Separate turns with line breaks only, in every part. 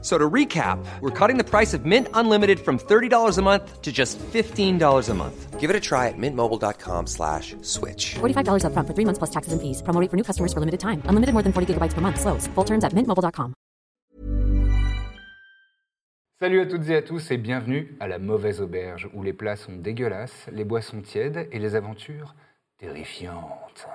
So to recap, we're cutting the price of Mint Unlimited from $30 a month to just $15 a month. Give it a try at mintmobile.com slash switch.
$45 upfront for three months plus taxes and fees. Promo rate for new customers for limited time. Unlimited more than 40 gigabytes per month. Slows. Full terms at mintmobile.com.
Salut à toutes et à tous et bienvenue à la mauvaise auberge où les plats sont dégueulasses, les boissons tièdes et les aventures terrifiantes.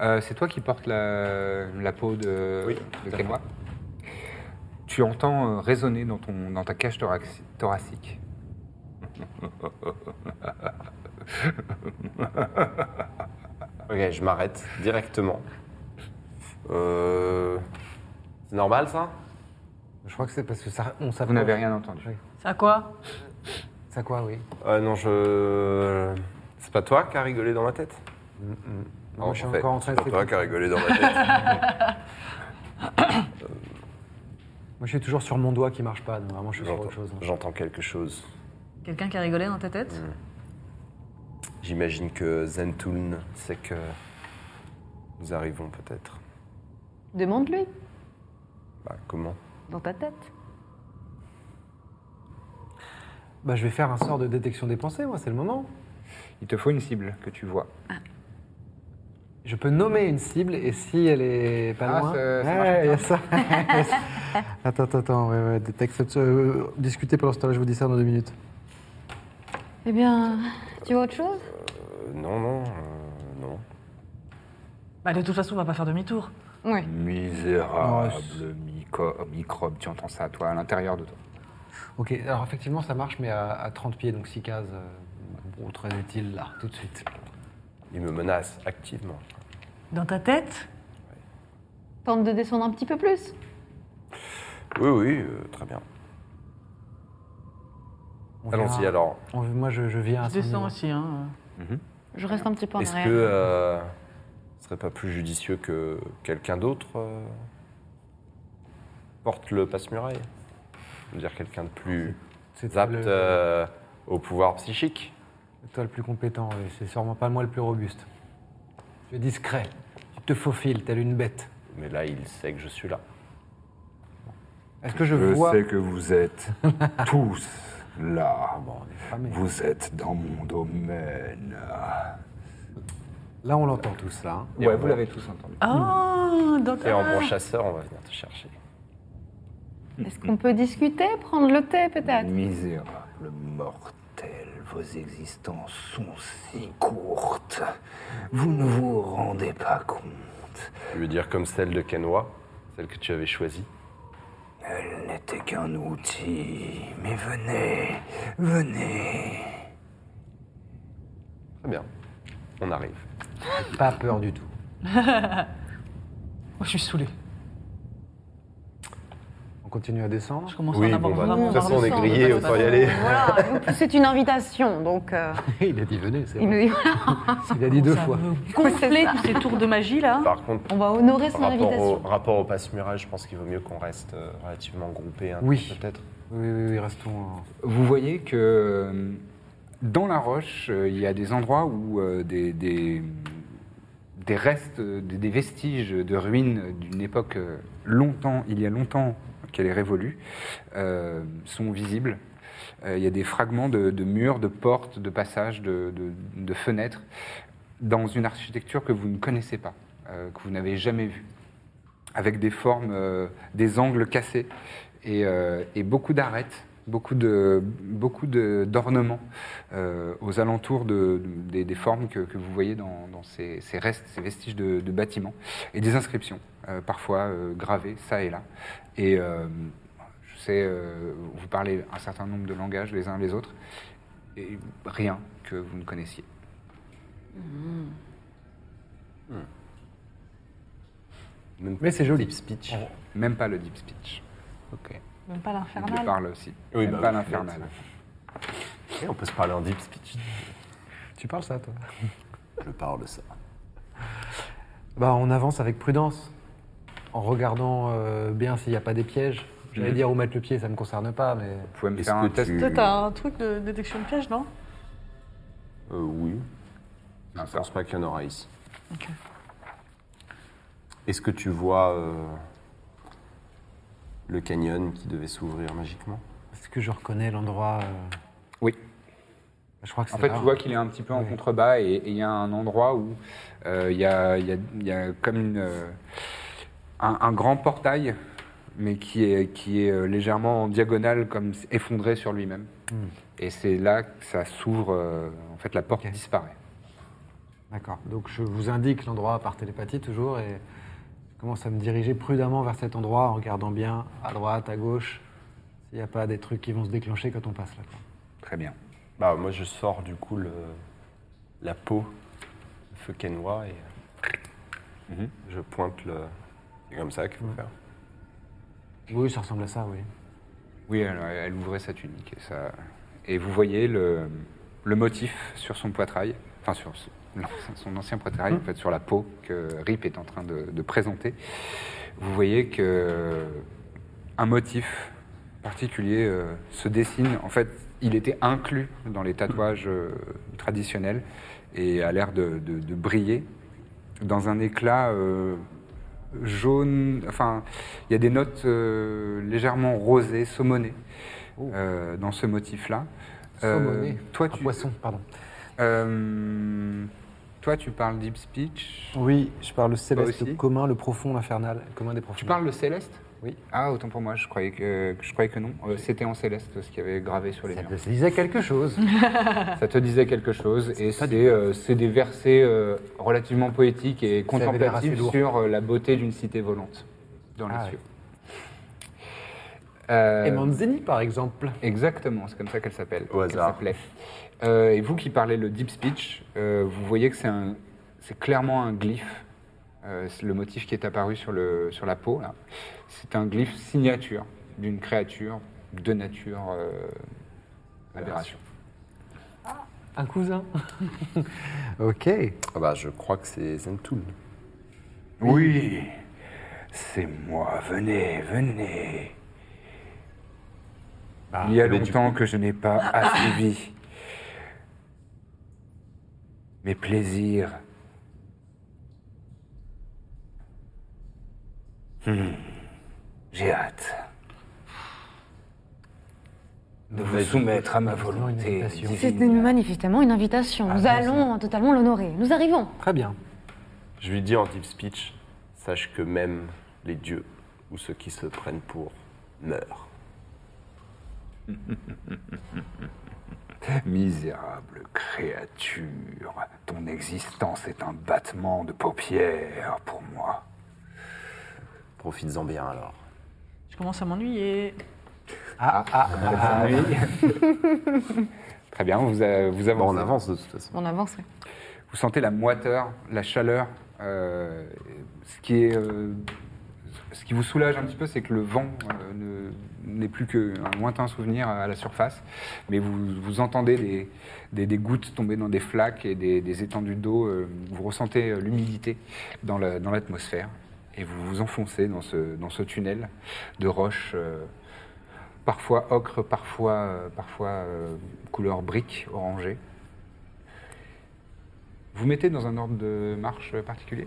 Euh, c'est toi qui portes la, la peau de,
Oui,
de
tout à
Kenwa. Tu entends euh, résonner dans, ton, dans ta cage thorax- thoracique.
Ok, je m'arrête directement. Euh... C'est normal ça
Je crois que c'est parce que ça, on
Vous
savait.
n'avez rien entendu.
Ça quoi
Ça quoi, oui.
euh, Non, je. C'est pas toi qui as rigolé dans ma tête
Moi, je suis encore en train de
C'est pas toi qui as
réfléchir.
rigolé dans ma tête.
Moi, je suis toujours sur mon doigt qui marche pas. Donc vraiment, je suis sur
J'entends-
autre chose. hein.
J'entends quelque chose.
Quelqu'un qui a rigolé dans ta tête
Mm. J'imagine que Zentoun sait que nous arrivons peut-être.
Demande-lui,
Bah, comment
dans ta tête.
Bah, je vais faire un sort de détection des pensées, moi, c'est le moment.
Il te faut une cible que tu vois.
Je peux nommer une cible et si elle est pas
Ah,
loin.
ça- ça marche
ouais, il y a ça. attends, attends, attends. Ouais, ouais, détecte cette- euh, discutez pendant ce temps-là, je vous dis ça dans deux minutes.
Eh bien, tu vois autre chose
Euh, Non, non, euh, non.
Bah de toute façon, on va pas faire demi-tour.
Oui.
Misérable
Oh,
micro- microbe, tu entends ça, toi, à l'intérieur de toi.
Ok, alors effectivement, ça marche, mais à, à 30 pieds, donc 6 cases. euh, bon, très utile, là, tout de suite.
Il me menace activement.
Dans ta tête
Tente de descendre un petit peu plus.
Oui, oui, euh, très bien.
On
Allons-y
verra.
alors.
On- moi, je, je
Ah,
viens à
Je
son
descends
niveau.
aussi, hein.
Je reste un petit peu en
Est-ce
arrière.
que euh, ce serait pas plus judicieux que quelqu'un d'autre euh, porte le passe-muraille Je veux dire quelqu'un de plus
C'est toi
apte
le,
euh, au pouvoir psychique.
toi le plus compétent, oui. c'est sûrement pas moi le plus robuste. Tu es discret, tu te faufiles, telle une bête.
Mais là, il sait que je suis là.
Est-ce que je, vois
que vous êtes tous là.
cramés.
Vous êtes dans mon domaine.
Là, on l'entend tous, là. hein.
Ouais, vous l'avez tous entendu.
Oh, dans
Et en
ta
bon chasseur, on va venir te chercher.
Est-ce qu'on peut discuter, prendre le thé peut-être
Misérable mortel, vos existences sont si courtes. Vous ne vous rendez pas compte.
Je veux dire comme celle de Kenwa, celle que tu avais choisie.
Elle n'était qu'un outil. Mais venez, venez.
Très bien, on arrive.
Pas peur du tout.
Oh, je suis saoulée.
On continue à descendre.
Je commence à
Oui,
en avoir
bon, bah,
vraiment
de toute
marre
façon, on est
sang,
grillés,
de
autant
passer
y aller.
par-
Voilà, vous- c'est une invitation, donc euh,
Il a dit venez, c'est
il
vrai.
nous dit voilà.
Il a dit deux
Ah, Ça
fois.
me
C'est
Gonfler
ça.
tous ces tours de magie, là.
Par contre,
On va honorer son
rapport au,
invitation.
rapport au passe-muraille, je pense qu'il vaut mieux qu'on reste euh, relativement groupé. hein,
Oui.
Peut-être.
Oui, oui, oui, restons. en-
Vous voyez que euh, dans la roche, euh, il y a des endroits où euh, des, des, des restes, euh, des, des vestiges de ruines d'une époque euh, longtemps, il y a longtemps qu'elle est révolue, euh, sont visibles. Euh, il y a des fragments de, de murs, de portes, de passages, de, de- de fenêtres, dans une architecture que vous ne connaissez pas, euh, que vous n'avez jamais vue, avec des formes, euh, des angles cassés et, euh, et beaucoup d'arêtes, beaucoup de beaucoup de- d'ornements euh, aux alentours de, de- des, des formes que, que vous voyez dans, dans ces, ces restes, ces vestiges de, de bâtiments, et des inscriptions, euh, parfois euh, gravées, ça et là. Et euh, je sais, euh, vous parlez un certain nombre de langages les uns les autres, et rien que vous ne connaissiez.
Mais c'est joli.
Speech.
Même pas le deep speech.
Ok.
Même pas
Il le
l'infernal.
parle aussi.
Oui,
Même
bah
pas
oui,
l'infernal.
Et on peut se parler en deep speech.
Tu parles ça, toi
Je parle de ça.
Bah, on avance avec prudence, en regardant euh, bien s'il n'y a pas des pièges. J'allais dire où mettre le pied, ça ne me concerne pas, mais
Vous pouvez me
Est-ce
faire un
que
test. hein.
tu-
Toi, t'as un truc de détection de piège, non
Euh, oui. Je
Ah,
ne pense pas qu'il y en aura ici.
Ok.
Est-ce que tu vois euh, le canyon qui devait s'ouvrir magiquement
est-ce que je reconnais l'endroit euh,
Oui.
Je crois que c'est
En fait,
là.
tu vois qu'il est un petit peu en
Oui.
contrebas et et il y a un endroit où euh, il y, a, il y a- il y a comme une, euh, un, un grand portail, mais qui est, qui est euh, légèrement en diagonale, comme s- effondré sur lui-même. Et c'est là que ça s'ouvre, euh, en fait, la porte
Ok.
disparaît.
D'accord. Donc je vous indique l'endroit par télépathie toujours et je commence à me diriger prudemment vers cet endroit en regardant bien à droite, à gauche, s'il n'y a pas des trucs qui vont se déclencher quand on passe là. quoi.
Très bien.
Bah moi je sors du coup le, la peau, le feu quenoa et je pointe le. C'est comme ça qu'il faut faire.
Oui, ça ressemble à ça, oui.
Oui, elle, elle ouvrait sa tunique. Et, ça... et vous voyez le, le motif sur son poitrail, enfin sur ce- l'ancien- son ancien poitrail, en fait, sur la peau que Rip est en train de, de présenter. Vous voyez que un motif particulier euh, se dessine. En fait, il était inclus dans les tatouages euh, traditionnels et a l'air de, de- de briller dans un éclat euh, jaune. Enfin, il y a des notes euh, légèrement rosées, saumonées euh, dans ce motif-là. Euh,
Saumonné.
toi,
Oh. Un
tu,
poisson, pardon.
euh, toi, tu parles deep speech.
Oui, je parle le céleste,
aussi
le commun, le profond, l'infernal, le commun des profonds.
Tu parles le céleste
Oui.
Ah, autant pour moi, je croyais que, je croyais que non. Euh, C'était en céleste ce qu'il y avait gravé sur les
Ça
murs.
te disait quelque chose.
Ça te disait quelque chose et c'est euh, c'est des versets euh, relativement poétiques et
avait l'air assez
contemplatifs
lourd.
sur euh, la beauté d'une cité volante dans les
Ah ouais.
cieux. Euh,
Et Manzini, par exemple.
Exactement, c'est comme ça qu'elle s'appelle.
Au
qu'elle
hasard.
s'appelait. Euh, et vous qui parlez le deep speech, euh, vous voyez que c'est un- c'est clairement un glyphe. Euh, c'est le motif qui est apparu sur, le, sur la peau, là. c'est un glyphe signature d'une créature de nature euh, aberration.
Un cousin. ok.
Ah bah je crois que c'est Zentoul.
Oui, c'est moi, venez, venez. Il y a
mais du
longtemps que je n'ai pas assouvi mes plaisirs. Hmm, J'ai hâte de vous soumettre à ma volonté.
invitation.
C'est
divine.
une- manifestement une invitation. Nous allons totalement l'honorer. Nous arrivons.
Très bien.
Je lui dis en deep speech, sache que même les dieux ou ceux qui se prennent pour meurent.
Misérable créature, ton existence est un battement de paupières pour moi.
Profites-en bien alors.
Je commence à m'ennuyer.
Ah
Très bien, vous, euh, vous
Bon,
avancez.
on avance de toute façon.
On avance. ouais.
Vous sentez la moiteur, la chaleur. euh, ce, qui est, euh, ce qui vous soulage un petit peu, c'est que le vent euh, ne- n'est plus qu'un lointain souvenir à la surface. Mais vous, vous entendez des, des- des gouttes tomber dans des flaques et des, des étendues d'eau. euh, vous ressentez euh, l'humidité dans la- dans l'atmosphère. et vous vous enfoncez dans ce, dans ce tunnel de roches. euh, Parfois ocre, parfois, euh, parfois euh, couleur brique orangée. Vous mettez dans un ordre de marche particulier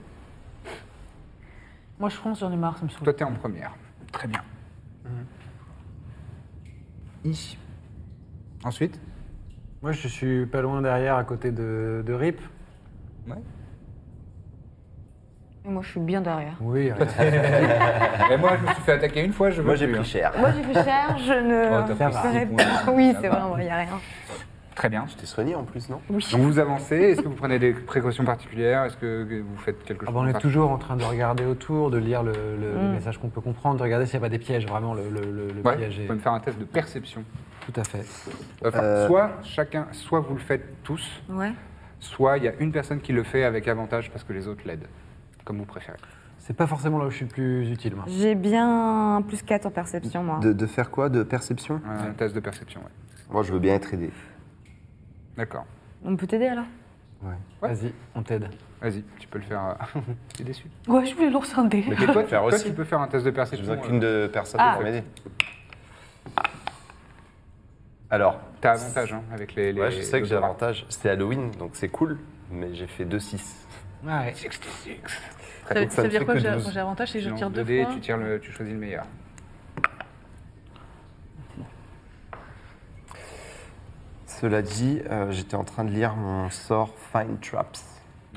Moi, je fonce, j'en ai marre, ça me saoule.
Toi, t'es
Mhm.
en première. Très bien. Ensuite
Moi, je suis pas loin derrière, à côté de, de Rip.
Ouais.
Et moi, je suis bien derrière.
Oui, regarde. Ah.
Et Eh, moi, je me suis fait attaquer une fois, je veux
Moi, j'ai
plus,
pris
hein.
cher.
Moi, j'ai fait cher, je
Oh,
ne.
t'as pris
Ça
six
ferai
points.
pas. Oui,
Ça
c'est
va.
vrai, il n'y a rien.
Très bien.
T'es soigné en plus, non
Oui.
Donc vous avancez, est-ce que vous prenez des précautions particulières Est-ce que vous faites quelque
Ah
chose
bah, on
de
est
parti-
toujours en train de regarder autour, de lire le, le-
Mm.
le message qu'on peut comprendre, de regarder s'il n'y a pas des pièges, vraiment le, le- le- le
Ouais,
piège
vous
est...
pouvez me faire un test de perception.
Tout à fait.
Enfin,
Euh.
Soit chacun, soit vous le faites tous,
Ouais.
soit il y a une personne qui le fait avec avantage parce que les autres l'aident, comme vous préférez.
C'est pas forcément là où je suis le plus utile, moi.
J'ai bien plus 4 en perception, moi.
De, de faire quoi De perception
Un test de perception, ouais.
Moi, je veux bien être aidé.
D'accord.
On peut t'aider alors
Ouais.
Vas-y, on t'aide.
Vas-y, tu peux le faire. euh, Je suis déçu.
Ouais, je voulais lancer un dé.
Mais toi, tu,
Faire
toi,
aussi.
tu peux faire un test de
J'ai
perception.
besoin qu'une de
euh,
personne
Ah.
pour m'aider. Alors,
T'as avantage hein, avec les, les.
ouais, je sais que
les-
j'ai l'avantage. C'est Halloween, donc c'est cool, mais j'ai fait 2-6.
Ouais.
Ça, veut-
Ça
ça
ne
veut dire
fait
quoi
que
que j'ai
12.
quand j'ai avantage c'est que je
Tu
tire
lances
deux
deux dés,
fois
tu, tires le, tu choisis le meilleur.
Cela dit, euh, j'étais en train de lire mon sort Find Traps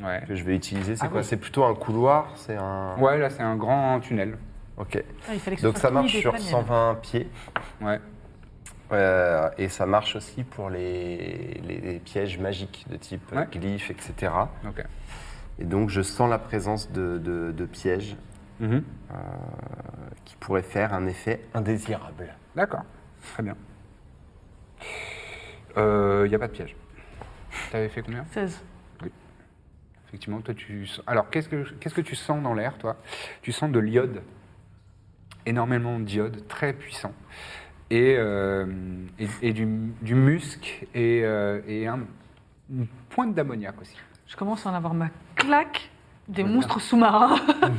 Ouais.
que je vais utiliser. C'est
Ah
quoi
oui.
C'est plutôt un couloir C'est un.
Ouais, là, c'est un grand tunnel.
Ok.
Ah, il fallait que ce
Donc
soit
ça
tout
marche
mis
sur
des
120 pieds.
Ouais.
Euh, et ça marche aussi pour les, les- les pièges magiques de type euh,
Ouais.
glyphes, etc.
Ok.
Et donc je sens la présence de, de- de pièges euh,
Mhm.
qui pourraient faire un effet indésirable.
D'accord, très bien. Il n'y a pas de piège. T'avais fait combien
16.
Effectivement, toi tu. sens- Alors qu'est-ce que qu'est-ce que tu sens dans l'air, toi Tu sens de l'iode, énormément d'iode, très puissant, et, euh, et, et du, du musc et, euh, et un- une pointe d'ammoniac aussi.
Je commence à en avoir ma claque des monstres sous-marins.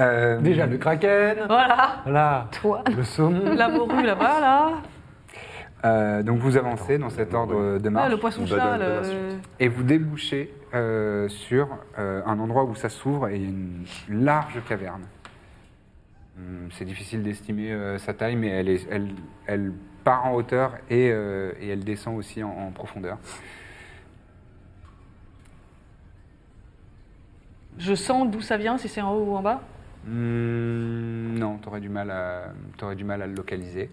Euh,
Déjà, le kraken
voilà.
Là,
Toi
le saumon
La morue là-bas, là.
euh, donc vous avancez dans cet ordre de
Ah,
marche
le poisson
Une
chat.
badale de la
Le...
et vous débouchez euh, sur euh, un endroit où ça s'ouvre et il y a une large caverne. Hum, C'est difficile d'estimer euh, sa taille, mais elle, est- elle, elle part en hauteur et, euh, et elle descend aussi en, en profondeur.
Je sens d'où ça vient, si c'est en haut ou en bas.
Hum, non, t'aurais du mal à t'aurais du mal à le localiser.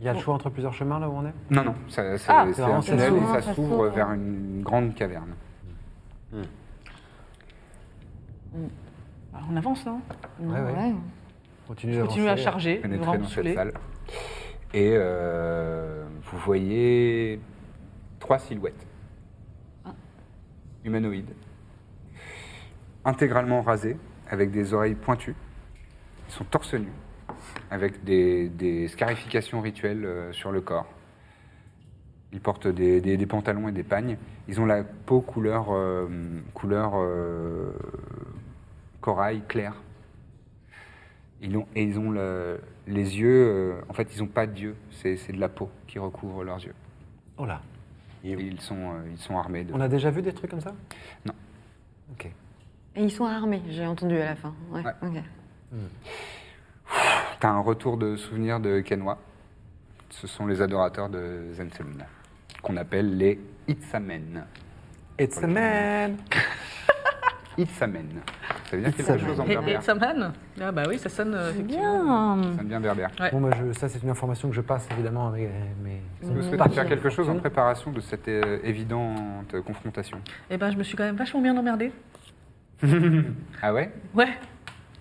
Il y a le choix entre plusieurs chemins, là où on est
Non, non, ça- ça-
Ah,
c'est
vraiment,
un
ça
tunnel et
s'ouvre,
ça
ça
s'ouvre
s'ouvre.
vers une grande caverne.
Bah, on avance, non
Ouais, ouais. Continue
Je
d'avancer.
continue à charger,
pénétrer
vraiment
hein. dans
saoulé.
cette salle. Et euh, vous voyez trois silhouettes Ah. humanoïdes, intégralement rasées, avec des oreilles pointues. Ils sont torse nus, avec des, des scarifications rituelles euh, sur le corps. Ils portent des, des- des pantalons et des pagnes. Ils ont la peau couleur, euh, couleur euh, corail clair. Ils ont, et ils ont le- les yeux, euh, en fait, ils n'ont pas d'yeux, c'est c'est de la peau qui recouvre leurs yeux.
Oh là,
Et ils sont, euh, ils sont armés de.
on a déjà vu des trucs comme ça
Non.
Ok.
Et ils sont armés, j'ai entendu à la fin. Ouais,
Ouais.
ok.
T'as un retour de souvenir de Kenwa. Ce sont les adorateurs de Zenselun, qu'on appelle les Itsamen.
It's a man
Itsamen. Ça veut dire quelque chose en
Et,
berbère.
et ça man Ah bah oui, ça sonne euh, effectivement.
Bien
Ça devient berbère.
Bon, bah, je, ça, c'est une information que je passe, évidemment, à mes... mes-
Est-ce que
Mm.
vous souhaitez
Parti.
faire quelque chose en préparation de cette euh, évidente confrontation
Et ben je me suis quand même vachement bien emmerdée.
Ah ouais
Ouais.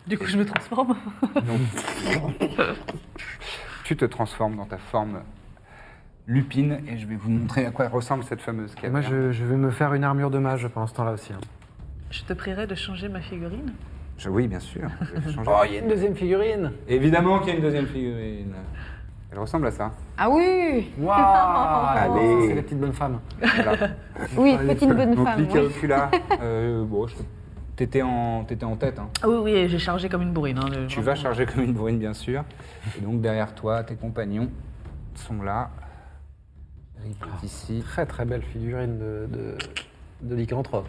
Du coup, je me transforme.
Tu te transformes dans ta forme lupine et je vais vous montrer à quoi ressemble cette fameuse
Et
caverne.
Moi, je, je vais me faire une armure de mage pendant ce temps-là aussi. hein.
Je te prierai de changer ma figurine.
Je- oui, bien sûr. je vais changer.
Il y a une deuxième figurine
Évidemment qu'il y a une deuxième figurine. Elle ressemble à ça.
Ah oui
Waouh Allez
Allez.
C'est la petite bonne femme.
Voilà.
Oui, petite bonne
Donc,
femme.
Lyca
ouais.
Ocula, euh, bon, je- t'étais en, t'étais en tête. hein.
Ah oui, oui, j'ai chargé comme une bourrine. hein, le-
Tu vas charger comme une bourrine, bien sûr. Et donc, derrière toi, tes compagnons sont là. Rip est ici.
Ah, Très très belle figurine de, de, de lycanthrope.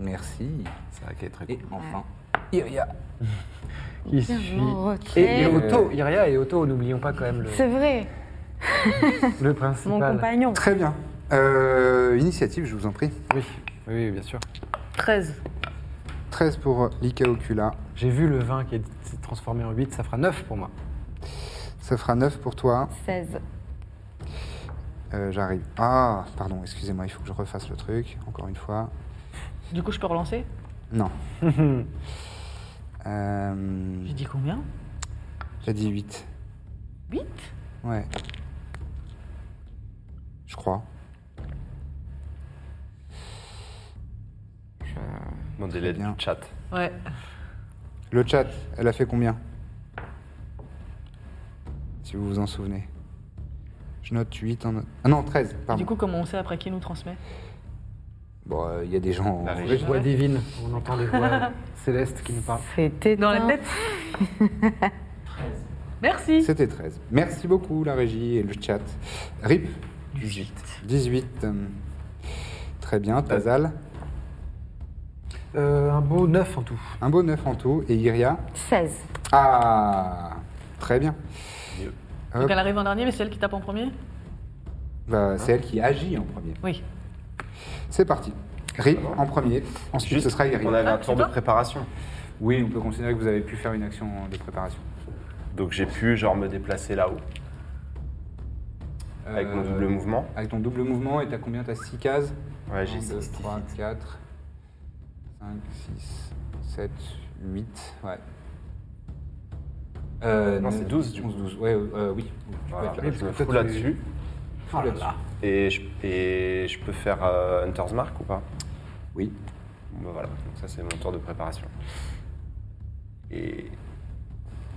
Merci.
C'est vrai qu'elle est très
Et enfin, Iria.
Il
Bien,
suit.
non, ok.
Et, et Otto, Iria et Otto, n'oublions pas quand même le.
C'est vrai.
Le
Mon
principal.
compagnon.
Très bien. Euh, initiative, je vous en prie.
oui. oui, oui, bien sûr.
13.
13 pour Lika Ocula.
J'ai vu le 20 qui est transformé en 8, ça fera 9 pour moi.
Ça fera 9 pour toi.
16.
Euh, J'arrive. Ah, pardon, excusez-moi, il faut que je refasse le truc, encore une fois.
Du coup, je peux relancer
Non. Euh,
J'ai dit combien
T'as dit 8.
8
Ouais. Je crois.
Demandez-les
Bien.
du chat.
Ouais.
Le chat, elle a fait combien Si vous vous en souvenez. Je note 8 en... Ah non, 13, pardon.
Du coup, comment on sait après qui nous transmet
Bon, euh, il y a des gens... en-
Les voix divines, on entend les voix célestes qui nous parlent.
C'était
Dans la
un-
tête Merci
C'était 13. Merci beaucoup, la régie et le chat. RIP. 18. 18. euh, Très bien, Tazal.
Euh, un beau 9 en tout.
Un beau 9 en tout. Et Iria
16.
Ah Très bien.
Donc elle arrive en dernier, mais c'est elle qui tape en premier
Bah, c'est elle qui agit en premier.
Oui.
C'est parti. RIP en premier. Ensuite,
Juste,
ce sera Iria.
on avait un
c'est
tour de
toi
préparation.
Oui, on peut considérer que vous avez pu faire une action de préparation.
Donc j'ai pu genre me déplacer là-haut avec mon
Euh,
double mouvement.
Avec ton double mouvement, et t'as combien T'as 6 cases
Ouais, j'ai
2,
60
3, 4, 5, 6, 7, 8. Ouais. Euh,
Non, c'est 12, du
11, 12. Ouais, euh, oui. Tu peux
Voilà,
être là.
je me
parce que
fous
toi, tu-
là-dessus.
Oh là là.
Et je, et je peux faire euh, Hunter's Mark ou pas
Oui.
Bon, bah Voilà, donc ça c'est mon tour de préparation. Et.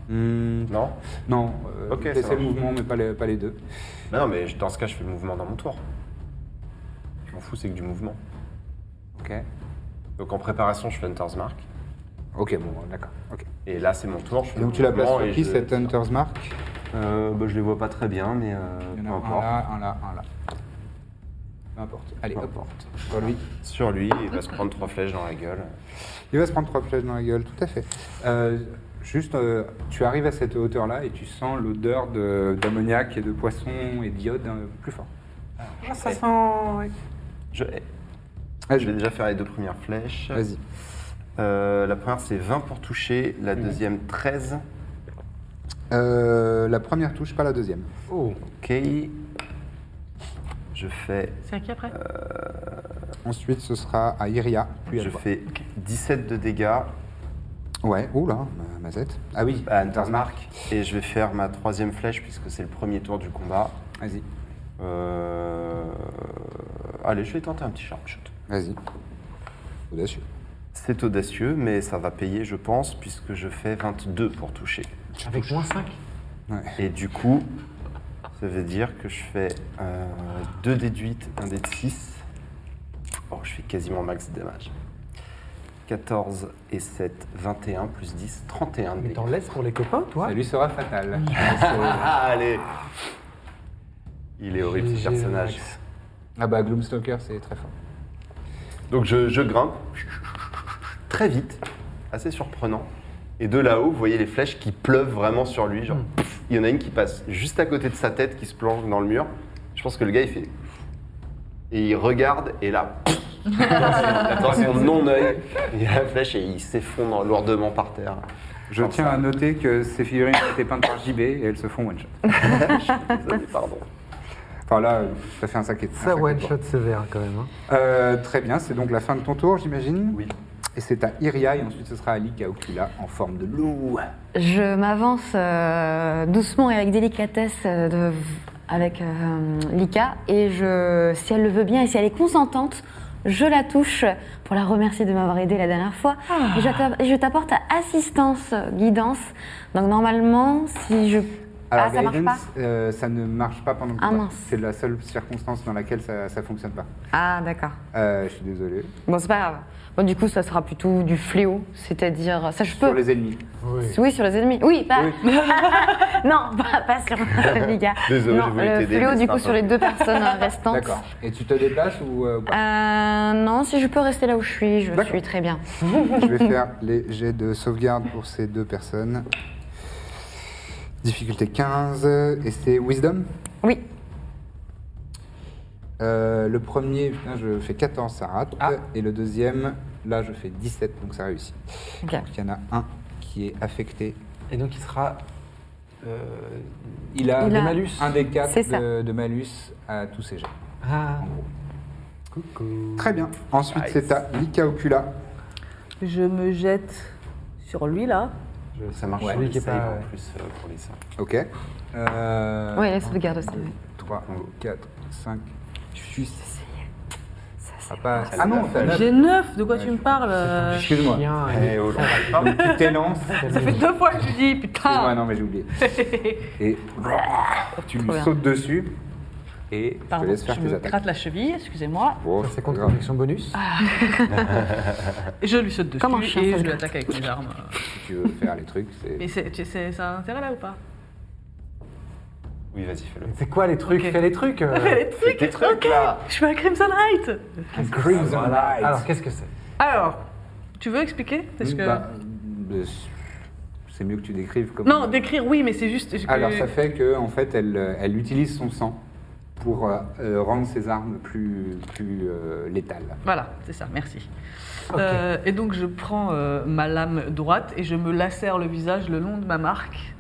Hmm,
Non
non, euh,
Ok, ça
laissez le
marche.
mouvement, mais pas les, pas les deux.
Bah Non, mais je- dans ce cas, je fais le mouvement dans mon tour. Je m'en fous, c'est que du mouvement.
Ok.
Donc en préparation, je fais Hunter's Mark.
Ok, bon, d'accord. ok.
Et là, c'est mon tour. Je fais
Et donc
le
tu la places
mouvement
sur
et
qui,
je-
cette Hunter's Mark
Euh, bah, Je les vois pas très bien, mais euh,
Il y
peu
en a un
importe.
là, un là, un là. Peu importe. Allez,
Peu
hop.
importe.
Sur lui.
Sur lui, il va se prendre trois flèches dans la gueule.
Il va se prendre trois flèches dans la gueule, tout à fait. Euh, juste, euh, tu arrives à cette hauteur-là et tu sens l'odeur de- d'ammoniac et de poisson et d'iode euh, plus fort.
ça sent. Je, hais. Eh, je vais
Vas-y.
déjà faire les deux premières flèches.
Vas-y.
Euh, la première, c'est 20 pour toucher. La deuxième, 13.
Euh, la première touche, pas la deuxième.
Oh,
Ok. Je fais,
C'est à qui après
Ensuite, ce sera à Iria, puis à
je
toi.
fais 17 de dégâts
Ouais, oula, ma, ma zette. Ah oui,
à Hunter's Mark. Et je vais faire ma troisième flèche puisque c'est le premier tour du combat.
Vas-y,
Euh, Allez, je vais tenter un petit sharp shoot.
vas-y. Audacieux.
C'est audacieux, mais ça va payer, je pense, puisque je fais 22 pour toucher.
avec moins 5
Et du coup, ça veut dire que je fais 2 dés de 8, 1 dé de 6. Oh, je fais quasiment max damage. 14 et 7, 21 plus 10, 31 de
Mais
dégâts.
t'en laisses pour les copains, toi
Ça lui sera fatal.
Ah, allez Il est horrible ce
GG,
personnage.
Max.
ah bah, Gloomstalker, c'est très fort.
Donc je, je grimpe très vite, assez surprenant. Et de là-haut, vous voyez les flèches qui pleuvent vraiment sur lui. Genre, pff, il y en a une qui passe juste à côté de sa tête, qui se plonge dans le mur. Je pense que le gars, il fait. Et il regarde, et là, pff, dans son non-œil, il y a la flèche et il s'effondre lourdement par terre.
Je tiens à noter que ces figurines ont été peintes par JB et elles se font one-shot.
Désolé, pardon.
Enfin là, ça fait un sac et un
Ça
sac et
one
de
shot sévère quand même. hein.
Euh, très bien, c'est donc la fin de ton tour, j'imagine
Oui.
Et c'est à Iria, et ensuite ce sera à Lika Ocula en forme de loup.
Ah, Je m'avance euh, doucement et avec délicatesse euh, de- avec euh, Lika et je, si elle le veut bien et si elle est consentante, je la touche pour la remercier de m'avoir aidée la dernière fois. Et je t'app- je t'apporte assistance, guidance. Donc normalement, si je... ah, ça marche pas
Guidance, euh, ça ne marche pas pendant le
Ah,
combat.
mince.
C'est la seule circonstance dans laquelle ça ne fonctionne pas.
Ah d'accord.
Euh, je suis désolé.
Bon, c'est pas grave. Bon, du coup, ça sera plutôt du fléau, c'est-à-dire... Ça, je peux...
Sur les ennemis.
Oui, sur les ennemis. Oui, pas.
Oui.
non, pas, pas sur les gars.
Ah Désolé,
non,
j'ai voulu
le
t'aider,
fléau,
mais
du
c'est
coup,
un
sur
peu
les
mieux.
deux personnes restantes.
D'accord. Et tu te déplaces ou euh, ou pas
Euh, non, si je peux rester là où je suis, je suis très bien.
Je vais faire les jets de sauvegarde pour ces deux personnes. Difficulté 15, et c'est Wisdom
Oui,
Euh, le premier, putain, je fais 14, ça rate. Et le deuxième, là, je fais 17, donc ça réussit.
Ok.
Donc il y en a un qui est affecté.
Et donc il sera. euh,
Il a,
Il a-
malus.
un des quatre
C'est ça.
de, de malus à tous ses jets.
Ah. Coucou.
Très bien. Ensuite, c'est à Lika Ocula.
Je me jette sur lui là.
Ça marche
Ouais.
sur les
Celui qui est
saves
pas-
en plus euh, pour les saves.
Ok. Euh,
Oui, la sauvegarde aussi,
3, 4, 5, 6. Ça passe. Ah non, t'as neuf.
J'ai 9, de quoi
Ouais,
tu
je-
me parles euh,
Excuse-moi.
Tiens,
Eh, oh là.
Donc, tu t'élances.
Ça fait deux fois que je dis
Excuse-moi,
putain.
non, mais j'ai oublié. Et tu
Trop
lui
bien.
sautes dessus et je
Pardon,
te laisse faire
je
tes
me
attaques.
gratte la cheville, excusez-moi.
Bon,
Ça compte
pas
comme
grave.
action bonus.
Je lui saute dessus
Comme un chien,
et
ça
je
se
l'attaque avec mes armes.
Si tu veux faire les trucs,
Mais
c'est.
c'est, tu sais, ça a un intérêt là ou pas
Oui, vas-y, fais-le.
C'est quoi les trucs
Ok.
Fais les trucs. euh.
Fais les trucs,
tes trucs,
ok
là.
Je fais un Crimson Height
Crimson
Voilà.
Ah, Light. Alors qu'est-ce que c'est
Alors, tu veux expliquer Parce que...
Bah, euh, c'est mieux que tu décrives comme.
Non, décrire oui, mais c'est juste... que-
Alors ça fait que en fait elle, euh, elle utilise son sang pour euh, euh, rendre ses armes plus, plus euh, létales.
Voilà, c'est ça, merci. Euh, et donc je prends euh, ma lame droite et je me lacère le visage le long de ma marque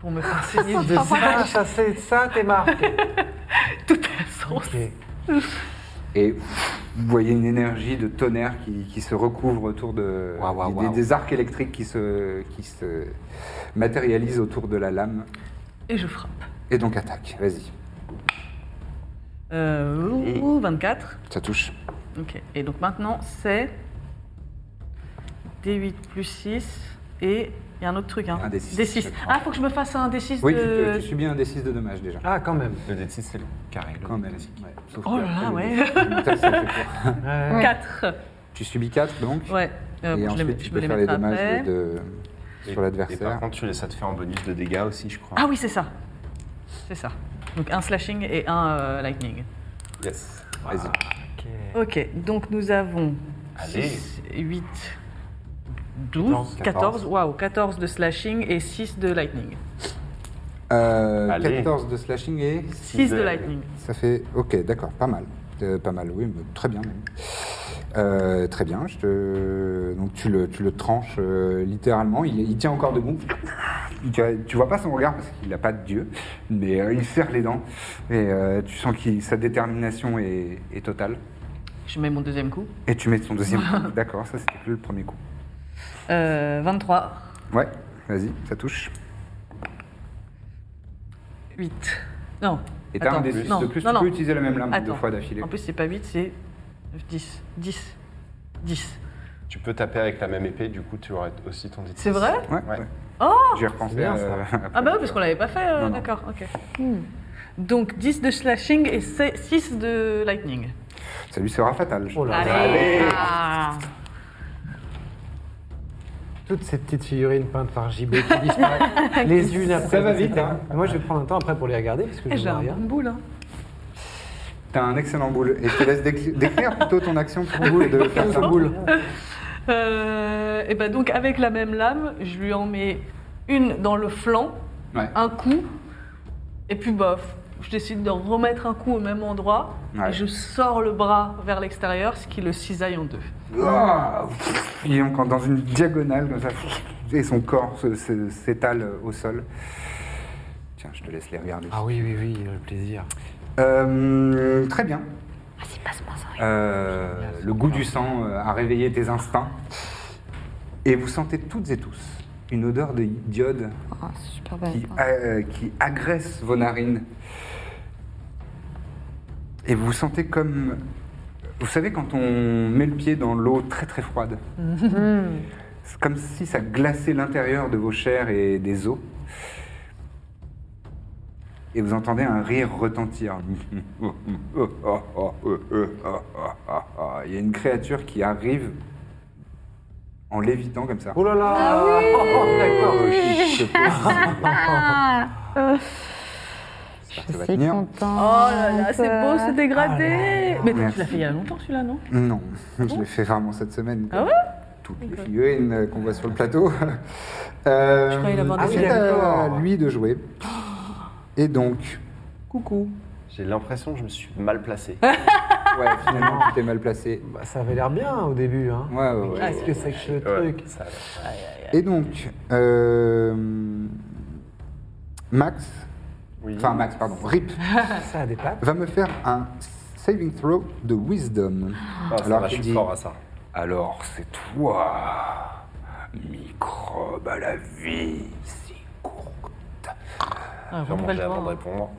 pour me faire saigner
De
de
ça,
sang.
ça c'est ça tes marques.
Tout à sens.
Ok.
Et pff, vous voyez une énergie de tonnerre qui, qui se recouvre autour de
Waouh, waouh,
des-
waouh.
Des, arcs électriques qui se, qui se matérialisent autour de la lame
Et je frappe.
et donc attaque. Vas-y,
Euh, ouh, 24.
ça touche.
Ok. Et donc maintenant c'est D8 plus 6 et il y a un autre truc. Hein.
Un D6, je crois.
Ah, faut que je me fasse un D6
Oui, tu,
de...
tu subis un D6 de dommages déjà.
Ah quand même.
Le D6, c'est le carré. le
Quand
D6.
même. Ouais. Sauf
Oh
que
là
après,
là,
le
ouais.
D6, ça fait peur.
4.
tu subis 4 donc.
Ouais. Euh,
et
bon, je, les,
ensuite,
je
tu
me
peux
les
faire les
mettrai
dommages
après.
de- de-
Et-
sur
Et par
l'adversaire.
contre, tu les- ça te fait un bonus de dégâts aussi, je crois.
Ah oui, c'est ça. C'est ça. Donc un slashing et un euh, lightning.
Yes.
Vas-y.
Ok, donc nous avons
Allez.
6, 8, 12, 14. Waouh, 14 de slashing et 6 de lightning.
Euh,
Allez.
14 de slashing et
6 de lightning.
ça fait. Ok, d'accord, pas mal. Euh, pas mal, oui, mais très bien. même. Euh, très bien, je te... donc tu le, tu le tranches euh, littéralement. Il, il tient encore debout. Tu, tu vois pas son regard parce qu'il n'a pas de dieu, mais euh, il serre les dents et euh, tu sens que sa détermination est, est totale.
Je mets mon deuxième coup.
Et tu mets ton deuxième coup. D'accord, ça c'était que le premier coup.
Euh, 23,
Ouais, vas-y, ça touche.
8. Non.
Et t'as un
Attends,
des six
non,
de plus,
non,
tu peux
non.
utiliser la même lame
Attends.
deux fois d'affilée.
En plus, c'est pas 8, c'est 10. 10. 10.
Tu peux taper avec la même épée, du coup, tu aurais aussi ton D6.
C'est vrai
Ouais,
Ouais.
ouais.
Oh
J'y ai repensé.
bien,
euh,
Ah bah
après.
oui, parce qu'on l'avait pas fait, euh,
Non, non.
d'accord, ok. Donc 10 de slashing et 6 de lightning.
Ça lui sera fatal. je
Oh là
pense.
là.
Allez Ah.
Toutes ces petites figurines peintes par JB qui disparaissent les unes après.
Ça va
les
vite,
autres.
hein.
Et Moi je vais prendre un temps après pour les regarder parce que je
J'ai
vois
un
rien.
bon boule, hein.
T'as un excellent boule. Et je te laisse décli- décrire plutôt ton action pour boule de faire ça.
boule.
Euh, et ben donc avec la même lame, je lui en mets une dans le flanc,
Ouais.
un coup, et puis bof, je décide d'en remettre un coup au même endroit,
Ouais.
et je sors le bras vers l'extérieur, ce qui le cisaille en deux.
Ah, pff, Il est encore dans une diagonale comme ça. pff, Et son corps se- se- s'étale au sol. Tiens, je te laisse les regarder.
Ah oui oui oui le plaisir.
Euh, très bien.
Ah,
Vas-y, passe-moi ça.
Euh, le goût du sang euh, a réveillé tes instincts. Et vous sentez toutes et tous une odeur de diode
Oh, c'est super belle.
qui, euh, qui agresse vos narines. Et vous vous sentez comme... Vous savez, quand on met le pied dans l'eau très très froide, c'est comme si ça glaçait l'intérieur de vos chairs et des os. Et vous entendez un rire retentir. Il y a une créature qui arrive en lévitant comme ça.
Oh là là. Oh, D'accord.
Ça va
C'est
tenir.
content.
Oh là là, c'est beau, c'est
Ah
dégradé Mais toi, tu l'as fait il y a longtemps celui-là, non
Non, je l'ai fait vraiment cette semaine. comme
Ah ouais
Toutes les figurines euh, qu'on voit sur le plateau. Euh,
croyais l'avoir
ah,
déjà
c'est
vu.
à lui de jouer. Et donc, coucou.
J'ai l'impression que je me suis mal placé.
Ouais, finalement, tu t'es mal placé.
Bah, ça avait l'air bien au début. Hein.
Ouais, ouais, ouais.
Qu'est-ce que c'est que ce
Ouais,
truc
ça a l'air.
Et donc, euh, Max,
Oui.
enfin Max, pardon, Rip,
Ça a des pattes.
va me faire un saving throw de wisdom.
Ah, ça va,
il
je suis
dit,
fort hein. à ça.
Alors c'est toi, microbe à la vie si courte.
Ah,
J'ai mangé avant de
complètement.
répondre.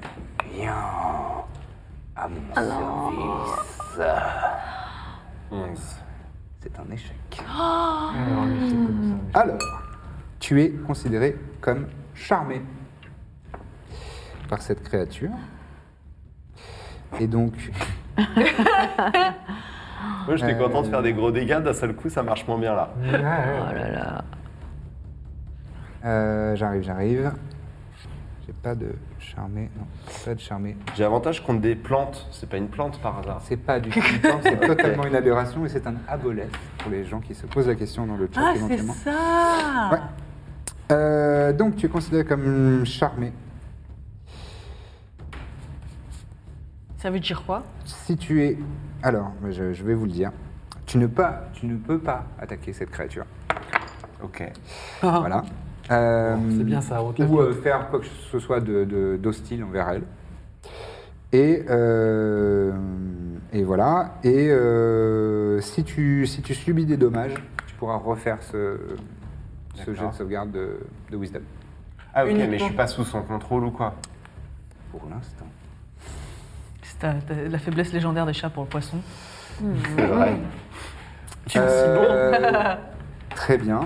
Bien à mon service.
11.
C'est un échec.
Alors, lui, c'est comme ça.
Alors, tu es considéré comme charmé par cette créature. Et donc,
Moi, j'étais content de faire des gros dégâts, d'un seul coup, ça marche moins bien là.
Mm.
Ouais, ouais.
euh, j'arrive, j'arrive. J'ai pas de charmé, non, j'ai pas de charmé.
J'ai avantage contre des plantes. C'est pas une plante par hasard.
C'est pas du tout une plante, c'est totalement une aberration et c'est un aboleth pour les gens qui se posent la question dans le chat
Ah, c'est
éventuellement.
ça
Ouais. Euh, donc tu es considéré comme charmé.
Ça veut dire quoi
Si tu es... Alors, mais je, je vais vous le dire. Tu ne, pas, tu ne peux pas attaquer cette créature.
Ok.
Voilà. Euh,
c'est bien ça, haute la
Ou euh, faire quoi que ce soit de- de- d'hostile envers elle. Et, euh, et voilà. Et euh, si, tu, si tu subis des dommages, tu pourras refaire ce, ce jet de
D'accord.
sauvegarde de, de Wisdom.
Ah, ok, mais je
Uniquement.
suis pas sous son contrôle ou quoi
Pour l'instant.
C'est ta- ta- la faiblesse légendaire des chats pour le poisson.
C'est vrai.
Euh, très bien.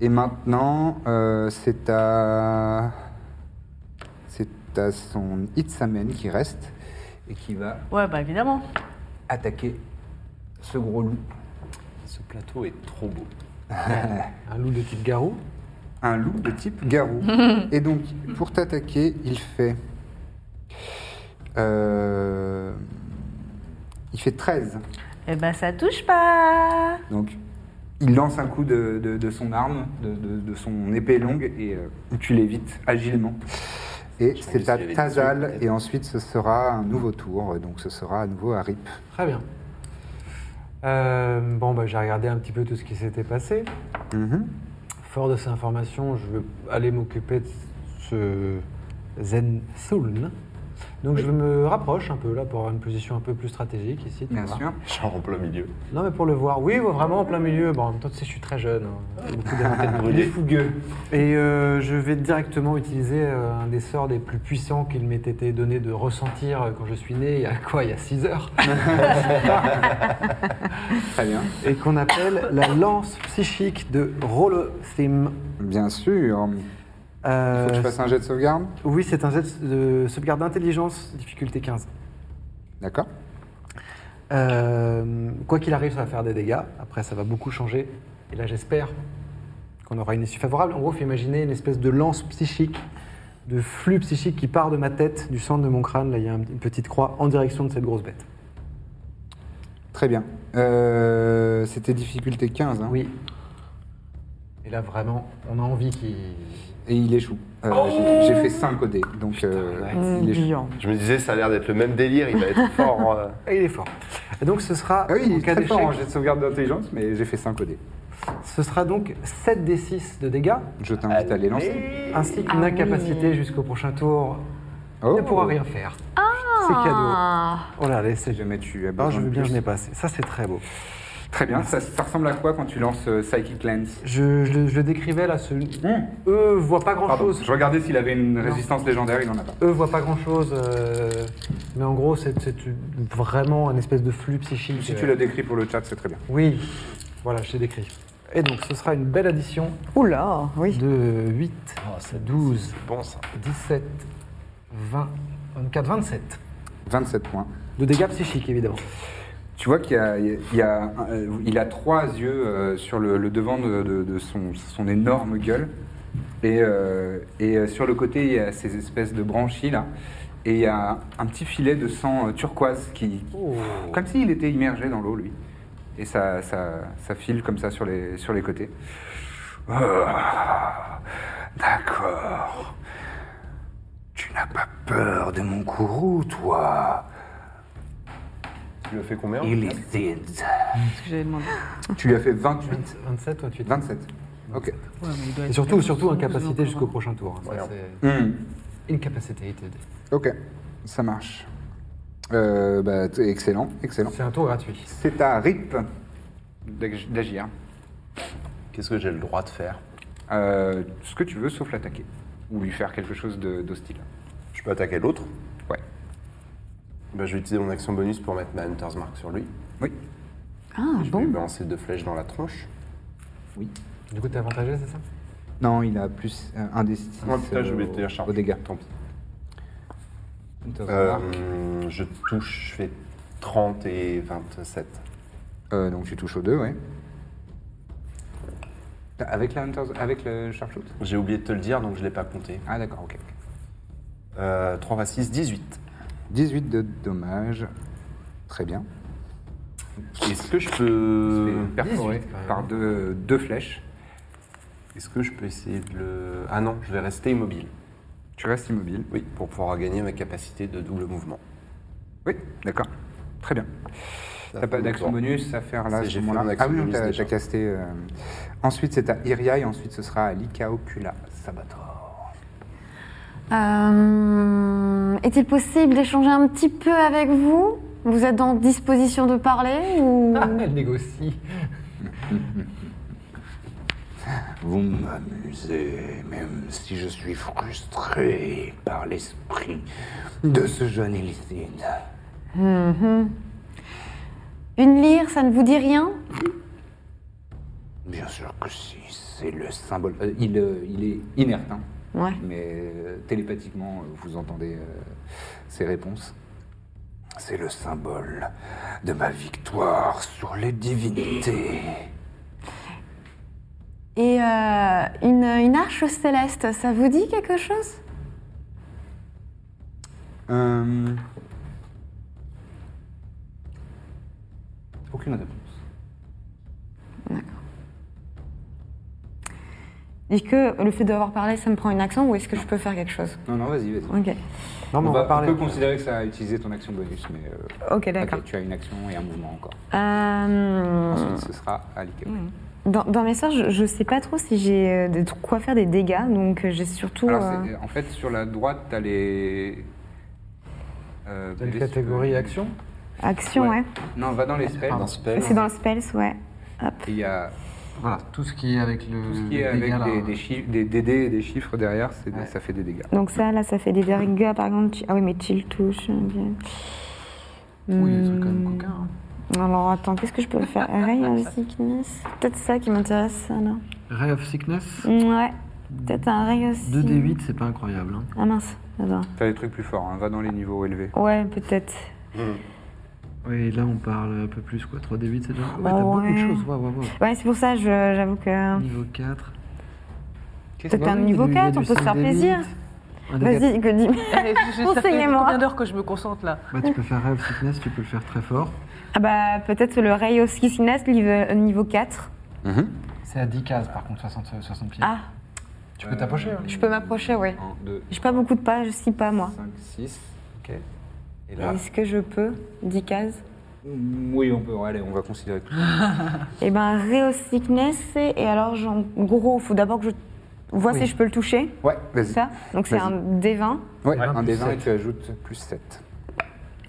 Et maintenant, euh, c'est à. C'est à son Hitsamen qui reste et qui va
Ouais, bah évidemment.
attaquer ce gros loup.
Ce plateau est trop beau.
Un loup de type garou.
Un loup de type garou. et donc, pour t'attaquer, il fait. euh, il fait 13.
Eh ben ça touche pas
Donc, il lance un coup de, de- de son arme, de, de- de son épée longue, et euh, tu l'évites agilement. Et
que
c'est
s'il
à
avait des
Tazal,
yeux, peut-être.
et ensuite ce sera un nouveau tour, donc ce sera à nouveau à Rip.
Très bien. Euh, bon, bah, j'ai regardé un petit peu tout ce qui s'était passé.
Mhm.
Fort de ces informations, je veux aller m'occuper de ce Zen Souln. Donc je me rapproche un peu là pour avoir une position un peu plus stratégique ici. tu
Bien
vois.
sûr.
Genre en plein milieu.
Non mais pour le voir, oui, oh, vraiment en plein milieu. Bon, en même temps, tu sais, je suis très jeune. hein. J'ai Beaucoup d'affaires.
brûlée.
Il est fougueux. Et euh, je vais directement utiliser euh, un des sorts des plus puissants qu'il m'ait été donné de ressentir euh, quand je suis né, il y a quoi, il y a 6 heures
Très bien.
et qu'on appelle la lance psychique de Rolothem.
Bien sûr.
Euh,
Faut que tu fasses un jet de sauvegarde.
Oui, c'est un jet de sauvegarde d'intelligence, difficulté 15.
D'accord.
Euh, quoi qu'il arrive, ça va faire des dégâts. Après, ça va beaucoup changer. Et là, j'espère qu'on aura une issue favorable. En gros, faut imaginer une espèce de lance psychique, de flux psychique qui part de ma tête, du centre de mon crâne. Là, il y a un- une petite croix en direction de cette grosse bête.
Très bien. Euh, C'était difficulté 15. hein.
Oui. Et là, vraiment, on a envie qu'il.
Et il échoue. Euh, j'ai- J'ai fait 5 au dé, donc euh, il échoue.
Je me disais, ça a l'air d'être le même délire, il va être fort. euh.
Ah, il est fort. Et donc, ce sera.
Ah oui,
en
il est
cas
très fort en
d'échec,
jet de sauvegarde d'intelligence, mais j'ai fait 5 au dé.
Ce sera donc 7 des 6 de dégâts,
Je t'invite à les lancer.
ainsi qu'une incapacité jusqu'au prochain tour.
Oh.
Il ne pourra rien faire.
Ah.
C'est cadeau. Oh là,
Si
laissez.
jamais tu as
Non,
besoin
je
de
veux bien,
plus.
je n'ai pas assez. Ça, c'est très beau.
Très bien, ça, ça ressemble à quoi quand tu lances euh, Psychic Lens
Je, je le- je le décrivais là. Ce...
Hmm.
Eux voient pas grand
Pardon,
chose.
je regardais s'il avait une résistance légendaire, il en a pas.
Eux voient pas grand chose. Mais en gros, c'est c'est une- vraiment un espèce de flux psychique.
Si tu l'as décrit pour le chat, c'est très bien.
Oui, voilà, je l'ai décrit. Et donc, ce sera une belle addition
Oula, oui.
de 8, 12,
Bon, ça.
17, 20, 24, 27.
27 points.
De dégâts psychiques, évidemment.
Tu vois qu'il y a, il y a- euh, il a trois yeux euh, sur le, le devant de, de- de son, son énorme gueule. Et, euh, et euh, sur le côté, il y a ces espèces de branchies là. Et il y a un petit filet de sang euh, turquoise qui. Comme s'il était immergé dans l'eau, lui. Et ça, ça, ça file comme ça sur les, sur les côtés. Ah, D'accord. Tu n'as pas peur de mon courroux, toi
Tu le fais combien
Illicite.
ce que j'avais demandé.
Tu lui as fait 28.
27, toi, tu
27. Ok.
Ouais, mais il doit
Et
être
surtout,
bien
surtout
conscient,
incapacité
plus
jusqu'au
encore.
prochain tour. hein. Ça, c'est
Hmm.
incapacitated.
Ok, ça marche. Euh, bah, t- excellent, excellent.
C'est un tour gratuit.
C'est à RIP d'ag- d'agir.
Qu'est-ce que j'ai le droit de faire
Euh, ce que tu veux, sauf l'attaquer. Ou lui faire quelque chose de- d'hostile.
Je peux attaquer l'autre
Ouais.
Bah, Je vais utiliser mon action bonus pour mettre ma Hunter's Mark sur lui.
Oui.
Ah
Je vais lui
bon
balancer deux flèches dans la tronche.
Oui.
Du coup, t'es avantagé, c'est ça
Non, il a plus euh, un des six
Ah putain, j'ai oublié de
euh,
tenir charge.
au dégât.
Tant pis.
Hunter's
Euh,
Mark.
je touche, je fais 30 et 27.
Euh, donc tu touches aux deux, ouais. Avec, la Hunter's- avec le sharpshoot
J'ai oublié de te le dire, donc je l'ai pas compté.
Ah d'accord, ok. ok.
Euh, 3 va 6, 18.
18 de dommages. Très bien.
Est-ce que je peux.
Perforé
18, Euh, quand même.
par deux, deux flèches.
Est-ce que je peux essayer de le. Ah non, je vais rester immobile.
Tu restes immobile.
Oui, pour pouvoir gagner ma capacité de double mouvement.
Oui, d'accord. Très bien.
Ça
T'as
fait
pas d'action
longtemps.
bonus à faire là, à
C'est-
ce
j'ai fait
moment-là.
mon
Ah
action
oui, non,
bonus
t'as
déjà.
t'as casté. euh, Ensuite, c'est à Iria et ensuite, ce sera à Lika Ocula Sabator.
Euh, Est-il possible d'échanger un petit peu avec vous Vous êtes en disposition de parler ou...
Ah.
Elle négocie.
Vous m'amusez, même si je suis frustré par l'esprit de ce jeune illicite.
Une lyre, ça ne vous dit rien
Bien sûr que si, c'est le symbole. Euh, il, euh, il est inerte, hein,
Ouais.
mais euh, télépathiquement, euh, vous entendez euh, ses réponses. C'est le symbole de ma victoire sur les divinités.
Et euh, une, une arche céleste, ça vous dit quelque chose
Euh, Aucune réponse.
Est-ce que le fait d'avoir parlé, ça me prend une action ou est-ce que je peux faire quelque chose
Non, non, vas-y, vas-y.
Ok,
Non, mais on, va, parler.
Bah, peut considérer que ça a utilisé ton action bonus, mais euh,
ok, d'accord.
ok, tu as une action et un mouvement encore.
Ah.
Euh,
Ensuite, ce sera à Likao.
dans, dans mes sorts, je, je sais pas trop si j'ai euh, de quoi faire des dégâts, donc euh, j'ai surtout.
Alors,
euh,
c'est- en fait, sur la droite, t'as les. Euh,
T'as une
les-
catégorie action
Action, ouais.
Non, va dans les spells.
Pardon.
Spell.
C'est dans le spells, ouais. Hop.
Il y a
Voilà, tout ce qui est avec Mm. le.
tout ce qui est avec des, des, chi- des, des dés et des chiffres derrière, c'est des- ça fait des dégâts.
Donc ça, là, ça fait des dégâts, par exemple. tu- euh, Ah oui, mais chill touche. ok.
Oui, des trucs quand même coquins. hein.
Hmm. Alors attends, qu'est-ce que je peux faire Ray of Sickness Peut-être ça qui m'intéresse, alors.
Ray of Sickness
Ouais, peut-être un Ray aussi.
2d8, c'est pas incroyable. hein.
Ah mince, attends.
T'as des trucs plus forts, hein, va dans les niveaux élevés.
Ouais, peut-être.
Oui, là on parle un peu plus quoi. 3d8, c'est déjà. Ouais,
Bah
t'as beaucoup
ouais.
de choses. Ouais, ouais, ouais.
Ouais, c'est pour ça, je- j'avoue que.
Niveau 4.
Peut-être un niveau 4, on peut se faire plaisir. Vas-y, que dis
Eh, je- je- Ça fait
Conseillez-moi.
combien d'heures que je me concentre là
Bah, tu peux faire Ray of Sickness, tu peux le faire très fort.
Ah bah, peut-être le Ray of Sickness niveau, euh, niveau 4.
C'est à 10 cases par contre, 60, 60 pieds.
Ah,
Tu peux t'approcher. hein.
je peux m'approcher, ouais.
1, 2,
J'ai pas beaucoup de pas, je suis pas moi.
5, 6. Ok. Et
Ah.
là
Est-ce que je peux 10 cases
Oui, on peut, allez, on va considérer tout.
Eh ben, Ray of Sickness, et alors, j'en- en gros, faut d'abord que je vois si je peux le toucher.
Ouais, vas-y.
Ça Donc, c'est
Vas-y.
un D20
Ouais,
Ouais,
un
plus
des 20 et
sept.
tu ajoutes plus 7.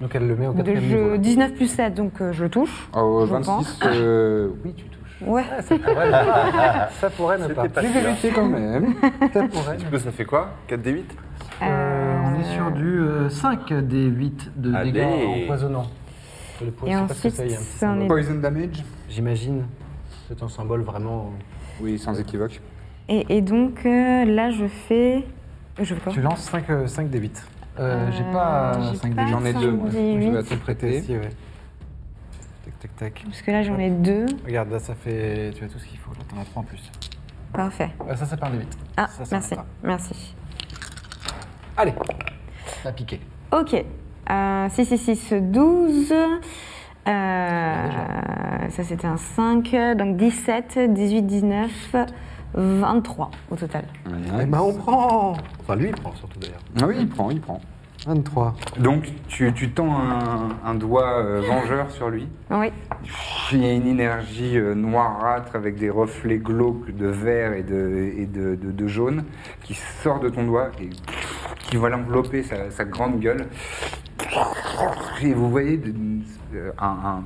Donc elle le met au
de
quatrième niveau.
jeu 19 plus 7, donc euh, je le touche.
Oh,
Je
26,
pense.
euh, oui, tu touches.
Ouais.
Ah, Ça pourrait ne pas.
Je vais vérifier quand même.
Ça pourrait.
Du coup, ça fait quoi 4 d 8
Euh, on est sur du 5 des 8 de
Allez.
dégâts empoisonnants. Le poison,
Et
je sais pas ce que
ensuite,
c'est, il y a un petit
c'en
symbole.
est-
Poison damage
J'imagine. C'est un symbole vraiment.
Oui, sans équivoque.
Et, et donc, euh, là, je fais. Je fais quoi
Tu lances 5, des 8. J'ai pas
Euh, j'ai
5
pas
des 8.
J'en ai deux, moi. Je vais
huit.
te le prêter.
Si, ouais. Tac, tac, tac.
Parce que là, j'en ai deux.
Regarde, là, ça fait. Tu as tout ce qu'il faut. Là, t'en as 3 en plus.
Parfait.
Euh, ça, c'est par des 8.
Ah,
Ça, ça
merci.
rentre
Merci.
Allez, t'as piqué.
Ok. Euh, 6, 6, 6, 12. Euh, ça, c'était un 5. Donc 17, 18, 19, 23 au total.
Eh ben, on prend
Enfin, lui, il prend surtout d'ailleurs.
Ah oui, il prend, il prend.
23.
Donc, tu, tu tends un, un doigt euh, vengeur sur lui.
Oui.
Il y a une énergie euh, noirâtre avec des reflets glauques de vert et de, et de, de- de jaune qui sort de ton doigt et qui va l'envelopper, sa, sa grande gueule. Et vous voyez de- euh, un- un-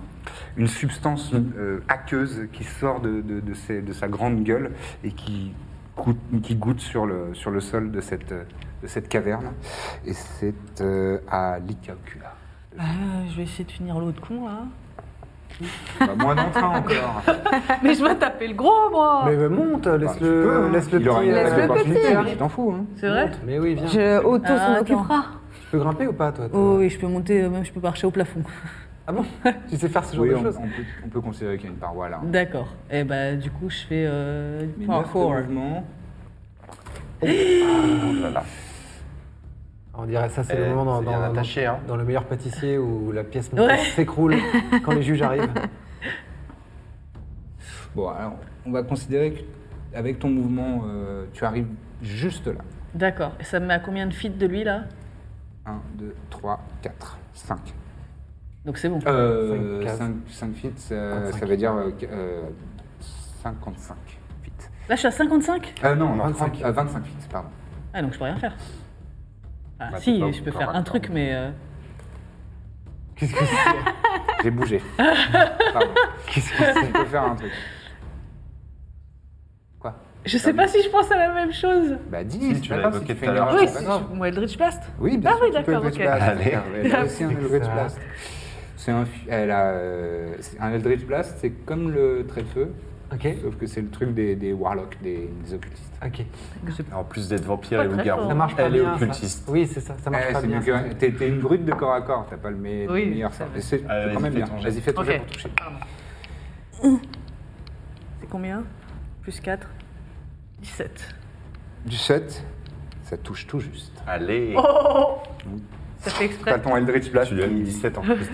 une substance euh, aqueuse qui sort de, de- de ses- de sa grande gueule et qui goûte, qui goûte sur, le, sur le sol de cette, de cette caverne. Et c'est euh, à l'Ikaokula.
Euh, je vais essayer de finir l'autre con, là.
Bah, moins d'entrain encore.
Mais je vais taper le gros, moi
Mais, mais monte,
Bah, tu
laisse-le
peux, hein.
laisse le
Il aura
petit.
une
Laisse-le
euh,
petit.
opportunité, hein, Tu t'en fous. hein.
C'est vrai
Mais oui, viens.
Je, Otto
Ah,
s'en
attends.
occupera.
Tu peux grimper ou pas, toi t'as-
Oh oui, je peux monter, euh, même je peux marcher au plafond.
Ah bon Tu sais faire ce genre
Oui,
de
on,
choses
on peut, on peut considérer qu'il y a une hein. paroi là.
D'accord. Et bah du coup, je fais euh,
Mais
parkour.
neuf de mouvement.
Oh là là.
On dirait ça, c'est
Eh,
le moment dans,
c'est bien
dans-
attaché, hein.
dans le meilleur pâtissier où la pièce
Ouais.
s'écroule quand les juges arrivent.
Bon, alors, on va considérer qu'avec ton mouvement, euh, tu arrives juste là.
D'accord. Et ça me met à combien de feet de lui là
1, 2, 3, 4, 5.
Donc c'est bon.
Ah. Euh,
Cinq cases.
5, feet, ça,
55.
ça veut dire euh, qu- euh, 55 feet.
Là, je suis à 55
Ah non, non,
25.
25, euh, 25 feet, pardon.
Ah, donc je peux rien faire. Ah,
Bah,
si,
t'es pas
je peux
encore
faire un
encore.
truc, mais. euh,
Qu'est-ce que c'est J'ai bougé. Pardon. Qu'est-ce que c'est On peut faire un truc. Quoi
Je sais pas si je pense à la même chose.
Bah dis,
Si,
c'est
tu
pas
l'as
grave,
évoqué
tu fais
tout à
une
l'heure,
erreur,
oui,
c'est pas
c'est
grave.
mon Eldritch Blast.
Oui, bien
Ah
sûr,
oui,
tu peux
d'accord,
Eldritch
ok.
Blast.
Allez.
Elle a aussi un Eldritch
Ça.
Blast. C'est un, fu- elle a, euh, c'est- un Eldritch Blast, c'est comme le trait de feu,
Ok
sauf que c'est le truc des, des warlocks, des, des occultistes.
Ok.
En plus d'être vampire
Pas
et
très
loup-garou,
fort.
Ça marche pas
elle
bien.
est
ça.
occultiste.
Oui, c'est ça, ça marche
Eh,
pas
c'est
bien.
mieux que- T'es t'es une brute de corps à corps, t'as pas le, me-
Oui,
le meilleur
ça
sens.
va.
Mais C'est c'est
Ah,
Allez,
quand
vas-y,
même
fais
bien.
ton jet.
Vas-y, fais ton
Ok.
jet pour toucher.
Pardon. C'est combien Plus 4 17.
Du 7, ça touche tout juste.
Allez.
Oh Ça fait
T'as
exprès.
ton Eldritch Blast.
Tu lui as mis
qui-
17 en plus.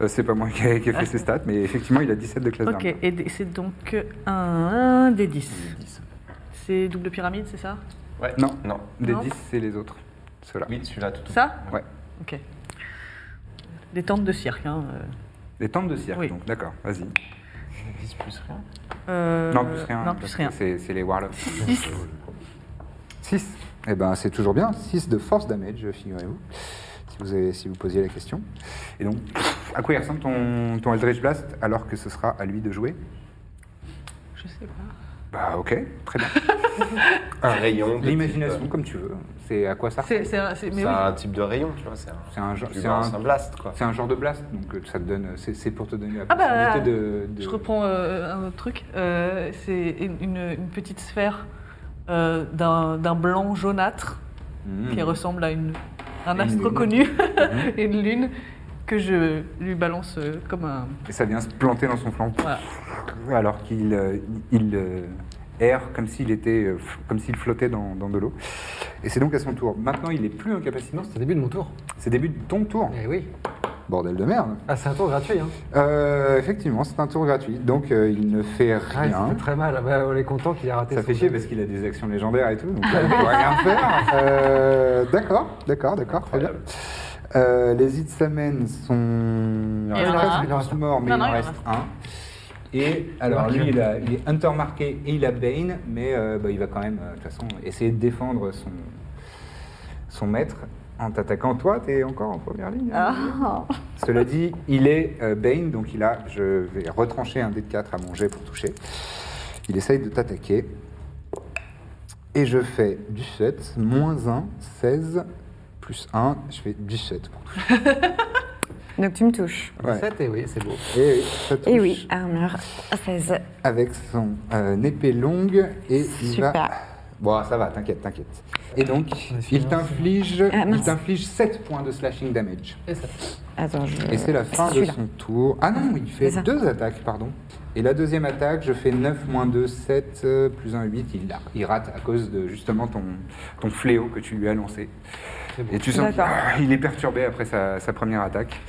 Euh, c'est pas moi qui ai, qui ai fait ses stats, mais effectivement, il a 17 de classe
Ok,
d'armes.
et des- c'est donc un des 10. C'est double pyramide, c'est ça
Ouais.
Non.
Non.
Des
Non.
10, c'est les autres. Ceux-là.
Oui, celui-là tout.
Ça
Ouais.
Ok. Des tentes de cirque. Hein. euh.
Les tentes de cirque,
Oui.
donc d'accord, vas-y.
10 plus rien.
Euh,
Non, plus rien.
Non,
parce
plus
que
rien.
C'est c'est les Warlocks.
Six.
6. Eh ben, c'est toujours bien. 6 de force damage, figurez-vous. Si vous, avez, si vous posiez la question. Et donc, à quoi il ressemble ton, ton Eldritch Blast alors que ce sera à lui de jouer
Je sais pas.
Bah, ok, très bien.
Un rayon. de
L'imagination,
type,
comme tu veux. C'est à quoi Ah. ça
C'est,
ressemble
c'est, un- c'est-
euh,
mais
C'est
oui.
un type de rayon, tu vois. C'est un,
C'est un, genre-
tu
c'est
lances un
un-
blast, quoi.
c'est un genre de blast, donc euh, ça te donne. C'est c'est pour te donner la
Ah bah,
possibilité de, de-
Je reprends euh, un autre truc. Euh, c'est une, une- une petite sphère euh, d'un, d'un blanc jaunâtre
Mhm.
qui ressemble à une, un
Une
astre
lune. Mhm.
connu et une lune que je lui balance euh, comme un.
Et ça vient se planter dans son flanc.
Voilà.
alors qu'il euh, il, euh, erre comme s'il était euh, f- comme s'il flottait dans, dans de l'eau. Et c'est donc à son tour. Maintenant, il est plus incapacité.
Sinon, c'est le début de mon tour.
C'est début de ton tour.
Eh oui.
Bordel de merde.
Ah, c'est un tour gratuit, hein.
Euh, effectivement, c'est un tour gratuit. Donc euh, il ne fait
Ah, il s'est fait
rien.
très mal. Ah bah, on est content qu'il ait raté
Ça
son
fait chier
jeu.
parce qu'il a des actions légendaires et tout, donc là, il peut rien faire. Euh, d'accord, d'accord, d'accord, très bien. Euh, les Itsamen sont.
Il y en a un.
ils sont morts, mais
Non,
il
non,
en reste un. Et alors, lui, il, a- il est Hunter marqué et il a Bane, mais euh, bah, il va quand même, euh, de toute façon, essayer de défendre son, son maître en t'attaquant. Toi, t'es encore en première ligne. hein.
Ah.
Cela dit, il est euh, Bane, donc il a. Je vais retrancher un dé de 4 à mon jet pour toucher. Il essaye de t'attaquer. Et je fais du 7, moins 1, 16, plus 1, je fais du 7 pour toucher.
Euh, Donc tu me touches.
Ouais.
7 et oui, c'est beau.
Et, oui, ça touche
Et oui, armure 16.
Avec son euh, épée longue et il
Super.
va. Bon, ça va, t'inquiète, t'inquiète. Et donc,
On est
il
fini,
t'inflige
Ah, mince.
il t'inflige 7 points de slashing damage.
Attends, je...
Euh,
Et c'est la fin de
Celui-là.
son tour. Ah non, il fait
C'est ça.
deux attaques, pardon. Et la deuxième attaque, je fais 9 moins 2, 7 euh, plus 1, 8. Il, la- il rate à cause de justement ton, ton fléau que tu lui as lancé. Et tu sens
D'accord.
qu'il ah, est perturbé après sa, sa première attaque.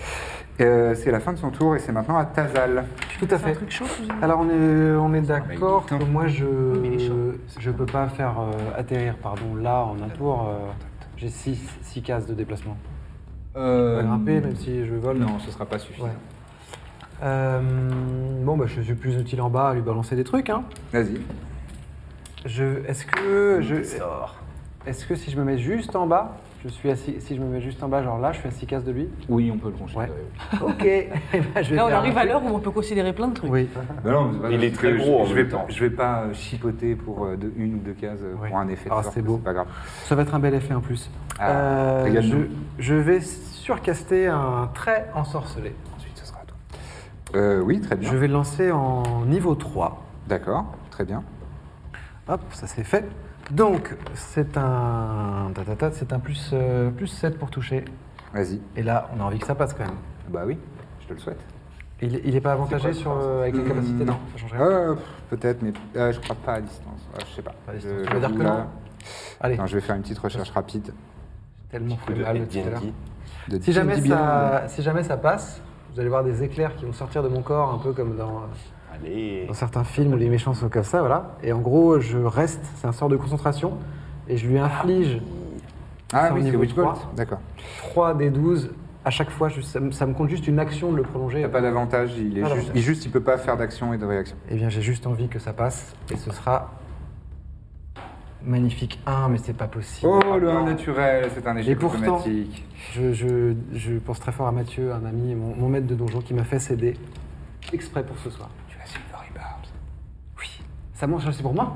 Euh, c'est la fin de son tour et c'est maintenant à Tazal.
Tout à
C'est un
fait.
truc chaud, sous
Alors on est, on est
mais
d'accord
il
que
est temps.
moi je
mais il est chaud.
je peux pas faire euh, atterrir pardon là en un tour. euh, J'ai 6 six cases de déplacement. Pas grimper même si je vole.
Euh, Non, ce sera pas suffisant.
Ouais. Euh, bon bah je suis plus utile en bas à lui balancer des trucs hein.
Vas-y.
Je est-ce que je est-ce que si je me mets juste en bas, je suis à six- si je me mets juste en bas genre là, je suis à 6 cases de lui.
Oui, on peut le roncher.
Ouais. OK. Eh ben, je vais
Là, on
faire
arrive
un
à
truc.
l'heure où on peut considérer plein de trucs.
Oui.
Bah non, mais c'est pas
Il
grave,
est
parce
très
que je-
gros en
Je,
même
vais,
temps.
je vais pas euh, chipoter pour euh, de- une ou deux cases euh,
Ouais.
pour un effet de
Ah,
sorte,
c'est beau.
pas grave.
Ça va être un bel effet en plus.
Ah,
Euh, je,
régale-nous.
je vais surcaster un trait ensorcelé.
Ensuite, ce sera à toi. Euh, oui, très bien.
Je vais le lancer en niveau 3.
D'accord, très bien.
Hop, ça c'est fait. Donc, c'est un. tatata, C'est un plus, euh, plus 7 pour toucher.
Vas-y.
Et là, on a envie que ça passe quand même.
Bah oui, je te le souhaite.
Il, il est pas avantagé
quoi,
sur,
ça
euh, avec les
Hmm,
capacités
non.
ça change rien.
Euh, pff, Peut-être, mais euh, je crois pas à distance. Ah, je sais pas.
Pas à distance.
Je-
Tu veux dire que
là-
non Allez,
Ah. Non, je vais faire une petite recherche rapide.
tellement
Coup
fait
de
mal tout à l'heure.
AD&D.
De
Si jamais,
Tim Debian.
ça, si jamais ça passe, vous allez voir des éclairs qui vont sortir de mon corps, un peu comme dans,
Allez.
dans certains films où les méchants sont comme ça, voilà. Et en gros, je reste, c'est un sort de concentration, et je lui inflige
Ah
c'est au
oui, c'est
niveau
Witchbolt.
3.
D'accord.
3 des 12 à chaque fois. juste- ça, me, ça me compte juste une action de le prolonger.
Il a pas d'avantage, il est
Pas
juste,
d'avantage.
il juste, il peut pas faire d'action et de réaction.
Eh bien, j'ai juste envie que ça passe. Et ce sera. Magnifique 1, mais c'est pas possible.
Oh, le 1 naturel, c'est un échec
Et pourtant-
automatique.
Je, je- je pense très fort à Mathieu, un ami, mon, mon maître de donjon, qui m'a fait céder exprès pour ce soir.
Tu as Silvery Barbs.
Ça mange aussi pour moi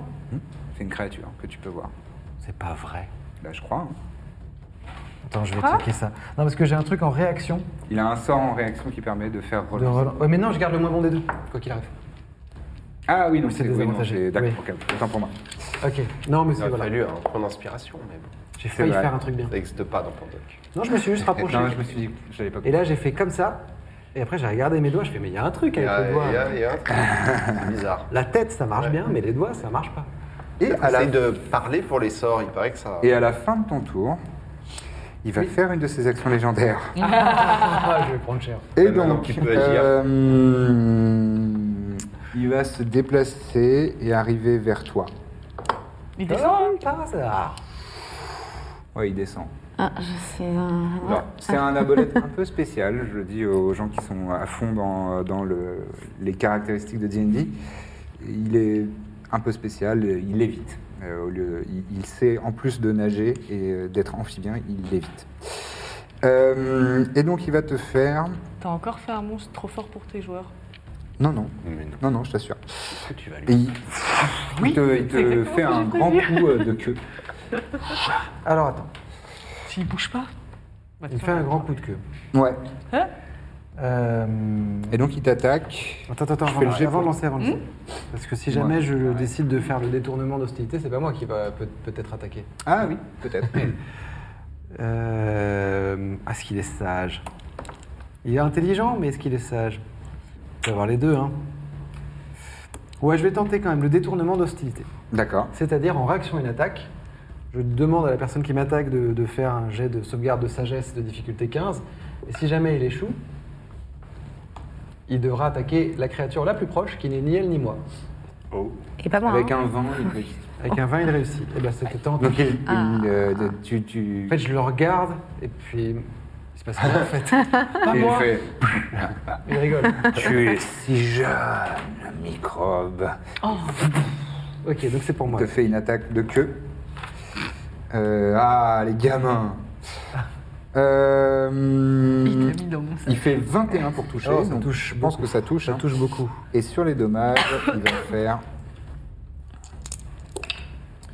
C'est une créature que tu peux voir.
C'est pas vrai.
Là, je crois. hein.
Attends, je vais checker ça. Non, parce que j'ai un truc en réaction.
Il a un sort en réaction qui permet de faire
De
relancer.
relan- Ouais, mais non, je garde le moins bon des deux, quoi qu'il arrive.
Ah oui, donc
C'est
c'est oui, non,
désavantagé.
c'est- D'accord,
Oui.
ok, autant pour moi.
Ok. Non, mais
Il
c'est
aurait
voilà.
fallu un point d'inspiration, mais bon,
J'ai failli
vrai.
faire un truc bien.
ça n'existe pas dans Pandoc.
Non, je me suis juste rapproché.
Non, je me suis dit, que j'avais pas
Et là, j'ai fait comme ça. Et après, j'ai regardé mes doigts. Je fais, mais il y a un truc
Il y
Ah,
avec
a-
les doigts.
il y a- il y a un truc. C'est bizarre.
La tête, ça marche bien, mais les doigts, ça marche pas.
Et à la...
Essaye de parler pour les sorts, il paraît que ça.
Et à la fin de ton tour, il va faire une de ses actions légendaires.
Ah, je vais prendre cher.
Et
maintenant
donc,
qu'il peut agir.
euh, il va se déplacer et arriver vers toi.
Il descend. hein.
Par hasard.
Ouais, il descend.
Ah, je sais. euh,
Voilà. C'est un abolette un peu spécial, je le dis aux gens qui sont à fond dans, dans le- les caractéristiques de D&D. Il est un peu spécial, il évite. Euh, au lieu- il, il sait, en plus de nager et euh, d'être amphibien, il évite. et donc il va te faire...
T'as encore fait un monstre trop fort pour tes joueurs.
Non, non,
Mais non,
non, non, je t'assure.
tu vas
Et
lui.
il, il te, il te
c'est exactement
fait
ce que
un
j'ai
grand
prévu.
coup euh, de queue.
Alors, attends.
S'il bouge pas. bah,
Il
tiens,
fait un grand coup de queue.
Ouais.
Euh...
Et donc il t'attaque.
Attends, attends,
Je
avant,
fais le jet
avant
pour-
de lancer, avant de lancer. Parce que si jamais
Ouais.
je décide de faire le détournement d'hostilité, c'est pas moi qui va peut- peut-être attaquer.
Ah oui, peut-être.
Euh... Est-ce qu'il est sage Il est intelligent, mais est-ce qu'il est sage Il peut avoir les deux, hein. Ouais, je vais tenter quand même le détournement d'hostilité.
D'accord.
C'est-à-dire, en réaction à une attaque, je demande à la personne qui m'attaque de, de faire un jet de sauvegarde de sagesse de difficulté 15. Et si jamais il échoue, il devra attaquer la créature la plus proche, qui n'est ni elle ni moi.
Oh.
Et pas moi.
Avec
hein.
un vent, il réussit.
Avec un 20, il réussit. Et bien, c'était tenté.
Donc il, il, euh, de- tu, tu...
En fait, je le regarde, et puis... Il se passe rien, en fait. Pas
il
moi
fait
Il rigole.
Tu es si jeune, microbe.
Ok, donc c'est pour
Il
moi.
te fait une attaque de queue. Euh, ah, les gamins. Euh,
Il l'a mis dans mon sac.
il fait 21 pour toucher.
Oh, ça
donc
touche
je pense que ça touche.
Ça
hein.
touche beaucoup.
Et sur les dommages, il va faire.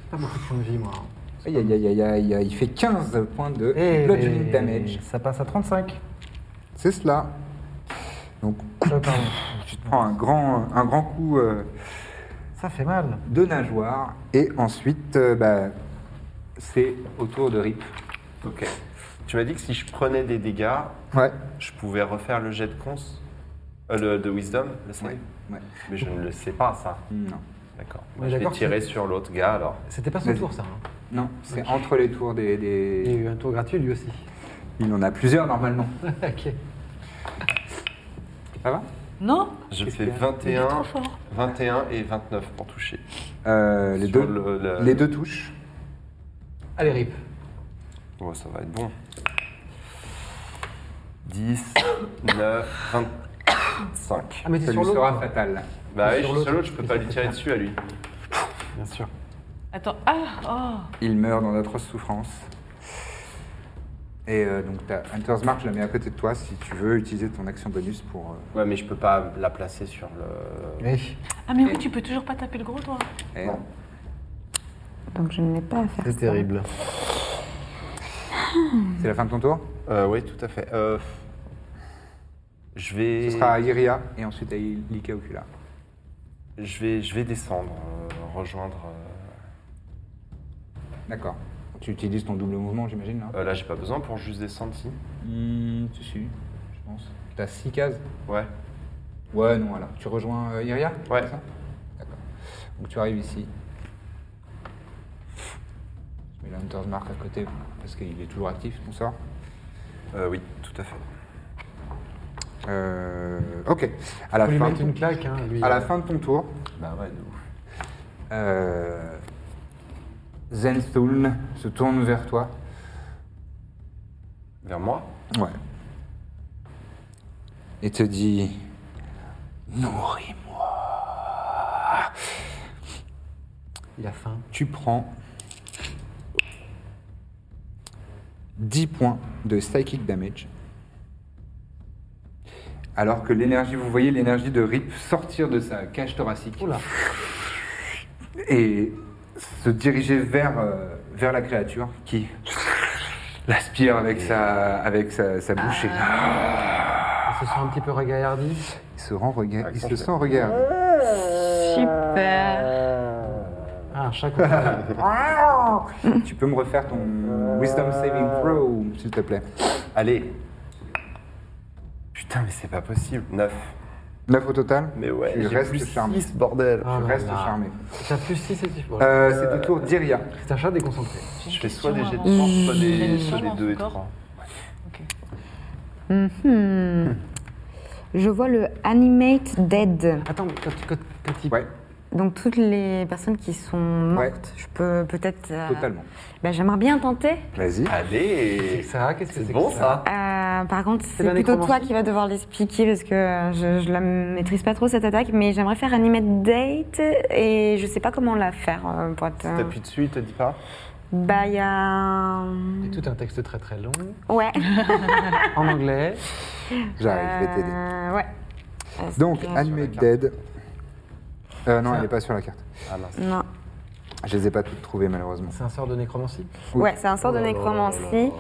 Pas beaucoup de points de vie, moi. hein.
Aïe, aïe, aïe, aïe, aïe, aïe, il fait 15 points de bludgeoning damage.
Eh, Ça passe à 35.
C'est cela. Donc,
Oh, pardon.
tu te prends un grand, un grand coup euh,
Ça fait mal.
de nageoire. Et ensuite, euh, bah, c'est au tour de Rip.
Ok. Tu m'as dit que si je prenais des dégâts,
Ouais.
je pouvais refaire le jet de cons
Euh, le, de Wisdom, le save
Ouais, ouais.
Mais je ne le sais pas, ça.
Non.
D'accord.
Ouais,
je vais
d'accord,
tirer sur l'autre gars, alors.
C'était pas son
Vas-y.
tour, ça. hein.
Non, c'est entre les tours des, des-
Il y a eu un tour gratuit, lui aussi.
Il en a plusieurs normalement.
ok.
Ça va
Non
Je
Qu'est-ce
fais
qu'il y a
21,
fort.
21 et 29 pour toucher.
Euh, les,
Sur
deux,
le- la-
les deux touches.
Allez, rip.
Ouais, ça va être bon. 10, 9, 25.
Ah, mais
Ça
t'es sur
lui
l'autre.
sera
toi.
fatal.
Bah
c'est
oui, je
sur
suis sur
l'autre.
l'autre, je peux pas lui tirer dessus à lui.
Bien sûr.
Attends, ah
Il meurt dans d'atroces souffrances. Et euh, donc ta Hunter's Mark, je la mets à côté de toi si tu veux utiliser ton action bonus pour. euh,
Ouais, mais je peux pas la placer sur le.
Oui.
oh. Ah mais oui, tu peux toujours pas taper le gros toi.
eh,
Non.
Donc je n'ai pas à faire.
C'est terrible.
C'est la fin de ton tour
Euh, oui, tout à fait. Euh, je vais.
Ce sera à Iria et ensuite à Lika Ocula.
Je vais, je vais descendre, euh, rejoindre. euh,
D'accord. Tu utilises ton double mouvement, j'imagine, là
euh, là, j'ai pas besoin pour juste descendre, si.
Hmm, Si, si, je pense. T'as 6 cases
Ouais.
Ouais, non, alors. Tu rejoins euh, Iria
Ouais.
c'est ça D'accord. Donc tu arrives ici. Je mets la Hunter's Mark à côté parce qu'il est toujours actif, ton sort.
Euh, oui, tout à fait.
Euh, ok. À la,
Faut lui
fin de
mettre
ton,
une claque, hein, lui.
à la fin de ton tour,
Bah ouais, de ouf.
euh, Zenthuln se tourne vers toi.
Vers moi
Ouais. Et te dit Nourris-moi.
Il a faim.
Tu prends 10 points de psychic damage. Alors que l'énergie, vous voyez l'énergie de Rip sortir de sa cage thoracique.
Oula.
et se diriger vers, euh, vers la créature qui l'aspire avec sa, avec sa, sa
Ah.
bouche et
Il se sent un petit peu regaillardi.
il se, rend
Ah,
rega- il se sent regard.
Super.
Ah, chaque fois.
tu peux me refaire ton Wisdom Saving Pro, s'il te plaît.
Allez Putain, mais c'est pas possible. 9.
9 au total
Mais ouais,
Tu
j'ai
restes
plus
charmé.
6, bordel.
Ah,
Tu
là,
restes
là.
charmé.
T'as plus 6 et 6 pour
Euh, C'est au tour d'Iria.
Ah.
C'est un chat déconcentré.
je fais soit des jets de
J'ai une
force, soit
Mmh.
des,
question
soit des
avant
2 et
encore.
3.
Mhm. Je vois le animate dead.
Attends, mais quand, quand, quand il.
Ouais,
Donc toutes les personnes qui sont mortes,
Ouais.
je peux peut-être. euh,
totalement.
bah, J'aimerais bien tenter.
Vas-y.
Qu'est-ce que
Allez
c'est que ça Qu'est-ce que
C'est
que
bon, ça
Euh, par contre, c'est
la
plutôt toi
nécromancie.
qui vas devoir l'expliquer parce que euh, je, je la maîtrise pas trop cette attaque, mais j'aimerais faire animate date et je sais pas comment la faire euh, pour être. euh,
T'appuies dessus, il te dit pas
Bah, il y a. un-
C'est tout un texte très très long.
Ouais.
En anglais.
J'arrive, Bah, je vais t'aider.
Euh, ouais. Est-ce
Donc,
que-
Animate
Ah. carte.
Dead. Euh, non, elle n'est pas sur la carte.
Ah mince.
Non.
Je les ai pas toutes trouvées, malheureusement.
C'est un sort de nécromancie.
Oui.
Ouais, c'est un sort de nécromancie.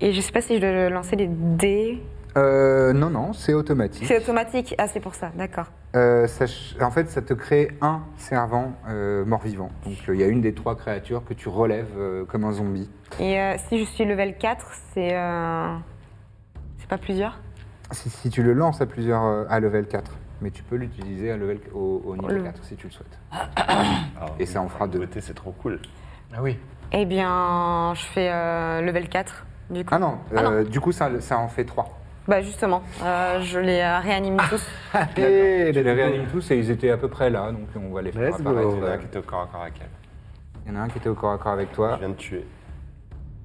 Et je sais pas si je dois lancer les dés.
Euh, non, non, c'est automatique.
C'est automatique. Ah, c'est pour ça, d'accord.
Euh, ça ch- en fait, ça te crée un servant euh, mort-vivant. Donc, euh, il y a une des trois créatures que tu relèves euh, comme un zombie.
Et euh, si je suis level 4, c'est. euh, C'est pas plusieurs
Si, si tu le lances à plusieurs euh, à level 4, mais tu peux l'utiliser à level au, au niveau 4 si tu le souhaites. Et ça en fera deux.
Ah, Beauté, c'est trop cool.
Ah oui.
Eh bien, je fais euh, level 4, du coup.
Ah non,
Ah
euh, du coup, ça, ça en fait trois.
Bah, justement, euh, je les euh, réanime
Ah.
tous.
Et Eh, les réanime tous et ils étaient à peu près là, donc on va les faire
Let's go.
apparaître.
Ah, Il y en
Euh,
a un qui était au corps à corps avec elle.
Il y en a un qui était au corps à corps avec toi.
Je viens de tuer.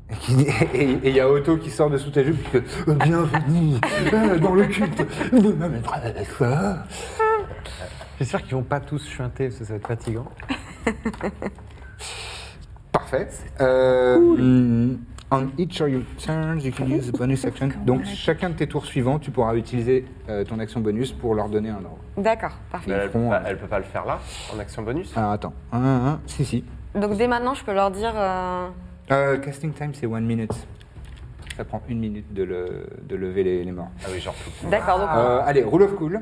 Et qui- Et et il y a Otto qui sort de sous ta jupe qui fait Bienvenue euh, dans le culte de ma maîtresse.
J'espère qu'ils vont pas tous chuinter parce que ça va être fatigant.
Parfait. Euh, mm, on each of your turns, you can use a bonus action. Donc, chacun de tes tours suivants, tu pourras utiliser euh, ton action bonus pour leur donner un ordre.
D'accord, parfait.
Ils
elle,
font,
peut pas,
euh,
elle peut pas le faire là, en action bonus
Alors, Ah, attends. Un, un, un. Si, si.
Donc, dès maintenant, je peux leur dire. euh,
Euh, casting time, c'est one minute. Ça prend une minute de, le- de lever les, les morts.
Ah oui, genre tout.
D'accord, donc.
Euh, allez, roll of cool.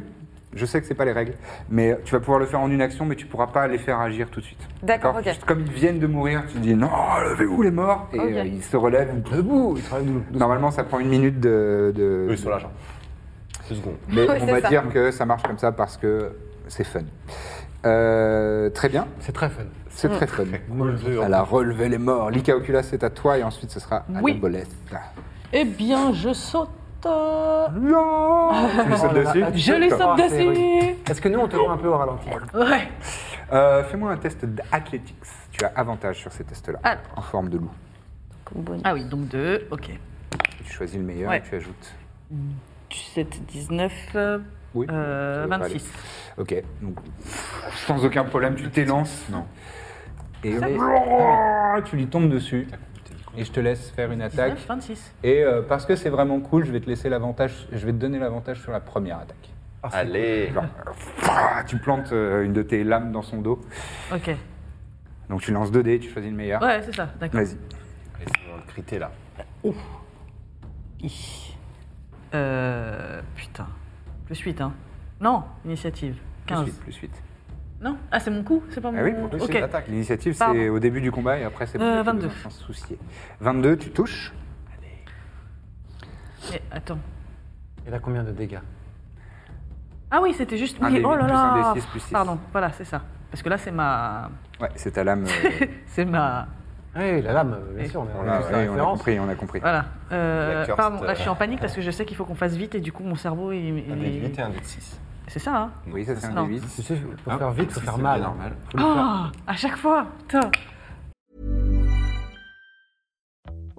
Je sais que c'est pas les règles, mais tu vas pouvoir le faire en une action, mais tu pourras pas les faire agir tout de suite.
D'accord, ok.
Juste comme ils viennent de mourir, tu dis non, levez-vous les morts, et
Ok.
euh, ils se relèvent debout.
Ils sont là, nous.
Normalement, ça prend une minute de. de-
Eux, ils sont là, genre.
deux secondes.
Mais
Ouais,
on
c'est
va
ça.
dire que ça marche comme ça parce que c'est fun. Euh, très bien,
C'est très fun.
c'est très fun.
Moi, je vais-
À la relever les morts. Lika Ocula, c'est à toi et ensuite ce sera à
Oui.
la bolette.
Eh bien, je saute. euh,
Non Tu lui sautes
là là,
dessus
là,
Je les
Ah,
saute
c'est
dessus.
Est-ce que nous, on te voit un peu au ralenti
Ouais.
Euh, Fais-moi un test d'athlétiques. Tu as avantage sur ces tests-là,
Ah.
en forme de loup.
Comme bonus.
Ah oui, donc deux, ok.
Tu choisis le meilleur
Ouais.
et tu ajoutes.
17, 19, euh,
Oui.
euh,
ça va aller.
26.
Ok, donc sans aucun problème, tu t'élances. Non. Et Ah, tu lui tombes dessus. Et je te laisse faire une attaque.
19, 26.
Et euh, parce que c'est vraiment cool, je vais te laisser l'avantage. Je vais te donner l'avantage sur la première attaque.
Allez.
Genre, pfff, tu plantes euh, une de tes lames dans son dos.
Ok.
Donc tu lances 2 dés, tu choisis le meilleur.
Ouais, c'est ça, d'accord.
Vas-y.
Essayons de le criter là.
Euh, putain. Plus 8, hein. Non, initiative.
Plus
15.
vite, plus vite.
Non Ah, c'est mon coup C'est pas mon
Ah oui, pour toi,
Ok.
c'est l'attaque. L'initiative, c'est
Pardon.
au début du combat et après, c'est
Euh,
plus
22.
sans se soucier. 22, tu touches.
Mais attends.
Elle a combien de dégâts
Ah oui, c'était juste.
Un
oui,
des
oh
huit
là
plus un
là
des six plus six.
Pardon, voilà, c'est ça. Parce que là, c'est ma.
Ouais, c'est ta lame. euh,
c'est ma.
Ah Oui, la lame, bien sûr, on a,
on,
Ah, on a
l'a,
tous
ouais, on
la
a
référence.
compris, on a compris.
Voilà. Euh,
La cursed,
pardon, là,
euh,
je suis en panique parce que je sais qu'il faut qu'on fasse vite et du coup, mon cerveau, il.
Un
il-
des 8 et un des 6.
C'est ça, hein
Oui, ça, c'est un
Non.
des 8.
Tu sais, faut
Ah,
faire vite, faut
si,
faire
c'est
mal. hein.
bien normal.
Faut le faire.
Oh À chaque fois Putain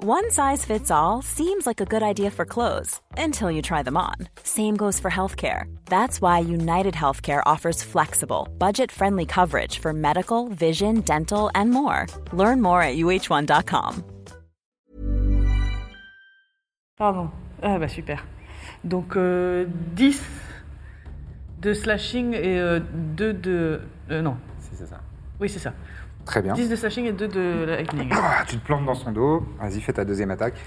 One size fits all seems like a good idea for clothes until you try them on. Same goes for healthcare. That's why United Healthcare offers flexible, budget friendly coverage for medical, vision, dental, and more. Learn more at uh1.com.
Pardon. Ah bah super. Donc euh, 10 de slashing et 2 de. euh, non.
Si, c'est ça.
Oui, c'est ça.
Très bien.
10 de slashing et 2 de lightning.
Ah, tu te plantes dans son dos. Vas-y, fais ta deuxième attaque.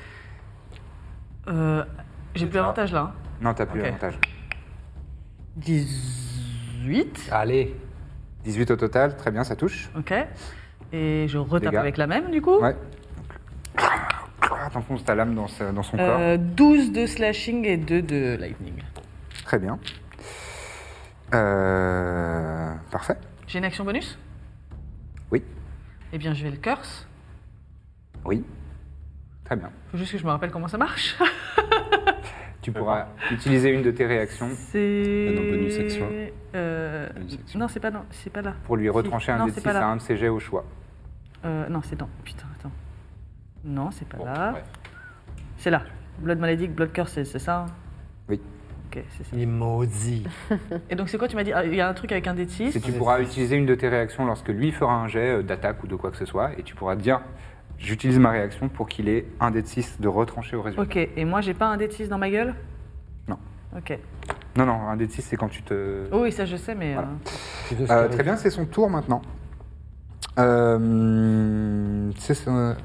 Euh, J'ai plus avantage là. hein.
Non, t'as plus
Ok.
l'avantage.
18.
Allez,
18 au total, très bien, ça touche.
Ok. Et je retape
Dégâts.
avec la même du coup.
Ouais. Donc, T'enfonces ta lame dans, sa- dans son corps.
Euh, 12 de slashing et 2 de lightning.
Très bien. Euh, parfait.
J'ai une action bonus
Oui.
Eh bien, je vais le curse.
Oui. Très bien.
Faut juste que je me rappelle comment ça marche.
Tu pourras utiliser une de tes réactions
C'est.
Ah non, bonus action.
Euh,
Bonus action.
Non, c'est pas, non, c'est pas là.
pour lui
Si.
retrancher un
Non,
dé de
c'est
6
pas là.
à un de ses jets au choix.
Euh, non, c'est dans. Putain, attends. Non, c'est pas
Bon,
là.
bref.
C'est là. Blood Maledict, Blood Curse, c'est c'est ça hein
Oui.
Ok, c'est ça.
il est maudit.
Et donc, c'est quoi Tu m'as dit Ah, Il y a un truc avec un dé de six.
Et tu pourras utiliser une de tes réactions lorsque lui fera un jet euh, d'attaque ou de quoi que ce soit. Et tu pourras dire J'utilise ma réaction pour qu'il ait un dé de 6 de retrancher au résultat.
Ok, et moi, j'ai pas un dé de 6 dans ma gueule
Non.
Ok.
Non, non, un dé de 6, c'est quand tu te.
Oh oui, ça, je sais, mais.
Voilà.
euh,
Tu veux ce
Euh,
qu'il
très bien, c'est son tour maintenant. Euh, c'est son-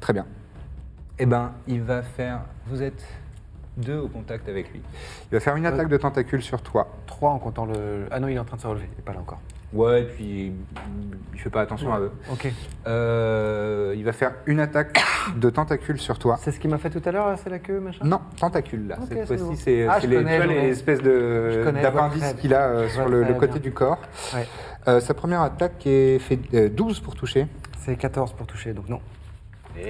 Très bien. Eh ben, il va faire. Vous êtes deux au contact avec lui. Il va faire une attaque de tentacule sur toi.
3 en comptant le. Ah non, il est en train de se relever, il est pas là encore.
Ouais, et puis il fait pas attention à eux.
Ok.
Euh, il va faire une attaque de tentacule sur toi.
C'est ce qu'il m'a fait tout à l'heure, là, c'est la queue, machin
Non, tentacule là.
Ok,
Cette
c'est
fois-ci,
bon.
c'est
Ah,
c'est
je
les,
connais,
tu vois,
je
les
vois.
espèces
Je
de
connais, je vois
d'appendices
très bien.
qu'il a euh,
Je
sur
vois
le,
très
le côté
bien.
du corps.
Ouais.
Euh, sa première attaque est fait euh, 12 pour toucher.
C'est 14 pour toucher, donc non.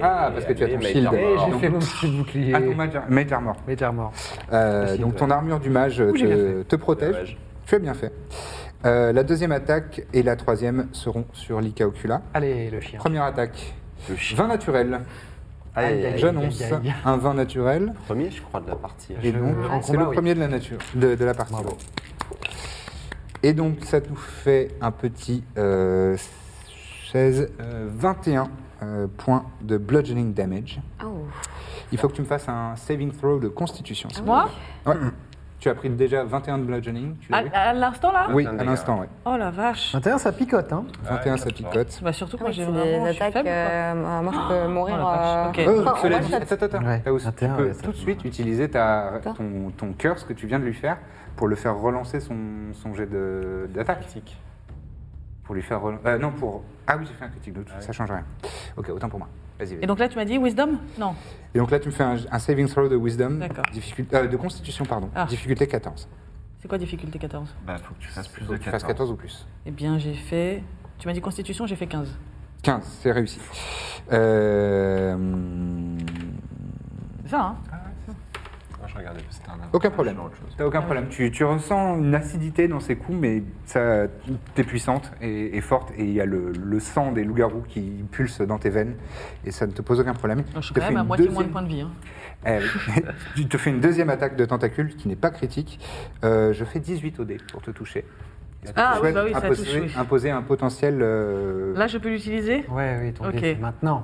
Ah, parce que tu as ton shield.
Et j'ai
Donc,
fait mon petit bouclier.
Ah, ton mage, mage armor.
Mais t'es armor.
Euh,
Shield,
donc ton
Ah, ouais.
armure du mage
j'ai bien
te,
fait.
te protège.
Dommage.
Tu as bien fait. Euh, la deuxième attaque et la troisième seront sur l'Ika Ocula.
Allez, le chien.
Première attaque, vin naturel. Ah,
Aïe, aïe,
aïe,
J'annonce
aïe, aïe.
un vin naturel.
Premier, je crois, de la partie.
Et donc,
en
c'est
combat,
le
oui.
premier de la nature, de, de la partie. Et donc, ça nous fait un petit euh, 16, euh, 21 euh, points de bludgeoning damage.
Oh.
Il faut que tu me fasses un saving throw de constitution. s'il te
Ah, Moi
plaît. Ouais. Tu as pris déjà 21 de bludgeoning. Tu
À,
l'as vu
à l'instant là
oui, Ah.
Ah,
à
d'accord.
l'instant, ouais.
Oh la vache
21, ça picote, hein
21, ça picote.
Bah surtout quand
Ouais,
j'ai
Ah, c'est
vraiment.
des
je suis
attaques.
faible, quoi.
euh, moi, moi, je peux mourir.
Oh la vache,
euh,
ok.
Euh,
Oh,
en
cela
one
dit,
shot.
attends, attends,
Ouais,
t'as aussi- tu
21,
peux
ouais, ça
tout de
fait
suite
mal.
utiliser ta,
Attends.
ton, ton curse que tu viens de lui faire pour le faire relancer son, son jet de- d'attaque. euh, Pour lui faire relancer. non, pour. Ah oui, j'ai fait un critique de toute façon, ça change rien. Ok, autant pour moi. Vas-y, vas-y.
Et donc là, tu m'as dit Wisdom Non.
Et donc là, tu me fais un, un saving throw de wisdom,
D'accord.
difficulté, euh, de constitution, pardon,
Ah.
difficulté 14.
C'est quoi difficulté 14
Bah, faut que tu fasses plus
Faut
de
que tu fasses 14
14.
ou plus.
Eh bien, j'ai fait. Tu m'as dit Constitution, j'ai fait 15.
15, c'est réussi. Euh,
C'est ça, hein
Ah, je regardais, c'était un
Aucun problème.
Autre chose.
T'as aucun problème. Tu, tu ressens une acidité dans ces coups, mais ça, t'es puissante et, et forte, et il y a le, le sang des loups-garous qui pulse dans tes veines, et ça ne te pose aucun problème.
Oh, Je suis
Te
quand
fais
même à
une
moitié moins
deuxième-
de points de vie. hein.
Eh oui. tu te fais une deuxième attaque de tentacule qui n'est pas critique. Euh, je fais 18 au dé pour te toucher. Est-ce que
Ah, oui,
tu souhaites
bah oui, ça touche,
imposer,
oui.
imposer un potentiel euh,
Là, je peux l'utiliser
Ouais, oui, ton
Ok.
dé, c'est maintenant.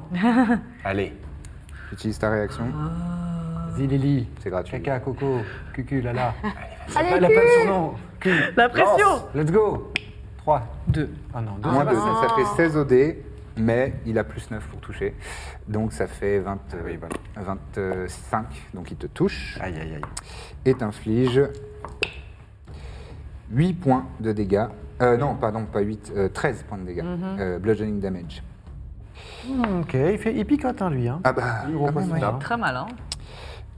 Allez.
Utilise ta réaction.
Ah.
Zilili,
C'est gratuit.
caca, coco, cucu, lala.
Allez,
Elle appelle son nom. Cul.
La pression
Let's go. 3.
2.
Ah non, deux.
Moins de- ça, ça fait 16 au dé, mais il a plus 9 pour toucher. Donc ça fait 20, euh, 25. Donc il te touche
Aïe, aïe, aïe.
et t'inflige 8 points de dégâts. Euh, non, pardon, pas 8, 13 points de dégâts. Euh, bludgeoning damage.
Ok, il, fait, il picote, hein, lui. Hein.
Ah bah,
Il est gros
quand même,
possible,
ouais.
hein.
Très mal, hein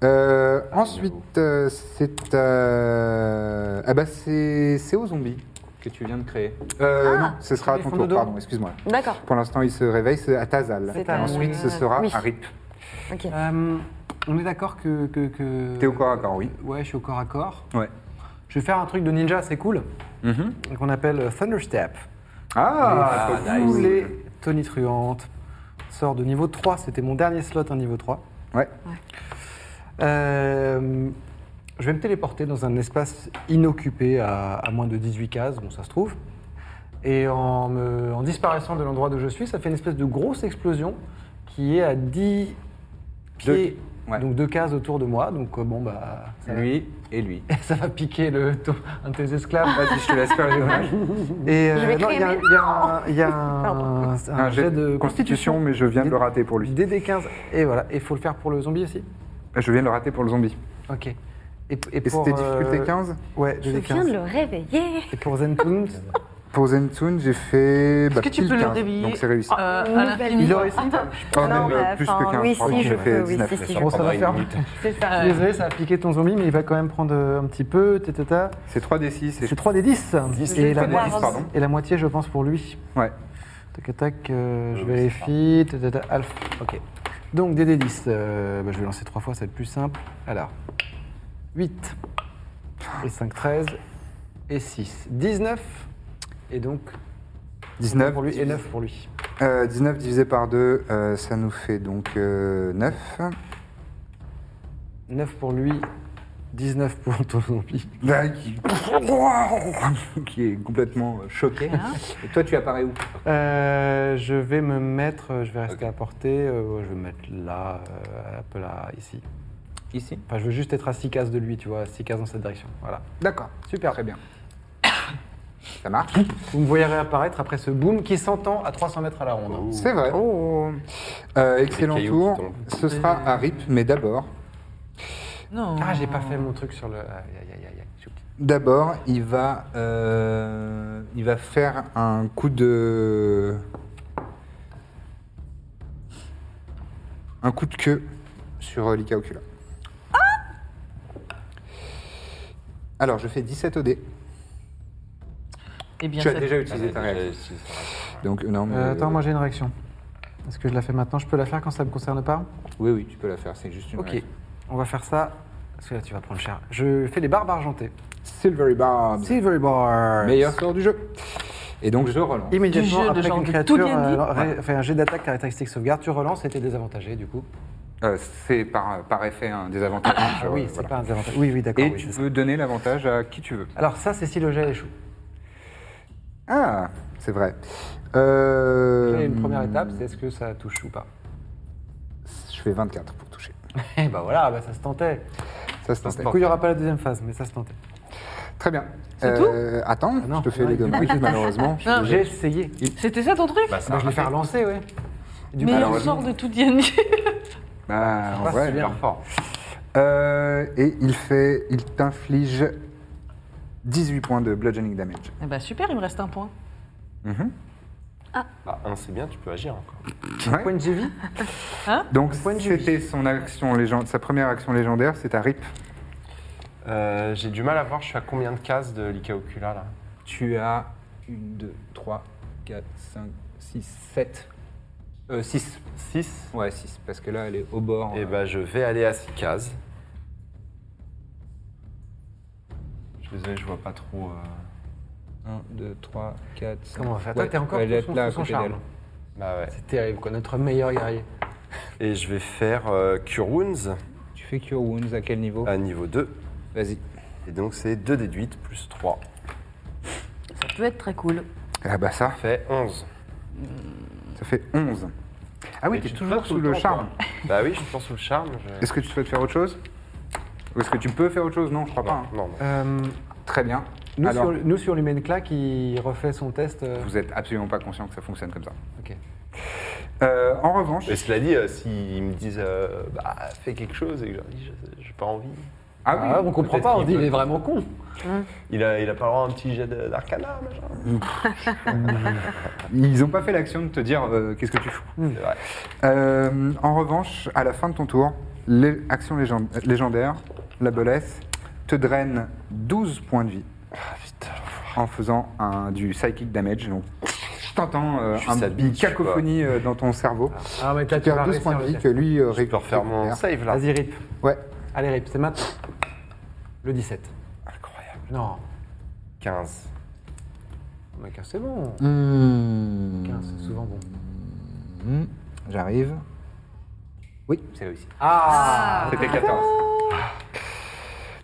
Euh, ensuite, euh, c'est euh, ah bah c'est c'est au zombie que tu viens de créer.
Ah,
Euh, non, ce sera à
ils
ton
font
tour.
dodo.
Pardon, excuse-moi.
D'accord.
Pour l'instant, il se réveille, c'est à Tazal.
C'est
Et
à
Ensuite,
moi.
ce sera
Oui.
à Rip.
Ok.
Euh, on est d'accord que. que, que-
T'es au corps à corps, oui.
Ouais, je suis au corps à corps.
Ouais. Mm-hmm.
Je vais faire un truc de ninja, c'est cool, qu'on appelle euh, Thunderstep.
Ah,
Pour tous les tonitruantes. Sort de niveau 3, c'était mon dernier slot en niveau 3.
Ouais.
Euh, je vais me téléporter dans un espace inoccupé à, à moins de 18 cases, bon ça se trouve. Et en, me- en disparaissant de l'endroit où je suis, ça fait une espèce de grosse explosion qui est à 10
Deux-
pieds,
ouais.
donc deux cases autour de moi. Donc euh, bon, bah. Ça,
Lui et lui.
ça va piquer le, ton- un de tes esclaves.
Vas-y, je te laisse faire le dommage.
Et
Je vais
euh, non, il y a,
crier,
il y a un- il y a un, un
Un
jet de constitution.
mais je viens de le rater pour lui.
DD15. Et voilà, et il faut le faire pour le zombie aussi
Je viens de le rater pour le zombie.
Ok. Et, et
Et
pour,
c'était
euh,
difficulté 15
Ouais,
Je viens de le réveiller.
Et pour Zentoon,
Pour Zentun, j'ai fait. Est-ce
que tu peux le réveiller
Donc c'est réussi.
Euh,
Nouvelle
à l'infini.
il aurait réussi
Ah,
non,
même, euh,
bah,
plus
enfin,
que 15.
oui,
pardon,
si,
j'ai
je
fait
peux, oui,
19.
si, si, je
Bon, ça
peux.
va
une
faire.
minute.
C'est ça.
Euh,
ouais.
Désolé, ça a piqué ton zombie, mais il va quand même prendre euh, un petit peu. Tata.
C'est 3d6 et
C'est 3 des 10. Et la,
Pas des
moitié-
dix, pardon.
et la moitié, je pense, pour lui.
Ouais.
Tac, tac, euh, je vérifie. Tac, tac, tac, alpha. Ok. Donc, DD10. euh, bah, je vais lancer trois fois, ça va être plus simple. Alors, 8. Et 5, 13. Et 6. 19. Et donc,
19
pour lui et 9 pour lui.
Euh, 19 divisé par 2, ça nous fait donc euh, 9.
9 pour lui, 19 pour ton zombie.
Bah, qui... qui est complètement euh, choqué. Et toi, tu apparais où
Euh, je vais me mettre, euh, je vais rester à portée, euh, je vais me mettre là, euh, un peu là, ici.
Ici.
Enfin, je veux juste être à 6 cases de lui, tu vois, 6 cases dans cette direction. Voilà.
D'accord, super. Très bien. Ça marche
Vous me voyez réapparaître après ce boom qui s'entend à 300 mètres à la ronde.
C'est vrai.
Oh.
Euh, excellent
Les cailloux qui
tour.
tombent.
Ce sera à RIP, mais d'abord.
Non.
Ah, j'ai pas fait mon truc sur le. Aïe, aïe, aïe, aïe, aïe, je suis petit.
D'abord, il va, euh, il va faire un coup de, un coup de queue sur euh, Lika Ocula.
Ah
Alors, je fais 17 OD.
Eh bien,
Tu as
ça-
déjà utilisé
Ah,
ta réaction. Donc, non, mais-
Euh, attends, moi j'ai une réaction. Est-ce que je la fais maintenant Je peux la faire quand ça me concerne pas
Oui, oui, tu peux la faire, c'est juste une
Ok,
réaction.
on va faire ça. Parce que là, tu vas prendre cher. Je fais les barbes argentées.
Silvery Barb,
Silvery Bar.
meilleur sort du jeu. Et donc, je relance.
Immédiatement
Du jeu de
après
genre
qu'une
de tout
créature
bien dit.
euh, ré- fait un jet d'attaque caractéristique sauvegarde, tu relances et t'es désavantagé du coup.
Euh, c'est par, par effet hein, un désavantage.
Ah oui, c'est pas un désavantage. Oui, oui, d'accord.
Euh, Et
oui,
tu
c'est ça.
peux donner l'avantage à qui tu veux.
Alors ça, c'est si le jet échoue.
Ah, c'est vrai. Euh,
Et une première étape, c'est est-ce que ça touche ou pas
Je fais 24 pour toucher.
Eh ben voilà, bah, ça se tentait.
Ça, c'est
Du coup, il n'y aura pas la deuxième phase, mais ça se tentait.
Très bien.
C'est
Euh, Attends,
Ah non,
je te fais
ouais.
les dommages, malheureusement. Je suis
J'ai
désolé.
essayé.
C'était ça ton truc
Bah, Ah. je l'ai fait relancer, oui. Du
Mais
coup,
on sort de tout DNG.
Bah, en
Ah,
passe
vrai,
bien.
il est fort. Euh, et il fait, il t'inflige 18 points de bludgeoning damage.
ben,
Eh bah super, il me reste un point.
Ah, un, c'est bien, tu peux agir encore.
Ouais.
Point de vie
Donc
Point de vue.
c'était son action légende, sa première action légendaire, c'est à Rip.
Euh, J'ai du mal à voir, je suis à combien de cases de l'Ika Ocula là
Tu as 1, 2, 3, 4, 5, 6, 7. Euh, 6.
6
Ouais, 6. Parce que là, elle est au
Eh
bord.
Et
ben,
euh,
bah, je vais aller à 6 cases. Je suis désolé, je vois pas trop. euh,
1, 2, 3, 4, 5.
Comment on va faire Toi, t'es encore sous son- sous son charme.
Bah ouais.
C'est terrible, quoi. Notre meilleur guerrier.
Et je vais faire euh, Cure Wounds
Tu fais Cure Wounds à quel niveau
à niveau 2.
Vas-y.
Et donc, c'est 2 déduites plus 3.
Ça peut être très cool.
Ah bah ça,
Ça fait 11.
ça fait 11. Ah oui,
Et
t'es
tu te
toujours
frottes tout
sous le
temps,
charme.
quoi. Bah oui, je suis toujours sous le charme. je-
Est-ce que tu souhaites faire autre chose Ou est-ce que tu peux faire autre chose Non, je crois pas. hein.
Non, non.
Euh,
Très bien.
nous,
Alors,
sur, nous, sur l'Humaine Claque, il refait son test. euh,
vous êtes absolument pas conscient que ça fonctionne comme ça.
Ok.
Euh, en revanche,
Et cela dit, euh, s'ils me disent euh, bah, fais quelque chose et que je leur dis je- j'ai pas envie.
ah oui,
Ah, on comprend pas, on
qu'il
dit il
peut-
est vraiment con.
Il a, il a pas le droit à un petit jet de- d'arcana, machin.
Mmh.
ils ont pas fait l'action de te dire euh, qu'est-ce que tu fous.
C'est vrai.
Euh, en revanche, à la fin de ton tour, l'action légendaire, la belesse, te draine 12 points de vie.
Ah,
en faisant un, du psychic damage. Donc, t'entends euh,
suis
un-
sa
une
bitch,
cacophonie euh, dans ton cerveau.
Ah, mais t'as
tu perds 12 points de vie que lui euh,
Je peux refaire mon
récupère.
save là.
Vas-y, rip.
Ouais.
Allez, rip, c'est maintenant. Le 17.
Incroyable.
Non. Oh,
15.
Mais quinze, c'est bon. 15, c'est souvent bon.
Hmm, J'arrive. Oui, c'est réussi.
Ah
C'était 14.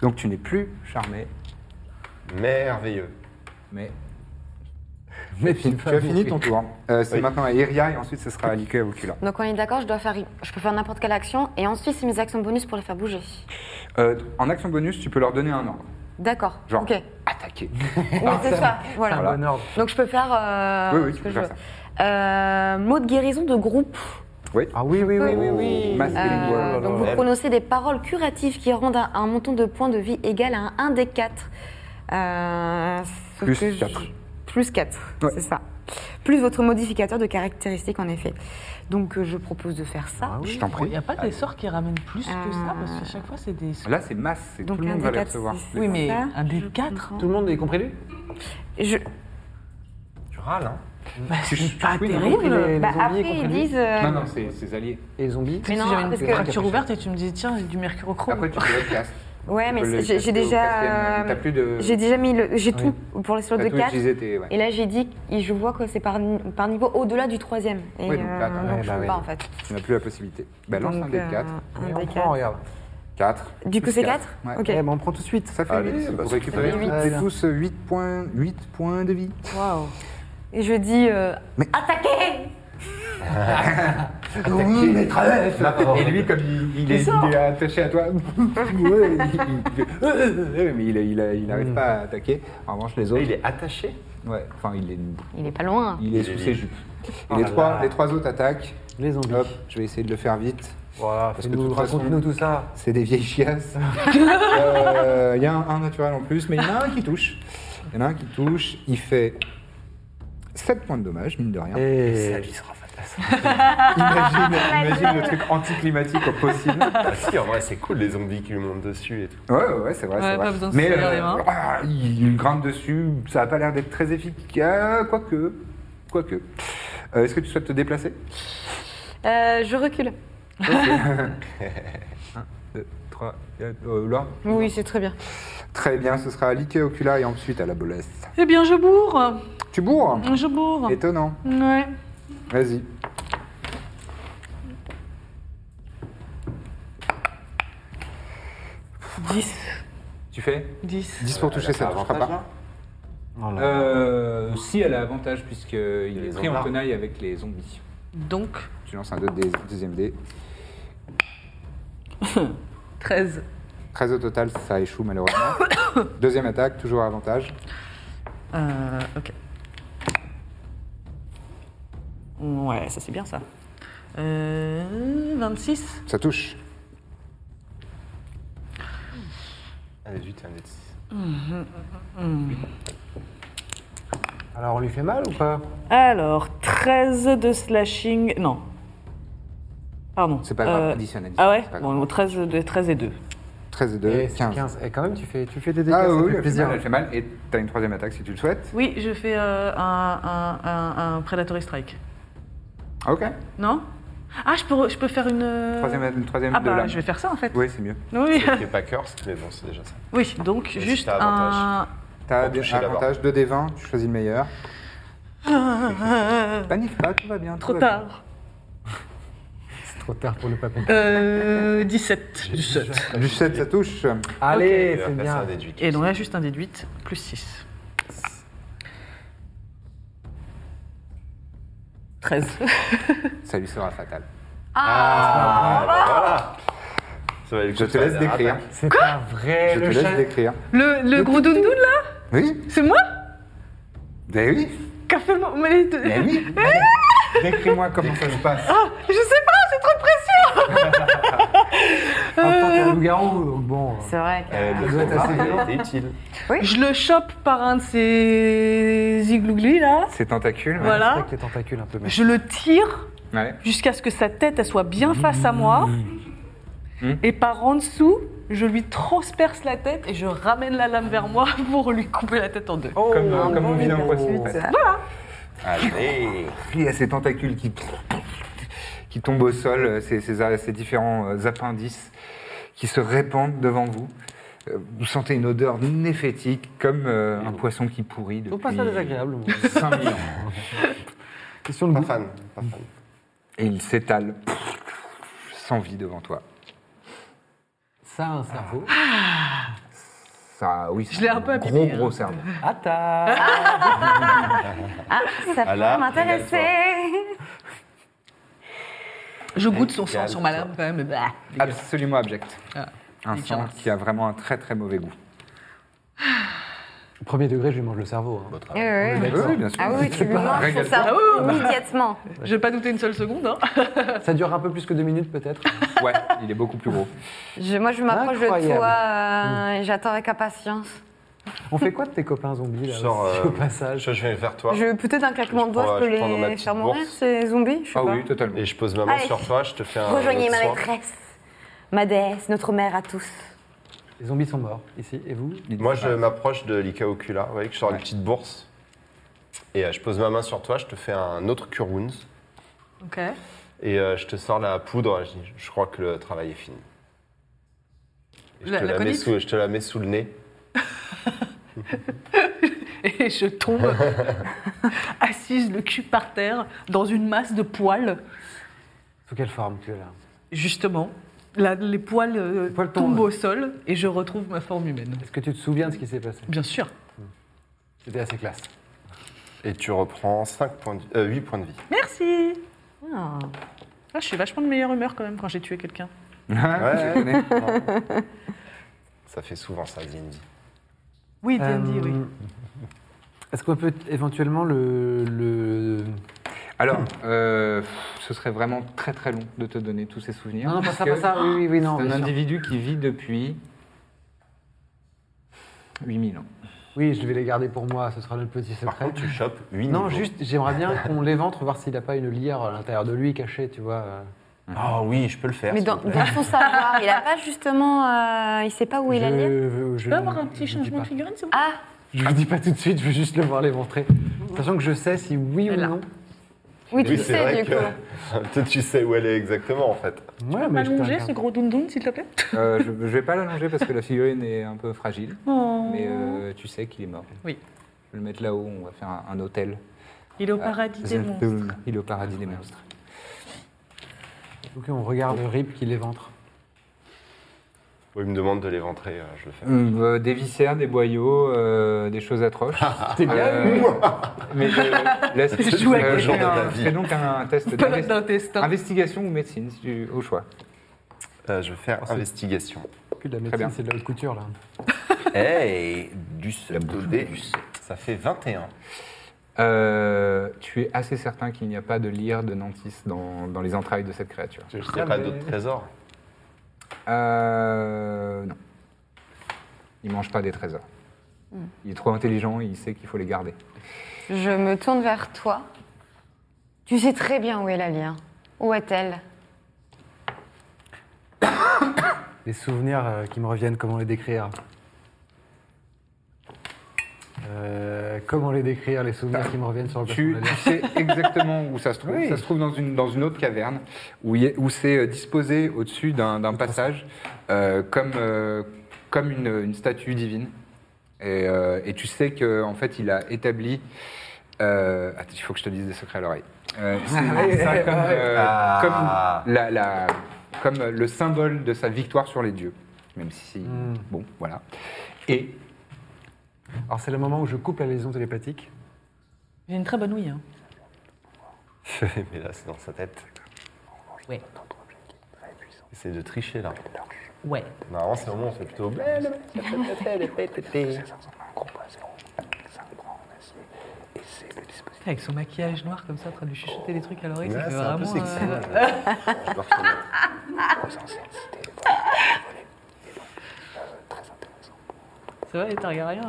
Donc, tu n'es plus charmé.
Merveilleux.
Mais
Mais
Tu as fini ton tour. Euh, c'est maintenant à Iria et ensuite ce sera à Lika et Vocula.
Donc on est d'accord, je dois faire, je peux faire n'importe quelle action et ensuite c'est mes actions bonus pour les faire bouger.
Euh, en action bonus, tu peux leur donner un ordre.
D'accord.
Genre,
Ok.
attaquer.
Oui, c'est ça. Voilà.
Voilà. Bon ordre.
Donc je peux faire. euh,
Oui, oui,
ce
tu
que
peux
je
faire
veux. Euh, mot de guérison de groupe.
Ah oui, oui, oui, oui, oui.
Mass healing
Euh,
word.
donc vous
Elle.
prononcez des paroles curatives qui rendent un, un montant de points de vie égal à un 1 des Euh, 4.
Plus quatre.
Plus 4,
Ouais.
c'est ça. Plus votre modificateur de caractéristiques, en effet. Donc euh, je propose de faire ça.
Ah oui.
Je t'en
Il n'y
prie.
a pas des sorts qui ramènent plus que ça, parce
Euh,
que chaque fois, c'est des.
Là, c'est masse, c'est tout
Donc
le
un
monde
des
va les
quatre,
recevoir.
six.
Les
Oui,
points.
mais
ça,
un des
Ah, je
quatre.
Tout le monde, y compris lui
Je-
Tu râles, hein
Bah, c'est pas
hein,
Oui, non,
terrible.
mais les- les
bah,
zombies, y
après,
compris
ils
lui.
disent. euh,
Non, non, c'est ses alliés.
Et les zombies
Mais non,
si j'avais une
parce
petite
que-
fracture ouverte et tu me disais, tiens, j'ai du mercure au chrome.
Après, tu peux le cast.
Ouais,
Tu
mais
peux le
c'est- j'ai- j'ai
caster au
déjà. euh,
quatrième. T'as plus de.
J'ai déjà mis le. J'ai
Oui.
tout pour les slots
t'as
de
tout
4.
utilisé tes- ouais.
Et là, j'ai dit, et je vois que c'est par, ni- par niveau au-delà du troisième. Et euh,
Oui, donc là, t'as-
donc
ouais,
je
bah
peux
oui.
pas, en fait.
Tu n'as plus la possibilité. Bah, lance
Donc,
un dé de
euh,
4.
un
Mais
dé
on
de
prend,
quatre.
regarde.
4.
Du coup, c'est
quatre.
4
Ouais.
Ok.
Eh ben, on prend tout de suite.
Ça fait
Allez,
8.
bah,
vous
ça
récupérez
fait
tous-
huit.
tous 8 points, 8 points de vie.
Waouh.
Et je dis, euh,
Mais-
attaquez
Et lui, comme il, il est, il est attaché à toi, ouais, il, il fait, euh, mais il n'arrive il arrive pas à attaquer. En revanche, les autres,
Il est attaché.
ouais, enfin, il est,
Il est pas loin.
il est sous ses jupes. Et les, trois, les trois autres attaquent.
Les zombies.
Hop, je vais essayer de le faire vite.
Voilà,
que de
nous
toute façon-
raconte-nous tout ça.
C'est des vieilles chiasses. Euh, Il y a un, un naturel en plus, mais il y en a un qui touche. Il y en a un qui touche, il fait 7 points de dommage, mine de rien.
Et...
Imagine, imagine le truc anticlimatique au possible.
Ah si, en vrai, c'est cool les zombies qui lui montent dessus et tout.
Ouais, ouais, ouais, c'est vrai.
Ouais,
c'est
pas
vrai.
besoin de se servir les mains.
ah, il, il grimpe dessus, ça n'a pas l'air d'être très efficace, Ah, quoique. Quoique. Euh, Est-ce que tu souhaites te déplacer
Euh, je recule.
2, 3, 4,
oh,
là.
Oui, c'est très bien.
Très bien, ce sera à l'Ikea Ocula et ensuite à la Bolesse.
Eh bien, je bourre.
Tu bourres
Mm, Je bourre.
Étonnant.
Ouais.
Vas-y.
Tu fais hein.
10.
10 pour toucher, ça ne touchera pas.
euh, Si, elle a avantage, puisqu'il est pris en
zombards.
tenaille avec les zombies.
Donc,
Tu lances un deux- dé- deuxième dé.
13.
13 au total, ça échoue malheureusement. deuxième attaque, toujours avantage.
Euh, ok. Ouais, ça c'est bien ça. Euh, 26.
Ça touche.
Ah,
Un des 8 et un des 6.
Alors on lui fait mal ou pas
Alors, 13 de slashing. Non. Pardon.
C'est pas grave,
Euh,
additionne, additionne,
Ah ouais
c'est pas grave.
Bon, 13, de, 13 et 2.
13 et 2,
Et Eh, c'est
15.
15. Et quand même, tu fais, tu fais des dégâts,
Ah
ça
oui,
fait
elle fait,
plaisir.
mal, elle fait mal. Et t'as une troisième attaque si tu le souhaites.
Oui, je fais euh, un, un, un, un Predatory Strike.
Ah, ok.
Non Ah, je peux, je peux faire une. euh,
Troisième, une troisième
Ah
de
bah,
lame.
je vais faire ça en fait.
Oui, c'est mieux.
Oui.
Qui est pas curse, mais bon, c'est déjà ça.
Oui, donc
Mais si
juste
t'as
un.
avantage.
T'as
Pour
des
toucher la barre.
avantages 2 des 20, tu choisis le meilleur. Panique pas, tout va bien. tout
Trop
va bien.
tard.
C'est trop tard pour le papon.
Euh, 17.
Du 7, ça touche.
Allez,
Il va
c'est
passer à
bien.
déduit.
Et donc là, juste un déduit, plus 6.
13.
Ça lui sera fatal.
Ah, bah voilà Ça va Ah, lui
Je
coûter
te
la
laisse
dernière
décrire.
attaque.
C'est pas vrai.
Je te
le
laisse
chat-
décrire.
Le, le gros doudou là
Oui
C'est moi
Ben oui
Qu'a fait mon- mais-
Ben oui Décris-moi comment ça se passe.
Ah, je sais pas, c'est trop de pression
En tant que loup-garou, Ah, donc bon.
C'est vrai. que-
Euh,
doit être
ah,
assez
il
violent.
était utile.
Je le chope par un de ces iglouglis là.
Ces tentacules, ouais.
Voilà.
Avec les tentacules un peu mais-
Je le tire
Ouais.
jusqu'à ce que sa tête elle soit bien face à moi. Et par en dessous, je lui transperce la tête et je ramène la lame vers moi pour lui couper la tête en deux.
Comme, euh, comme on vit dans le poisson. en fait.
Putain.
Allez
Il y a ces tentacules qui, qui tombent au sol, euh, ces, ces a- ces différents euh, appendices qui se répandent devant vous. Euh, Vous sentez une odeur néphétique comme euh, un poisson qui pourrit
Mmh. Faut
depuis
pas ça désagréable. moi.
5000 ans.
Question de
Pas
goût.
fan, pas fan.
Et il s'étale sans vie devant toi.
Ça
Ah.
a un cerveau.
Ça, oui, c'est
l'ai un peu
gros,
abîmé, hein.
gros cerveau.
Ah ta
Ah, ça
Ah
peut
là,
m'intéresser.
Je goûte son sang sur ma lame quand même. Bah, dégueulasse.
Absolument abject.
Ah,
Un
il
sang
tient.
qui a vraiment un très très mauvais goût.
Premier degré, je lui mange le cerveau. hein.
Eh ouais.
Oui, bien sûr.
Ah oui, tu lui manges
Régale-toi.
son cerveau immédiatement.
Je vais pas douter une seule seconde. Hein.
Ça dure un peu plus que deux minutes peut-être.
Ouais, il est beaucoup plus gros.
Je- moi, je m'approche de toi
Incroyable.
euh, et j'attends avec impatience.
On fait quoi de tes copains zombies
Je
là
sors.
aussi,
euh,
au passage
Je je vais vers toi.
Je peut-être un claquement de doigts,
prends-
je peux
je prends dans ma
les
petite
faire mourir
bourse.
ces zombies. Je sais
Ah
pas.
oui, totalement.
Et je pose ma main
Allez.
sur toi, je te fais un.
Rejoignez
autre
ma
soin.
maîtresse, ma déesse, notre mère à tous.
Les zombies sont morts ici. Et vous
Moi, je m'approche de l'Ika Ocula, vous voyez que je sors une petite bourse. Et euh, je pose ma main sur toi, je te fais un autre Cure Wounds.
Ok.
Et euh, je te sors la poudre, je, dis, je crois que le travail est fini. Et je,
La-
te
la
la mets
colique
sous, je te la mets sous le nez.
Et je tombe assise le cul par terre dans une masse de poils.
Sous quelle forme tu es là
Justement, là, les poils euh,
Les poils tombent.
tombent au sol et je retrouve ma forme humaine.
Est-ce que tu te souviens de ce qui s'est passé
Bien sûr.
C'était assez classe.
Et tu reprends 5 points de, euh, 8 points de vie.
Merci.
Ah.
Ah, je suis vachement de meilleure humeur quand même quand j'ai tué quelqu'un.
Ouais.
Ouais, ouais.
Ça fait souvent ça, D&D.
Oui, D&D,
Euh,
oui.
Est-ce qu'on peut éventuellement le, le...
Alors, euh, pff, ce serait vraiment très très long de te donner tous ces souvenirs.
Non, non, pas ça,
parce
pas
que
ça. Oui, oui, oui, non.
C'est un
bien sûr.
individu qui vit depuis 8000 ans.
Oui, je vais les garder pour moi. Ce sera le petit secret.
Par contre, tu chopes 8
Non, juste, j'aimerais bien qu'on l'éventre, voir s'il n'a pas une lière à l'intérieur de lui cachée, tu vois. euh.
Ah oui, je peux le faire.
Mais
s'il
dans,
vous plaît.
dans son savoir, il a pas justement. euh, il sait pas où il a lié
je, je,
Tu peux avoir un petit
je vous dis
changement de
pas.
figurine, c'est bon
Ah,
Je vous dis pas tout de suite, je veux juste le voir l'éventrer. Sachant que je sais si oui ou
Elle a.
non.
oui, tu
Oui, c'est
sais
vrai
du
que
coup.
peut-être tu sais où elle est exactement en fait.
Ouais, Ah, mais je te
Allonger
regarde.
ce gros doundoun, s'il te plaît.
Euh, je, je vais pas l'allonger parce que la figurine est un peu fragile, mais euh, tu sais qu'il est mort.
Oui.
Je vais le mettre là-haut, on va faire un, un hôtel.
Il est au
Ah,
paradis des monstres.
Il est au paradis des monstres.
Ok, on regarde Rip qui l'éventre.
Bon, il me demande de l'éventrer, euh, je le fais.
Hum, euh, des viscères, des boyaux, euh, des choses atroces.
Ah, T'es bien
Euh, mais je laisse
Je joue avec les
fais
gens de
un-
la vie.
fais donc un test
Pelote
d'investi-
d'intestin.
investigation ou médecine, si tu- au choix.
Euh, je vais faire investigation.
Que de la
bien.
médecine, c'est de la haute couture, là.
Hey, du sept Ah, au dé. Ça fait 21.
Euh, tu es assez certain qu'il n'y a pas de lyre de Nantis dans, dans les entrailles de cette créature.
Je sais pas d'autres trésors.
Euh, non. Il mange pas des trésors.
Mm.
Il est trop intelligent, il sait qu'il faut les garder.
Je me tourne vers toi. Tu sais très bien où est la lien. Où est-elle
Les souvenirs euh, qui me reviennent, comment les décrire Euh, Comment les décrire, les souvenirs qui me reviennent sur le
Tu,
personnage
tu sais exactement où ça se trouve. Ça se trouve dans une, dans une autre caverne où, il y a- où c'est euh, disposé au-dessus d'un d'un passage euh, comme, euh, comme une, une statue divine. Et, euh, et tu sais qu'en en fait, il a établi. euh, attends, il faut que je te dise des secrets à l'oreille. Euh, c'est- c'est comme, euh,
Ah.
comme la- la- comme le symbole de sa victoire sur les dieux. Même si.
Hmm.
Bon, voilà. Et
Alors c'est le moment où je coupe la liaison télépathique.
J'ai une très bonne ouïe. hein.
Mais là, c'est dans sa tête.
Ouais.
Essaye de tricher là.
Ouais.
Normalement, c'est le moment où on fait plutôt.
Avec son maquillage noir comme ça, en train de lui chuchoter des trucs à l'oreille, ça
Ouais,
fait
c'est un peu
vraiment.
sexy.
euh, C'est vrai, t'as regardé rien.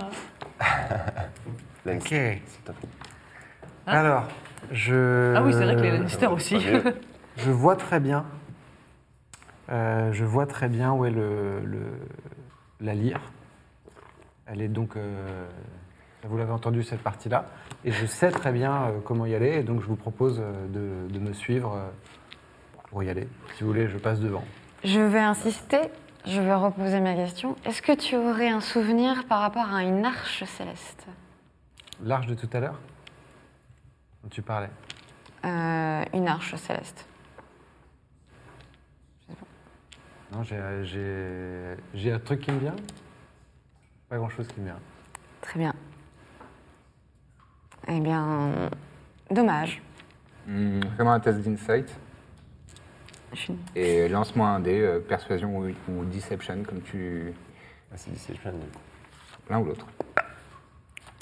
hein.
Ok.
Alors, je.
Ah oui, c'est vrai
Euh,
que les Lannister aussi.
Je vois très bien. euh, je vois très bien où est le, le- la lyre. Elle est donc. euh, vous l'avez entendu cette partie-là. Et je sais très bien euh, comment y aller. Et donc je vous propose euh, de, de me suivre euh, pour y aller. Si vous voulez, je passe devant.
Je vais insister, je vais reposer ma question. Est-ce que tu aurais un souvenir par rapport à une arche céleste
L'arche de tout à l'heure dont tu parlais.
Euh, Une arche céleste.
Non, j'ai, j'ai, j'ai un truc qui me vient. Pas grand-chose qui me vient.
Très bien. Eh bien, dommage.
Hmm, Fais-moi un test d'insight. Et lance-moi un dé, euh, persuasion ou, ou deception, comme tu.
Ah, c'est deception, du coup.
L'un ou l'autre.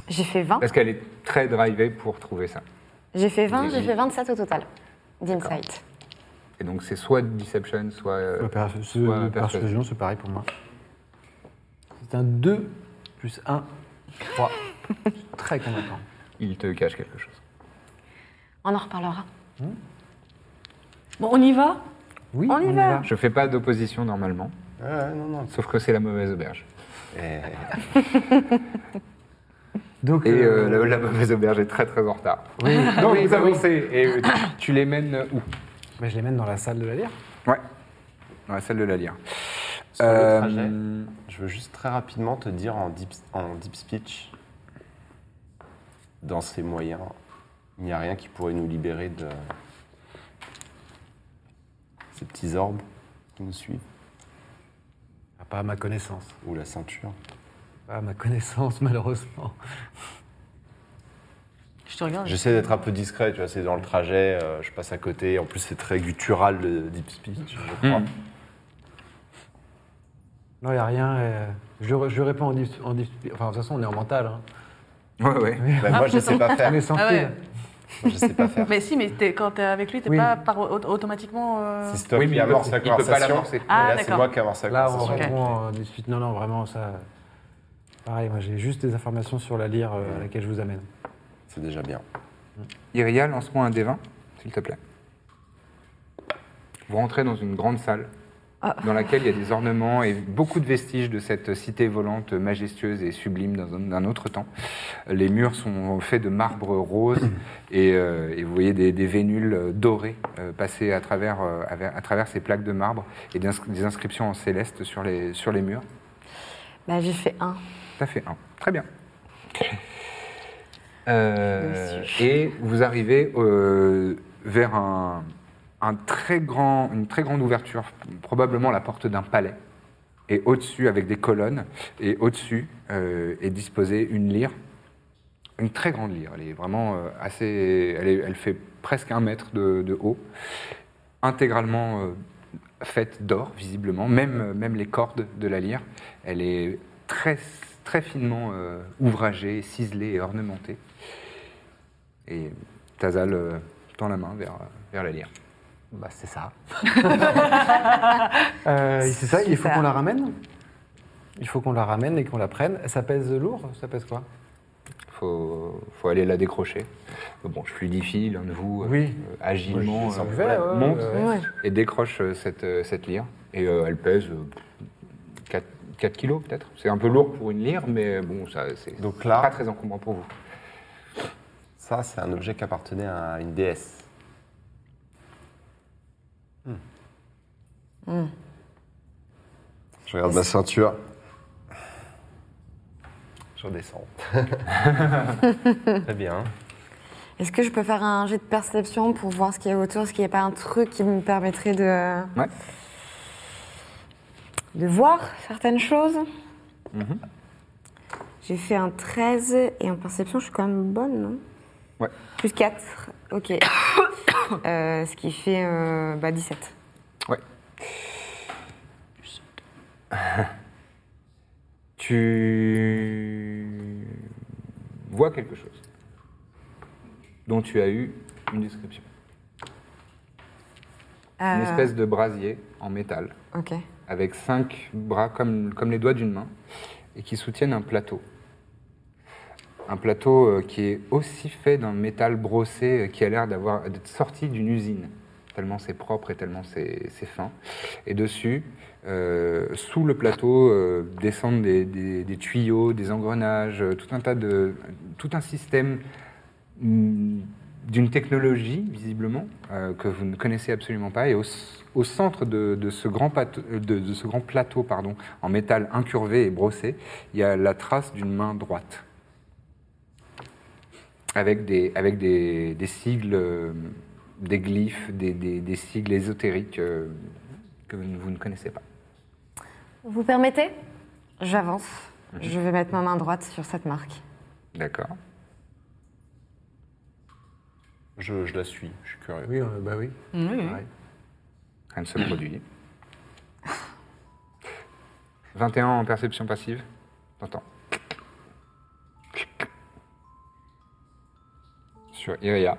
J'ai fait 20.
Parce qu'elle est très drivée pour trouver ça.
J'ai fait 20, j'ai
Oui.
fait 27 au total d'insight.
Et donc c'est soit deception, soit. euh, soit persuasion.
persuasion, c'est pareil pour moi. C'est un 2 plus 1, 3. Très convaincant.
Il te cache quelque chose.
On en reparlera.
Bon, on y va
Oui,
on y va.
Je fais pas d'opposition normalement,
Ouais, Euh, non, non.
sauf que c'est la mauvaise auberge.
Eh,
Donc,
Et
euh,
euh, la, la mauvaise auberge est très très en retard.
oui,
Donc vous avancez et euh, tu, tu les mènes où
mais Bah, je les mène dans la salle de la lire.
Ouais. Dans la salle de la lire.
Sur le
Euh,
trajet, je veux juste très rapidement te dire en deep, en deep speech, dans ses moyens, il n'y a rien qui pourrait nous libérer de ces petits orbes qui nous suivent,
Ah, Pas à ma connaissance.
ou la ceinture.
Pas à ma connaissance, malheureusement.
Je te regarde.
J'essaie d'être un peu discret, tu vois, c'est dans le trajet, euh, je passe à côté, en plus c'est très guttural le deep speech, je
Hmm.
crois.
Non, il n'y a rien. euh, je, re- je réponds en dis- en dis- Enfin, de toute façon, on est en mental. hein.
Ouais, ouais.
Bah, moi je sais pas faire,
On est sans
Ah
fil.
ouais.
je sais pas faire.
Mais si, mais t'es- quand t'es avec lui, t'es
Oui.
pas par- au- automatiquement. euh,
C'est toi
Oui, mais
qui
il
amorce
peut-
la
il peut pas
conversation,
l'amorcer.
mais là
Ah,
c'est
d'accord.
moi qui amorce la
Là, on
conversation.
répond en dis- Non, non, vraiment, ça. Pareil, moi, j'ai juste des informations sur la lire euh, à laquelle je vous amène.
C'est déjà bien.
Iria, lance-moi un D20, s'il te plaît. Vous rentrez dans une grande salle dans laquelle il y a des ornements et beaucoup de vestiges de cette cité volante majestueuse et sublime d'un- d'un autre temps. Les murs sont faits de marbre rose et, euh, et vous voyez des, des vénules euh, dorées euh, passer à travers, euh, à ver- à travers ces plaques de marbre et des, ins- des inscriptions en céleste sur les, sur les murs.
Bah, j'ai fait 1.
Ça fait un. Très bien. Euh, et vous arrivez euh, vers un, un très grand, une très grande ouverture, probablement la porte d'un palais. Et au-dessus, avec des colonnes, et au-dessus euh, est disposée une lyre, une très grande lyre. Elle est vraiment euh, assez. Elle, est- elle fait presque un mètre de, de haut, intégralement euh, faite d'or, visiblement, même, euh, même les cordes de la lyre. Elle est très, très finement euh, ouvragée, ciselée et ornementée. Et Tazal euh, tend la main vers, euh, vers la lyre. Bah, c'est ça.
Euh, c'est ça, il faut
Super.
qu'on la ramène Il faut qu'on la ramène et qu'on la prenne. Ça pèse lourd Ça pèse quoi
faut, faut aller la décrocher. Bon, je fluidifie l'un de vous euh,
Oui.
euh, agilement,
Moi, je
euh,
vais, ouais, ouais,
monte
ouais. Ouais.
et décroche euh, cette, euh, cette lyre. Et euh, elle pèse 4, kilos peut-être. C'est un peu lourd pour une lyre, mais euh, bon, ça, c'est
Donc là-
pas très encombrant pour vous.
Ça, c'est un objet qui appartenait à une déesse. Je regarde ma ceinture. Je redescends.
Très bien.
Est-ce que je peux faire un jet de perception pour voir ce qu'il y a autour Est-ce qu'il n'y a pas un truc qui me permettrait de,
Ouais.
de voir certaines choses
Mhm.
J'ai fait un 13 et en perception, je suis quand même bonne, non
Ouais.
Plus 4, ok. Euh, ce qui fait euh, bah, 17.
Ouais. tu vois quelque chose dont tu as eu une description. Une
Euh,
espèce de brasier en métal
Ok.
avec cinq bras comme, comme les doigts d'une main et qui soutiennent un plateau. Un plateau euh, qui est aussi fait d'un métal brossé euh, qui a l'air d'avoir d'être sorti d'une usine, tellement c'est propre et tellement c'est c'est fin. Et dessus, euh, sous le plateau, euh, descendent des, des- des tuyaux, des engrenages, euh, tout un tas de tout un système mm, d'une technologie, visiblement, euh, que vous ne connaissez absolument pas. Et au, s- au centre de, de ce grand pate- euh, de- de ce grand plateau pardon, en métal incurvé et brossé, il y a la trace d'une main droite. Avec des, avec des, des sigles, euh, des glyphes, des, des- des sigles ésotériques euh, que vous ne- vous ne connaissez pas.
Vous permettez J'avance.
Mhm.
Je vais mettre ma main droite sur cette marque.
D'accord.
Je, je la suis, je suis curieux.
Oui, euh, bah oui. Ouais.
Rien ne se produit. 21 en perception passive. T'entends. Sur Iria.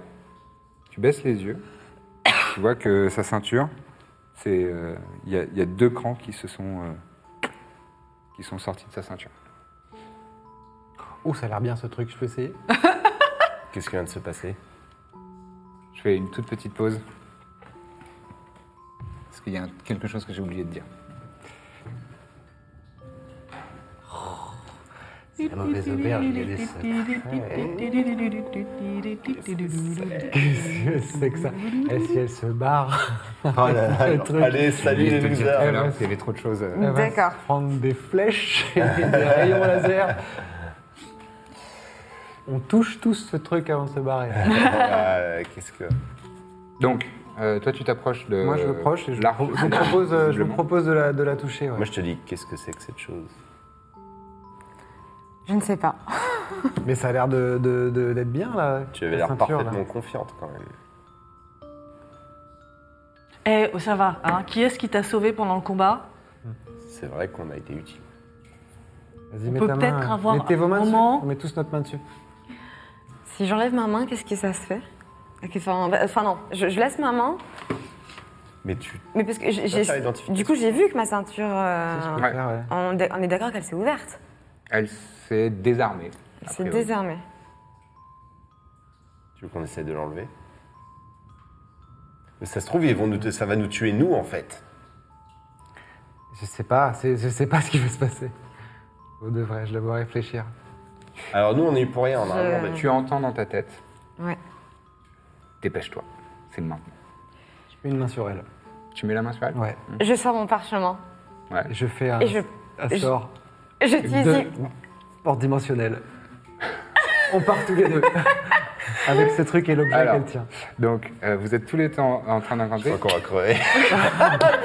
Tu baisses les yeux. Tu vois que sa ceinture, c'est. euh, Il y a- il y, a deux crans qui se sont. euh, qui sont sortis de sa ceinture.
Oh, ça a l'air bien ce truc, je peux essayer
Qu'est-ce qui vient de se passer
Je fais une toute petite pause. Parce qu'il y a un- quelque chose que j'ai oublié de dire.
La mauvaise auberge, il est C'est que ça. Eh, si elle se barre. Ah le truc.
Allez, salut les
Ah,
losers
là, il y avait trop de choses. euh,
Ah
Elle va
D'accord.
se prendre des flèches et des rayons laser. On touche tous ce truc avant de se barrer.
Euh, Qu'est-ce que...
Donc, euh, toi, tu t'approches de.
Moi, je me proche et je,
la
je vous propose, euh, je vous
visiblement.
propose de, la, de la toucher. ouais.
Moi, je te dis, qu'est-ce que c'est que cette chose
Je ne sais pas.
Mais ça a l'air d'être de, de- d'être bien là.
Tu avais
la
l'air
ceinture, là.
parfaitement confiante quand même.
Eh, oh, ça va, hein. Qui est-ce qui t'a sauvé pendant le combat
C'est vrai qu'on a été utile.
Vas-y,
On
mets
peut
ta main,
peut-être
euh,
avoir
mettez vos
un
mains dessus.
moment.
On met tous notre main dessus.
Si j'enlève ma main, qu'est-ce que ça se fait Ok, Enfin, bah, enfin, non, je, je laisse ma main,
Mais tu...
mais parce que j'ai-
Ça, ça
j'ai-
identifie.
du coup j'ai vu que ma ceinture, euh,
Je peux
Ouais.
faire, ouais.
on, est- on est d'accord qu'elle s'est ouverte,
Elle s'est désarmée. a
elle s'est
priori.
désarmée.
Tu veux qu'on essaie de l'enlever Mais ça se trouve, ils vont nous... ça va nous tuer, nous, en fait.
Je sais pas, c'est- je sais pas ce qui va se passer. Au de vrai, je la vois réfléchir.
Alors nous, on est eu pour rien, on a
Je-
rien battu.
bah, Tu entends dans ta tête
Ouais.
Dépêche-toi. C'est maintenant.
Je mets une main sur elle.
Tu mets la main sur elle
Ouais.
Je sors mon parchemin,
Ouais.
Je fais un,
Et je-
un
je-
sort
je
de
t'utilise.
porte dimensionnelle. On part tous les deux. Avec ce truc et l'objet
Alors.
qu'elle tient.
Donc, euh, vous êtes tous les temps en train d'incanter.
Je crois qu'on va crever.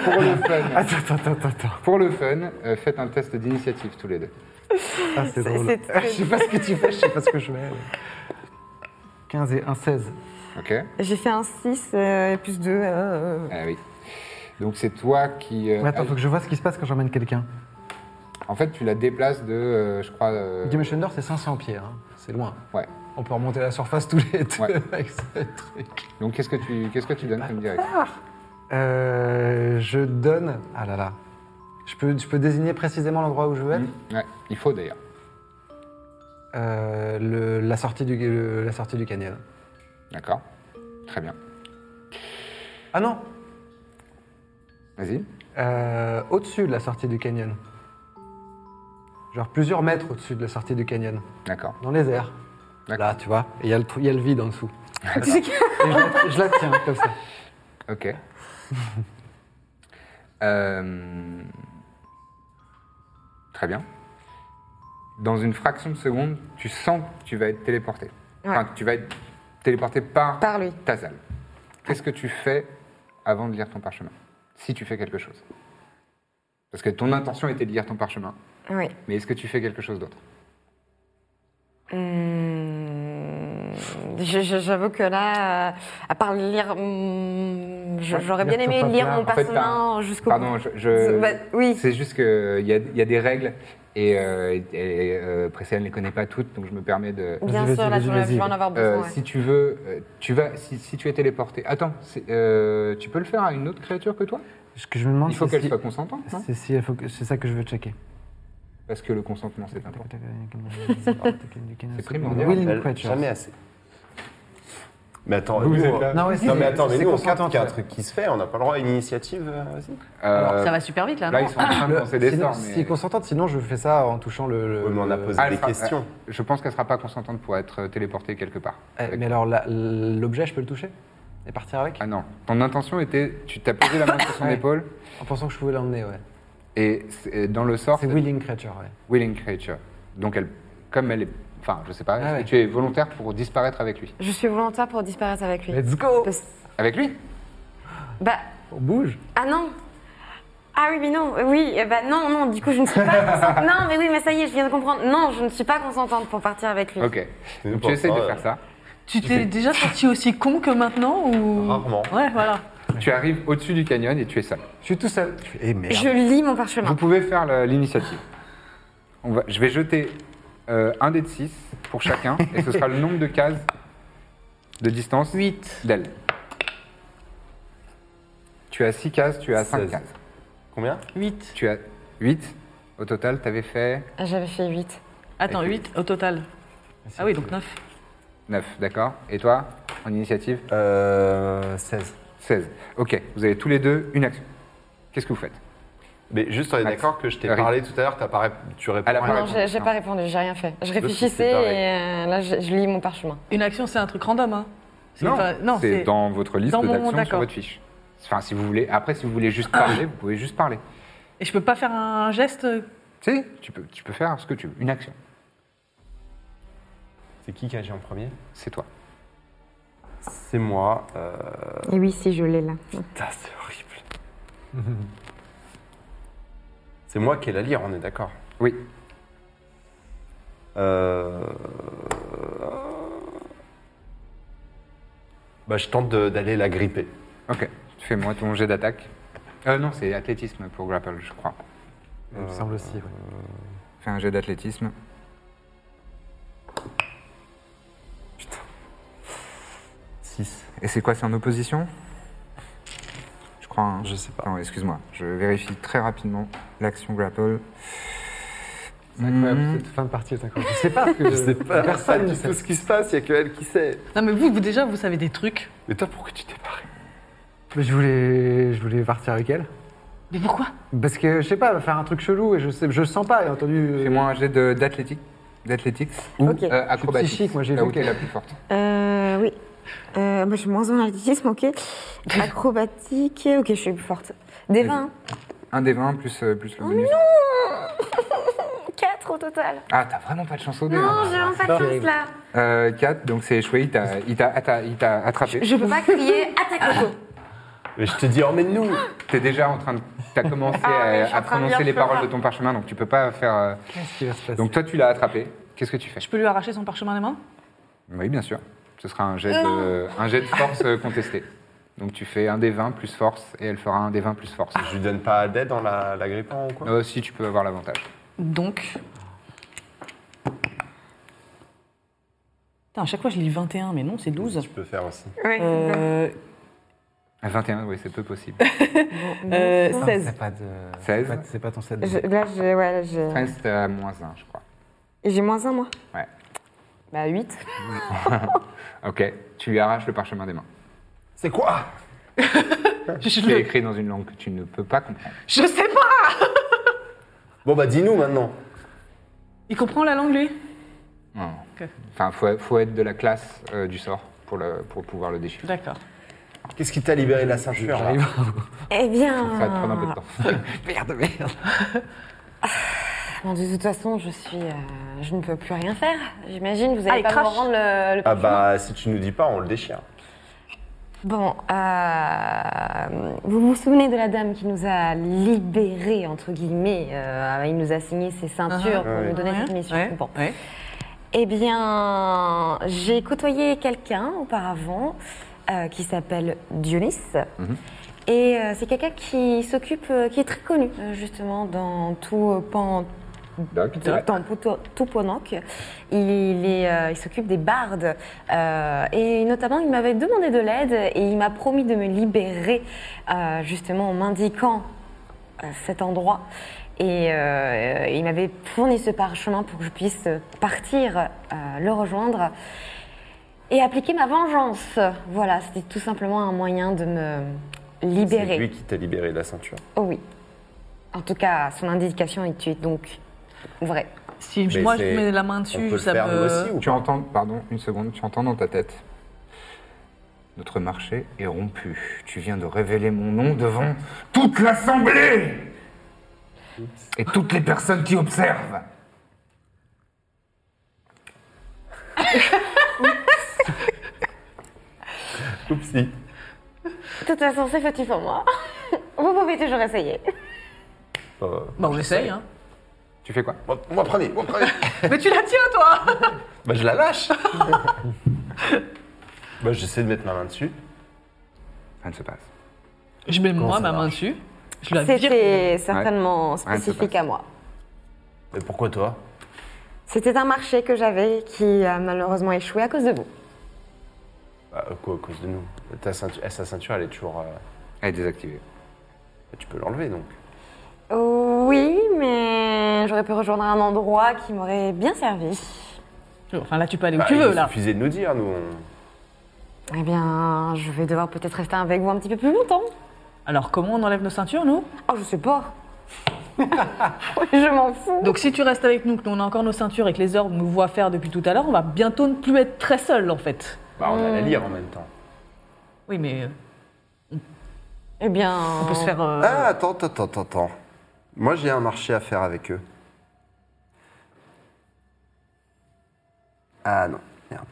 Pour le fun,
Attends, attends, attends, attends.
pour le fun euh, faites un test d'initiative tous les deux.
Ah, c'est drôle.
c'est-
Je sais pas ce que tu fais, je sais pas ce que je mets. 15 et 1, 16.
Ok
J'ai fait un 6 plus euh, 2.
Ah oui. Donc, c'est toi qui. euh,
Mais attends, faut que je vois ce qui se passe quand j'emmène quelqu'un.
En fait, tu la déplaces de, euh, je crois. euh,
Dimension Door, c'est 500 pieds, hein. c'est loin.
Ouais.
On peut remonter la surface tous les deux
Ouais.
avec ce truc.
Donc, qu'est-ce que
Bah,
tu, qu'est-ce que tu donnes comme direction
Euh, je donne. Ah là là. Je peux, je peux désigner précisément l'endroit où je veux être
Ouais, il faut d'ailleurs.
Euh, le- la, sortie du, le- la sortie du canyon.
D'accord Très bien.
Ah non
Vas-y.
Euh, Au-dessus de la sortie du canyon. Genre plusieurs mètres au-dessus de la sortie du canyon.
D'accord.
Dans les airs. Là, tu vois. Et il y, a le trou- il y a le vide en dessous.
Ah,
C'est
Et je, la, je la tiens comme ça.
Ok. Euh, Très bien. Dans une fraction de seconde, tu sens que tu vas être téléporté. Enfin, que tu vas être téléporté par,
Par lui.
ta salle. Qu'est-ce que tu fais avant de lire ton parchemin Si tu fais quelque chose. Parce que ton intention était de lire ton parchemin.
Oui.
Mais est-ce que tu fais quelque chose d'autre
Hum, je- je- J'avoue que là, euh, à part lire, hum, je- j'aurais bien aimé lire mon personnage jusqu'au
Pardon,
bout.
je, je-
Bah, oui.
c'est juste qu'il y a, il y a des règles et, euh, et, euh, Priscilla ne les connaît pas toutes, donc je me permets de...
Bien sûr, là, j'aurais pu en avoir besoin.
Euh,
ouais.
Si tu veux, euh, tu vas, si, si tu es téléporté... Attends, c'est- euh, tu peux le faire à une autre créature que toi
Ce que je me demande,
Il faut
c'est
qu'elle
si-
soit consentante, non
C'est si, il faut que- c'est ça que je veux checker.
Parce que le consentement, c'est important.
c'est
primordial.
Willing
Elle-
creatures.
jamais
assez. Mais attends,
Vous,
nous,
vous êtes
on-
là.
non,
Non, ouais, c'est-
mais attends, mais
c'est
nous, on
consentant,
capte qu'il y a un truc qui se fait, on n'a pas le droit à une initiative euh, aussi
ça va Bah, super vite là.
là,
non
ils sont en train de penser des
Sinon-
sorts, mais-
Si consentante, sinon je fais ça en touchant le. le- le-
Ah, elle sera- elle- Je pense qu'elle sera pas consentante pour être euh, téléportée quelque part.
Eh, Mais alors la- l'objet, je peux le toucher et partir avec
Ah non. Ton intention était, tu t'as posé la main sur son
Ouais.
épaule
En pensant que je pouvais l'emmener, ouais.
et c'est- euh, dans le sort,
C'est willing creature, ouais.
willing creature. Donc elle, comme elle est, enfin, je sais pas, est-ce
Ah
que
ouais.
tu es volontaire pour disparaître avec lui.
Je suis volontaire pour disparaître avec lui.
Let's go
Parce-
Avec lui
Bah,
On bouge.
ah non Ah oui, mais non, oui, eh bah non, non, du coup, je ne suis pas consentante. Non, mais oui, mais ça y est, je viens de comprendre. Non, je ne suis pas consentante pour partir avec lui.
Ok. Donc tu
pas
essayes
ça,
de
euh.
faire ça.
Tu t'es déjà sorti aussi con que maintenant ou
Rarement.
Ouais, voilà.
Tu arrives au-dessus du canyon et tu es seul.
Je suis tout seul.
Eh,
Et
Je lis mon parchemin.
Vous pouvez faire la- l'initiative. On va- Je vais jeter euh, un dé de 6 pour chacun et ce sera le nombre de cases de distance 8 d'elle. Tu as 6 cases, tu as 5
Seize.
cases.
Combien
8.
Tu as 8. Au total, tu avais fait
Ah, J'avais fait 8.
Attends, 8 au total. Ah oui, donc 9.
9, d'accord Et toi, en initiative
Euh, 16.
16. Ok, vous avez tous les deux une action. Qu'est-ce que vous faites
Mais juste, on est
Max.
d'accord que je t'ai
Harry.
parlé tout à l'heure, t'as pas rép- tu réponds
Elle a
à
pas
la
Non,
répondu.
j'ai j'ai pas répondu, j'ai rien fait. Je réfléchissais
c'est pareil.
et euh, là, je, je lis mon parchemin.
Une action, c'est un truc random. Hein. C'est
Non,
pas- non,
c'est dans votre liste
dans mon-
d'actions sur
d'accord.
votre fiche. Enfin, si vous voulez. Après, si vous voulez juste parler, vous pouvez juste parler.
Et je peux pas faire un geste euh,
Tu sais, tu peux, tu peux faire ce que tu veux, une action.
C'est qui qui agit en premier
C'est toi.
C'est moi. euh,
Et oui, si, je l'ai là.
Putain, c'est horrible. c'est moi qui ai la lire, on est d'accord.
Oui.
Euh, Bah, je tente de- d'aller la gripper.
Ok. Fais-moi ton jet d'attaque. Euh, non, c'est athlétisme pour grapple, je crois.
Il me semble aussi, ouais.
Fais un jet d'athlétisme.
Putain. 6.
Et c'est quoi, c'est en opposition Je crois. hein.
Je sais pas.
Attends, excuse-moi. Je vérifie très rapidement l'action
Euh,
grapple.
C'est incroyable, cette fin de partie est incroyable. Mm. Je sais pas ce que
Je sais pas,
Personne
personne
ne
du tout
sait.
ce qui se passe, il y a que elle qui sait.
Non, mais vous, vous, déjà, vous savez des trucs.
Mais toi, pourquoi tu t'es barré
Mais je voulais, je voulais partir avec elle.
Mais pourquoi
Parce que, je sais pas, elle va faire un truc chelou et je sais, je le sens pas, bien entendu. euh,
Fais-moi un jet de- d'athlétique. D'athletics ou
Ok.
euh, acrobatique.
psychique, moi, j'ai
Là
vu
où t'es
que-
la plus forte.
Euh, oui. Euh, moi, je suis moins en athlétisme, ok. Acrobatique, ok, je suis plus forte. Des 20,
Un des 20 plus, euh, plus le bonus.
4 Oh au total.
ah, t'as vraiment pas de chance au dé.
Non,
hein.
j'ai vraiment pas de chance là.
Euh, 4, donc c'est échoué, il t'a- il t'a atta- il t'a attrapé.
Je peux pas crier attaque Coco.
Mais je te dis, emmène-nous
T'es déjà en train de. T'as commencé
Ah
à-
oui, je suis
à,
en train de
prononcer
dire
les
que
paroles
ça.
de ton parchemin, donc tu peux pas faire. euh,
Qu'est-ce qui va se passer
Donc toi, tu l'as attrapé. Qu'est-ce que tu fais
Je peux lui arracher son parchemin des mains
Oui, bien sûr. Ce sera un jet de, un jet de force euh, contesté. Donc tu fais un des 20 plus force et elle fera un des 20 plus force.
Je lui donne pas d'aide en la, la grippant ou Ah, quoi
Euh, si tu peux avoir l'avantage.
Donc. Putain, à chaque fois, je lis 21, mais non, c'est 12.
Euh.
Tu peux faire aussi.
Oui.
Euh,
À 21, oui, c'est peu possible.
Euh,
Non,
16.
t'as pas de-
16.
pas de- C'est pas ton 7.
Je- là, j'ai. Ouais, là, j'ai.
13, t'es à moins 1, je crois.
Et j'ai moins 1, moi
Ouais.
Bah, 8.
ok, tu lui arraches le parchemin des mains.
C'est quoi
C'est écrit dans une langue que tu ne peux pas comprendre.
Je sais pas
Bon, bah dis-nous maintenant.
Il comprend la langue, lui
Non.
Ok.
Enfin, faut, faut être de la classe euh, du sort pour, le, pour pouvoir le déchiffrer.
D'accord.
Qu'est-ce qui t'a libéré de la ceinture là
Eh bien.
Ça va te prendre un peu de temps.
Merde, merde. de toute façon, je suis. euh, je ne peux plus rien faire. J'imagine, vous allez
Allez,
pas
crache.
me rendre le. le
Ah
parchemin.
bah si tu nous dis pas, on le déchire.
Bon, euh, vous vous souvenez de la dame qui nous a libérés, entre guillemets euh, Il nous a signé ses ceintures pour
Ah, Ouais.
nous donner cette mission. Bon.
ouais.
Eh bien, j'ai côtoyé quelqu'un auparavant euh, qui s'appelle Dionys.
Mhm.
Et euh, c'est quelqu'un qui s'occupe, euh, qui est très connu, euh, justement, dans tout euh, pan dans Pouto- Touponoc. Il, est, euh, il s'occupe des bardes. euh, et notamment, il m'avait demandé de l'aide et il m'a promis de me libérer, euh, justement, en m'indiquant euh, cet endroit. Et euh, il m'avait fourni ce parchemin pour que je puisse partir, euh, le rejoindre et appliquer ma vengeance. Voilà, c'était tout simplement un moyen de me
C'est
libérer.
lui qui t'a libéré de la ceinture.
Oh oui. En tout cas, son indication est tu es donc vrai.
Si
Mais
moi je
c'est-
euh. mets la main
on peut
dessus,
le
ça
faire, nous
me.
aussi, ou
Tu entends, pardon, une seconde, tu entends dans ta tête. Notre marché est rompu. Tu viens de révéler mon nom devant toute l'assemblée et toutes les personnes qui observent.
Oupsie.
De toute façon, c'est fautif pour moi. Vous pouvez toujours essayer.
Bon, j'essaye, hein.
Tu fais quoi
Moi, moi, prenez, moi prenez.
Mais tu la tiens, toi
bah je la lâche. bah j'essaie de mettre ma main dessus.
Rien ne se passe.
Je mets
Comment
moi
ça
ma main
marche
dessus. Je la vire.
C'était certainement
Euh, Ouais. Rien ne se
spécifique
passe.
à moi.
Mais Euh, pourquoi toi
C'était un marché que j'avais qui a malheureusement échoué à cause de vous.
Bah euh, quoi, à cause de nous Ta ceinture, eh, sa ceinture, elle est toujours... euh,
Elle est désactivée.
bah, tu peux l'enlever donc.
Oui, mais j'aurais pu rejoindre un endroit qui m'aurait bien servi.
Enfin, là, tu peux aller où
Bah,
tu
il
veux, là.
suffisait de nous dire, nous. on-
Eh bien, je vais devoir peut-être rester avec vous un petit peu plus longtemps.
Alors, comment on enlève nos ceintures, nous
Oh, je sais pas. je m'en fous.
Donc, si tu restes avec nous, que nous on a encore nos ceintures et que les orbes nous voient faire depuis tout à l'heure, on va bientôt ne plus être très seuls, en fait.
Bah on a la lire en même temps.
Oui, mais euh,
Eh bien,
on peut se faire. euh,
Ah, attends, attends, attends, attends. Moi, j'ai un marché à faire avec eux. Ah non, merde.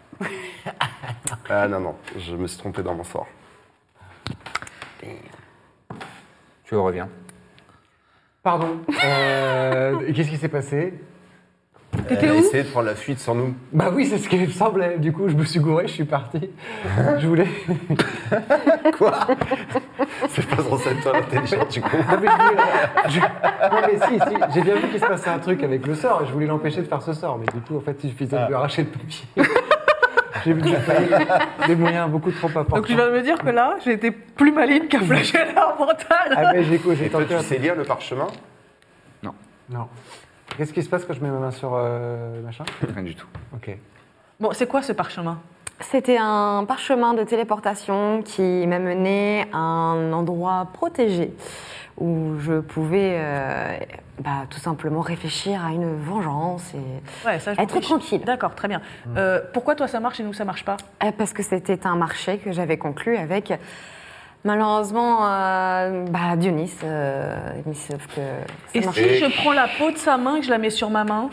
ah non, non, je me suis trompé dans mon sort.
Tu reviens.
Pardon. euh, Qu'est-ce qui s'est passé
Elle a essayé de prendre la fuite sans nous.
Bah oui, c'est ce qui me semblait. Du coup, je me suis gouré, je suis parti. Je voulais.
Quoi C'est pas censé être toi l'intelligent, du coup.
Non mais, je voulais- je- non, mais si, si, j'ai bien vu qu'il se passait un truc avec le sort et je voulais l'empêcher de faire ce sort, mais du coup en fait il suffisait
Ah.
de lui arracher le papier. j'ai vu que j'ai failli des moyens beaucoup trop importants.
Donc, tu viens de me dire que là, j'ai été plus maligne qu'un flagellant mental.
Ah mais j'ai quoi,
Et
j'ai
toi,
tenté.
tu
un-
sais lire le parchemin
Non. Qu'est-ce qui se passe quand je mets ma main sur euh, le machin
Rien du tout.
Ok.
Bon, c'est quoi ce parchemin
C'était un parchemin de téléportation qui m'amenait à un endroit protégé où je pouvais euh, bah, tout simplement réfléchir à une vengeance et
Ouais, ça, je m'en
être
fiche.
tranquille.
D'accord, très bien. Euh, pourquoi toi ça marche et nous ça marche pas
Euh, Parce que c'était un marché que j'avais conclu avec malheureusement euh, bah, Dionys. euh, il se trouve que ça
Et
marche.
si je prends la peau de sa main et que je la mets sur ma main,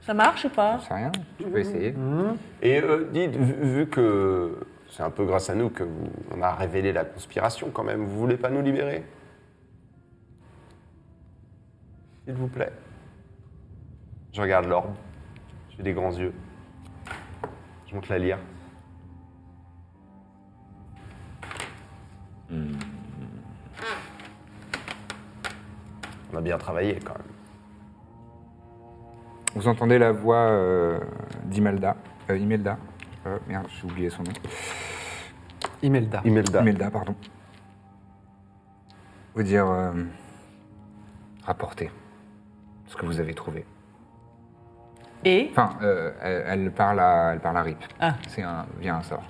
ça marche ou pas
C'est rien. Tu
Mhm.
peux essayer.
Et euh, dites, vu, vu que c'est un peu grâce à nous que vous, on a révélé la conspiration quand même, vous voulez pas nous libérer S'il vous plaît. Je regarde l'orbe. J'ai des grands yeux. Je monte la lire. On a bien travaillé quand même.
Vous entendez la voix euh, d'Imelda. euh, Imelda. Euh, merde, j'ai oublié son nom.
Imelda.
Imelda.
Imelda, pardon. Vous dire euh, rapporter ce que vous avez trouvé.
Et
Enfin, euh, elle, elle parle à, elle parle à Rip. C'est un, via un sort.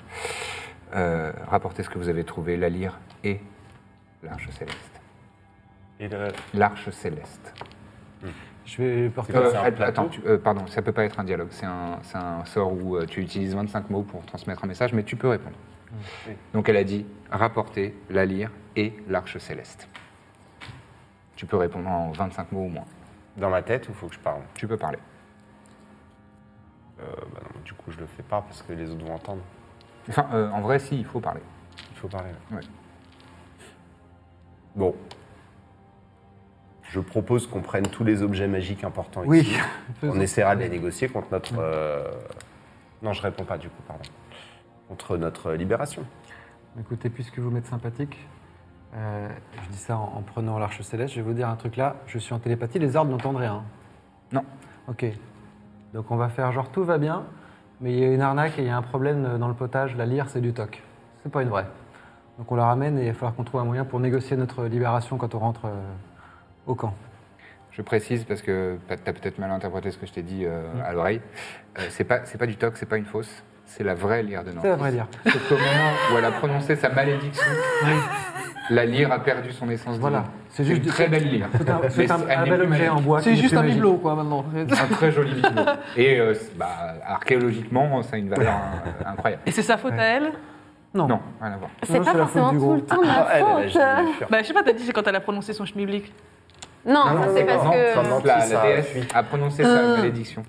Euh, rapporter ce que vous avez trouvé, la lyre et l'arche céleste.
Et euh, le-
L'arche céleste.
Je vais porter
Euh,
ça.
att- attends, tu- euh, pardon, ça peut pas être un dialogue. C'est un, c'est un sort où euh, tu utilises 25 mots pour transmettre un message, mais tu peux répondre. Donc elle a dit rapporter la lyre et l'arche céleste. Tu peux répondre en 25 mots au moins.
Dans ma tête ou faut que je parle
Tu peux parler.
Euh, bah non, du coup, je le fais pas parce que les autres vont entendre.
Enfin, euh, en vrai, si, il faut parler.
Il faut parler. là.
Ouais.
Bon. Je propose qu'on prenne tous les objets magiques importants
Oui.
ici. On essaiera de les négocier contre notre. euh, Non, je réponds pas du coup, pardon. Contre notre libération.
Écoutez, puisque vous m'êtes sympathique, euh, je dis ça en, en prenant l'arche céleste, je vais vous dire un truc là, je suis en télépathie, les ordres n'entendent rien.
Non.
Ok. Donc on va faire genre tout va bien, mais il y a une arnaque et il y a un problème dans le potage, la lyre c'est du toc. C'est pas une vraie. Donc on la ramène et il va falloir qu'on trouve un moyen pour négocier notre libération quand on rentre euh, au camp.
Je précise parce que tu as peut-être mal interprété ce que je t'ai dit euh,
Mm.
à l'oreille. Euh, c'est pas, c'est pas du toc, c'est pas une fausse. C'est la vraie lyre de Nantes.
C'est la vraie lyre.
Sauf qu'au moment où elle a prononcé sa malédiction, la lyre a perdu son essence.
Voilà.
C'est juste une
du-
très belle lyre.
C'est un, c'est
Mais
un-
elle
un
n'est
bel
plus
objet
magique.
en bois. qui
C'est
n'est
juste
plus
un
magique.
bibelot, quoi, maintenant.
Un très joli bibelot. Et euh, c'est- bah, archéologiquement, ça a une valeur euh, incroyable.
Et c'est sa faute à elle
Non.
Non, rien à voir.
Non,
C'est pas
c'est la faute
forcément
du Ah,
tout
gros.
le temps de ma Ah, faute.
Bah, je sais pas, t'as dit, c'est quand elle a prononcé son schmilblick.
Non, ça, c'est parce que.
ça, non,
La,
ça,
la déesse
oui.
a prononcé sa malédiction.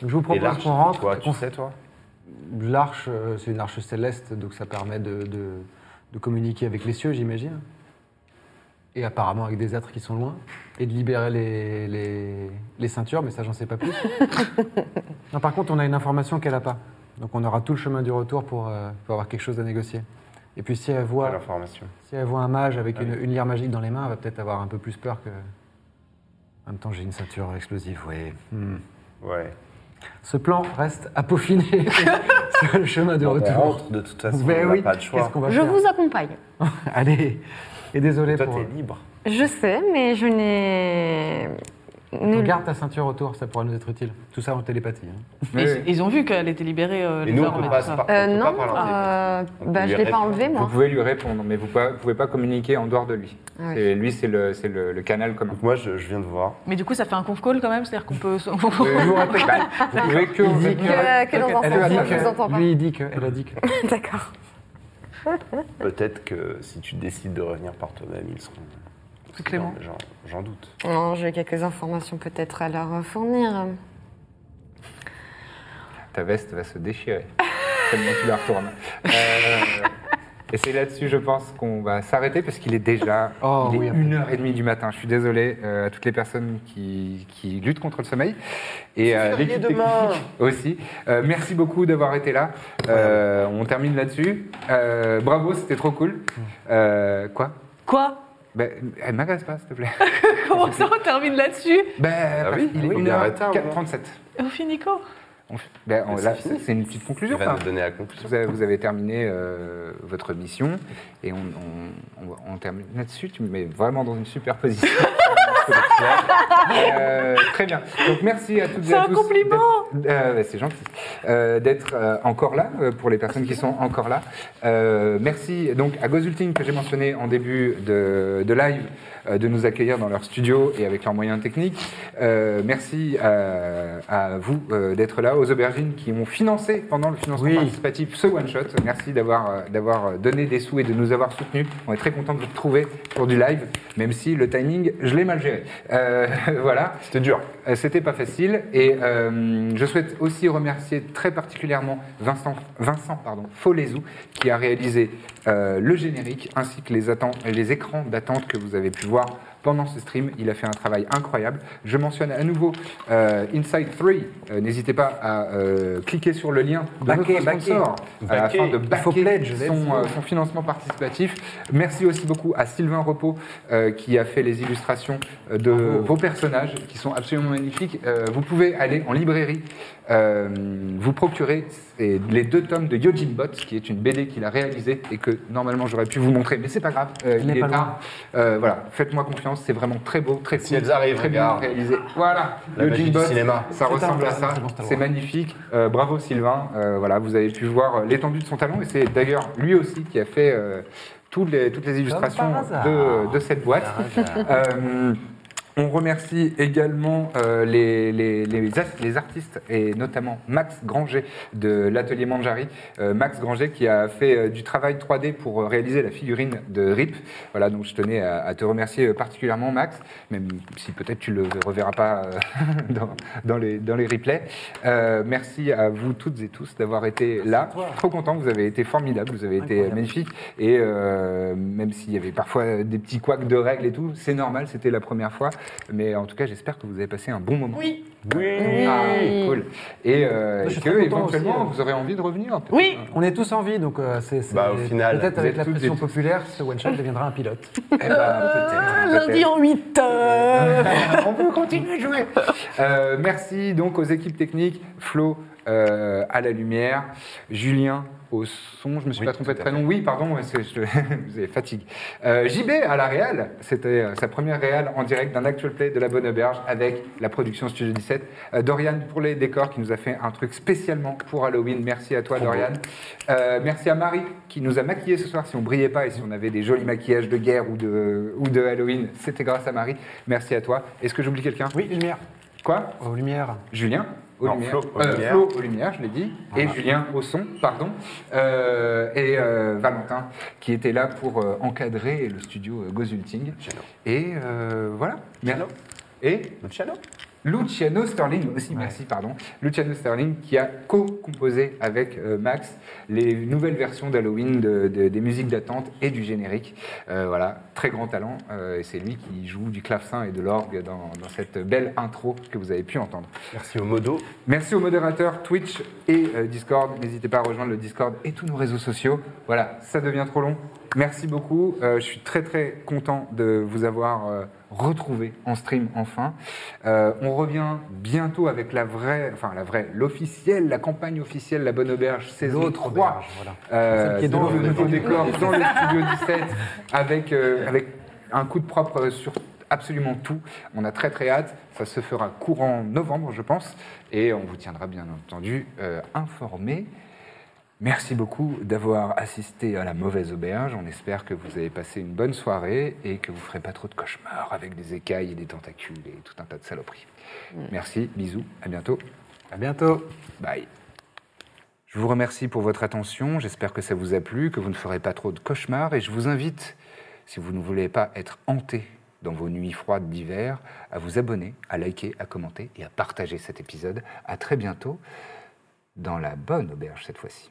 Donc je vous
Et
propose
l'arche,
qu'on rentre.
Toi, tu sais, toi
L'arche, euh, c'est une arche céleste, donc ça permet de, de- de communiquer avec les cieux, j'imagine. Et apparemment avec des êtres qui sont loin. Et de libérer les, les- les ceintures, mais ça, j'en sais pas plus. non, par contre, on a une information qu'elle a pas. Donc on aura tout le chemin du retour pour, euh, pour avoir quelque chose à négocier. Et puis si elle voit,
Quelle information
si elle voit un mage avec une, une lyre magique dans les mains, elle va peut-être avoir un peu plus peur que... En même temps, j'ai une ceinture explosive, oui. Hmm.
Ouais.
Ce plan reste à peaufiner sur le chemin de
Bon, on
retour.
rentre de toute façon,
Ben
on n'a
oui,
pas de choix.
qu'est-ce qu'on va
Je
faire
vous accompagne.
Allez, et désolé
Toi,
pour...
t'es libre.
Je sais, mais je n'ai.
On
nul-
Garde ta ceinture autour, ça pourrait nous être utile. Tout ça en télépathie. hein.
Oui,
Ils,
oui.
ils ont vu qu'elle était libérée. euh,
Et
les
nous, on
parents
peut
et
pas
tout
se
ça.
par-
Euh,
on peut pas
non,
parler en
euh,
téléphone. On
bah,
peut
je
lui
l'ai pas
répondre.
enlevé,
Vous
moi.
pouvez lui répondre, mais vous ne pouvez pas communiquer en dehors de lui.
Ouais.
C'est- Lui, c'est le, c'est le- le canal commun.
Donc, moi, je, je viens de voir.
Mais du coup, ça fait un conf call quand même, c'est-à-dire qu'on peut. se-
Je vous répète, bah, vous pouvez que.
Il dit
que-
Que, que l'on en
Elle a
fasse,
dit
moi, je vous entends
que...
pas.
Lui, il dit que... Elle a dit que...
D'accord.
Peut-être que si tu décides de revenir par toi-même, ils seront.
C'est Clément.
J'en- J'en doute.
Non, j'ai quelques informations peut-être à leur fournir.
Ta veste va se déchirer. Tellement tu la retournes. Euh, et c'est là-dessus, je pense, qu'on va s'arrêter parce qu'il est déjà
Oh,
il
oui,
est
après.
une heure et demie du matin. Je suis désolé euh, à toutes les personnes qui, qui luttent contre le sommeil. Et euh, l'équipe technique aussi. Euh, merci beaucoup d'avoir été là. Euh, on termine là-dessus. Euh, bravo, c'était trop cool. Euh, quoi
Quoi
ben, Elle m'agresse pas, s'il te plaît.
Comment ça, on termine là-dessus
Ben, parce
Ah oui,
qu'il est
oui,
une
mais
heure
arrêtez un moment.
37.
On finit quand
On f- ben, on-
Mais
là,
c'est fini.
c'est une petite conclusion.
Tu vas
ça.
nous donner la conclusion.
Vous avez, vous avez terminé euh, votre mission et on, on- on- on termine là-dessus. Tu me mets vraiment dans une super position. Euh, très bien. Donc merci à toutes et
C'est
à
un
tous.
compliment.
d'être- euh, C'est gentil. Euh, D'être euh, encore là euh, pour les personnes qui sont encore là. Euh, merci donc à Gozulting que j'ai mentionné en début de, de live euh, de nous accueillir dans leur studio et avec leurs moyens techniques. Euh, merci euh, à vous euh, d'être là, aux aubergines qui ont financé pendant le financement
Oui.
participatif ce one shot. Merci d'avoir euh, d'avoir donné des sous et de nous avoir soutenus. On est très content de vous retrouver pour du live, même si le timing, je l'ai mal géré. Euh, voilà.
C'était dur.
Euh, C'était pas facile. Et euh, je souhaite aussi remercier très particulièrement Vincent, Vincent pardon, Folézou, qui a réalisé euh, le générique ainsi que les, atten- les écrans d'attente que vous avez pu voir pendant ce stream. Il a fait un travail incroyable. Je mentionne à nouveau euh, Inside 3. Euh, N'hésitez pas à euh, cliquer sur le lien de
Backer,
notre sponsor
backer.
euh, afin de
Backer. Faut
backer
pledge, let's
son,
go.
euh, son financement participatif. Merci aussi beaucoup à Sylvain Repos euh, qui a fait les illustrations euh, de vos personnages qui sont absolument magnifiques. Euh, vous pouvez aller en librairie, euh, vous procurer ces- les deux tomes de Yojin Bot, qui est une BD qu'il a réalisée et que normalement j'aurais pu vous montrer, mais c'est pas grave, euh, il
Il n'est
est
pas loin.
tard. Euh, voilà, faites-moi confiance, c'est vraiment très beau, très
Si
cool,
elles arrivent,
très
regarde.
bien réalisé. Voilà,
La magie
Yojin
du
Bot,
cinéma.
ça
C'est
ressemble
un-
à ça,
c'est bon, c'est bon.
c'est magnifique. Euh, bravo Sylvain, Euh, voilà, vous avez pu voir euh, l'étendue de son talent et c'est d'ailleurs lui aussi qui a fait euh, toutes, les, toutes les illustrations
par hasard. Ah,
de, de cette boîte. Euh, on remercie également euh, les, les- les as- les artistes et notamment Max Granger de l'atelier Manjari. Euh, Max Granger qui a fait euh, du travail 3D pour euh, réaliser la figurine de RIP. Voilà, donc je tenais à, à te remercier euh, particulièrement Max, même si peut-être tu le reverras pas euh, dans, dans les, dans les replays. Euh, merci à vous toutes et tous d'avoir été là. Trop content, vous avez été formidables, vous avez été euh, magnifiques. Et euh, même s'il y avait parfois des petits couacs de règles et tout, c'est normal, c'était la première fois. Mais en tout cas, j'espère que vous avez passé un bon moment.
Oui.
Oui. Ah, cool. Et, euh,
Moi, je
et
suis
que
très content
éventuellement,
aussi, euh.
vous aurez envie de revenir. peut-être.
Oui
On est tous en vie, donc euh, c'est. c'est-
Bah, au final,
Peut-être
vous
avec
êtes
la
toutes et
pression
tous.
populaire, ce one-shot deviendra un pilote.
Eh ben, peut-être,
Lundi
peut-être.
en 8 heures.
On peut continuer de jouer. Euh, merci donc aux équipes techniques, Flo euh, à la lumière, Julien au son, je me suis pas trompé de prénom, Ah oui pardon, ouais, c'est- je, vous avez fatigue. Euh, JB à la réal, c'était euh, sa première réal en direct d'un actual play de la Bonne Auberge avec la production Studio 17. Euh, Dorian pour les décors qui nous a fait un truc spécialement pour Halloween, merci à toi Dorian. Euh, merci à Marie qui nous a maquillés ce soir. Si on brillait pas et si on avait des jolis maquillages de guerre ou de, ou de Halloween, c'était grâce à Marie. Merci à toi. Est-ce que j'oublie quelqu'un
Oui, lumière.
Quoi
Oh, lumière.
Julien aux
Non,
lumières.
Flo aux
Euh,
lumières.
Flo aux lumières, je l'ai dit. Et Julien au son, pardon. Euh, et euh, Valentin qui était là pour euh, encadrer le studio euh, Gozulting. Et euh, voilà. Merci. Et Luciano Sterling aussi, merci, pardon. Luciano Sterling qui a co-composé avec euh, Max les nouvelles versions d'Halloween de- de- des musiques d'attente et du générique. Euh, voilà, très grand talent. euh, et c'est lui qui joue du clavecin et de l'orgue dans, dans cette belle intro que vous avez pu entendre.
Merci au modo.
Merci aux modérateurs Twitch et euh, Discord. N'hésitez pas à rejoindre le Discord et tous nos réseaux sociaux. Voilà, ça devient trop long. Merci beaucoup. Euh, je suis très très content de vous avoir euh, retrouvé en stream enfin. Euh, on revient bientôt avec la vraie, enfin la vraie, l'officielle, la campagne officielle La Bonne Auberge saison 3.
L'autre auberge, voilà.
Euh,
Celle qui est
dans
dans
le
le
nouveau décor,
décor.
dans le studio 17, avec, euh, avec un coup de propre sur absolument tout. On a très très hâte. Ça se fera courant novembre, je pense. Et on vous tiendra bien entendu euh, informé. Merci beaucoup d'avoir assisté à la mauvaise auberge. On espère que vous avez passé une bonne soirée et que vous ne ferez pas trop de cauchemars avec des écailles et des tentacules et tout un tas de saloperies. Merci, bisous, à bientôt.
À bientôt.
Bye. Je vous remercie pour votre attention, j'espère que ça vous a plu, que vous ne ferez pas trop de cauchemars, et je vous invite, si vous ne voulez pas être hanté dans vos nuits froides d'hiver, à vous abonner, à liker, à commenter et à partager cet épisode. À très bientôt, dans la bonne auberge cette fois-ci.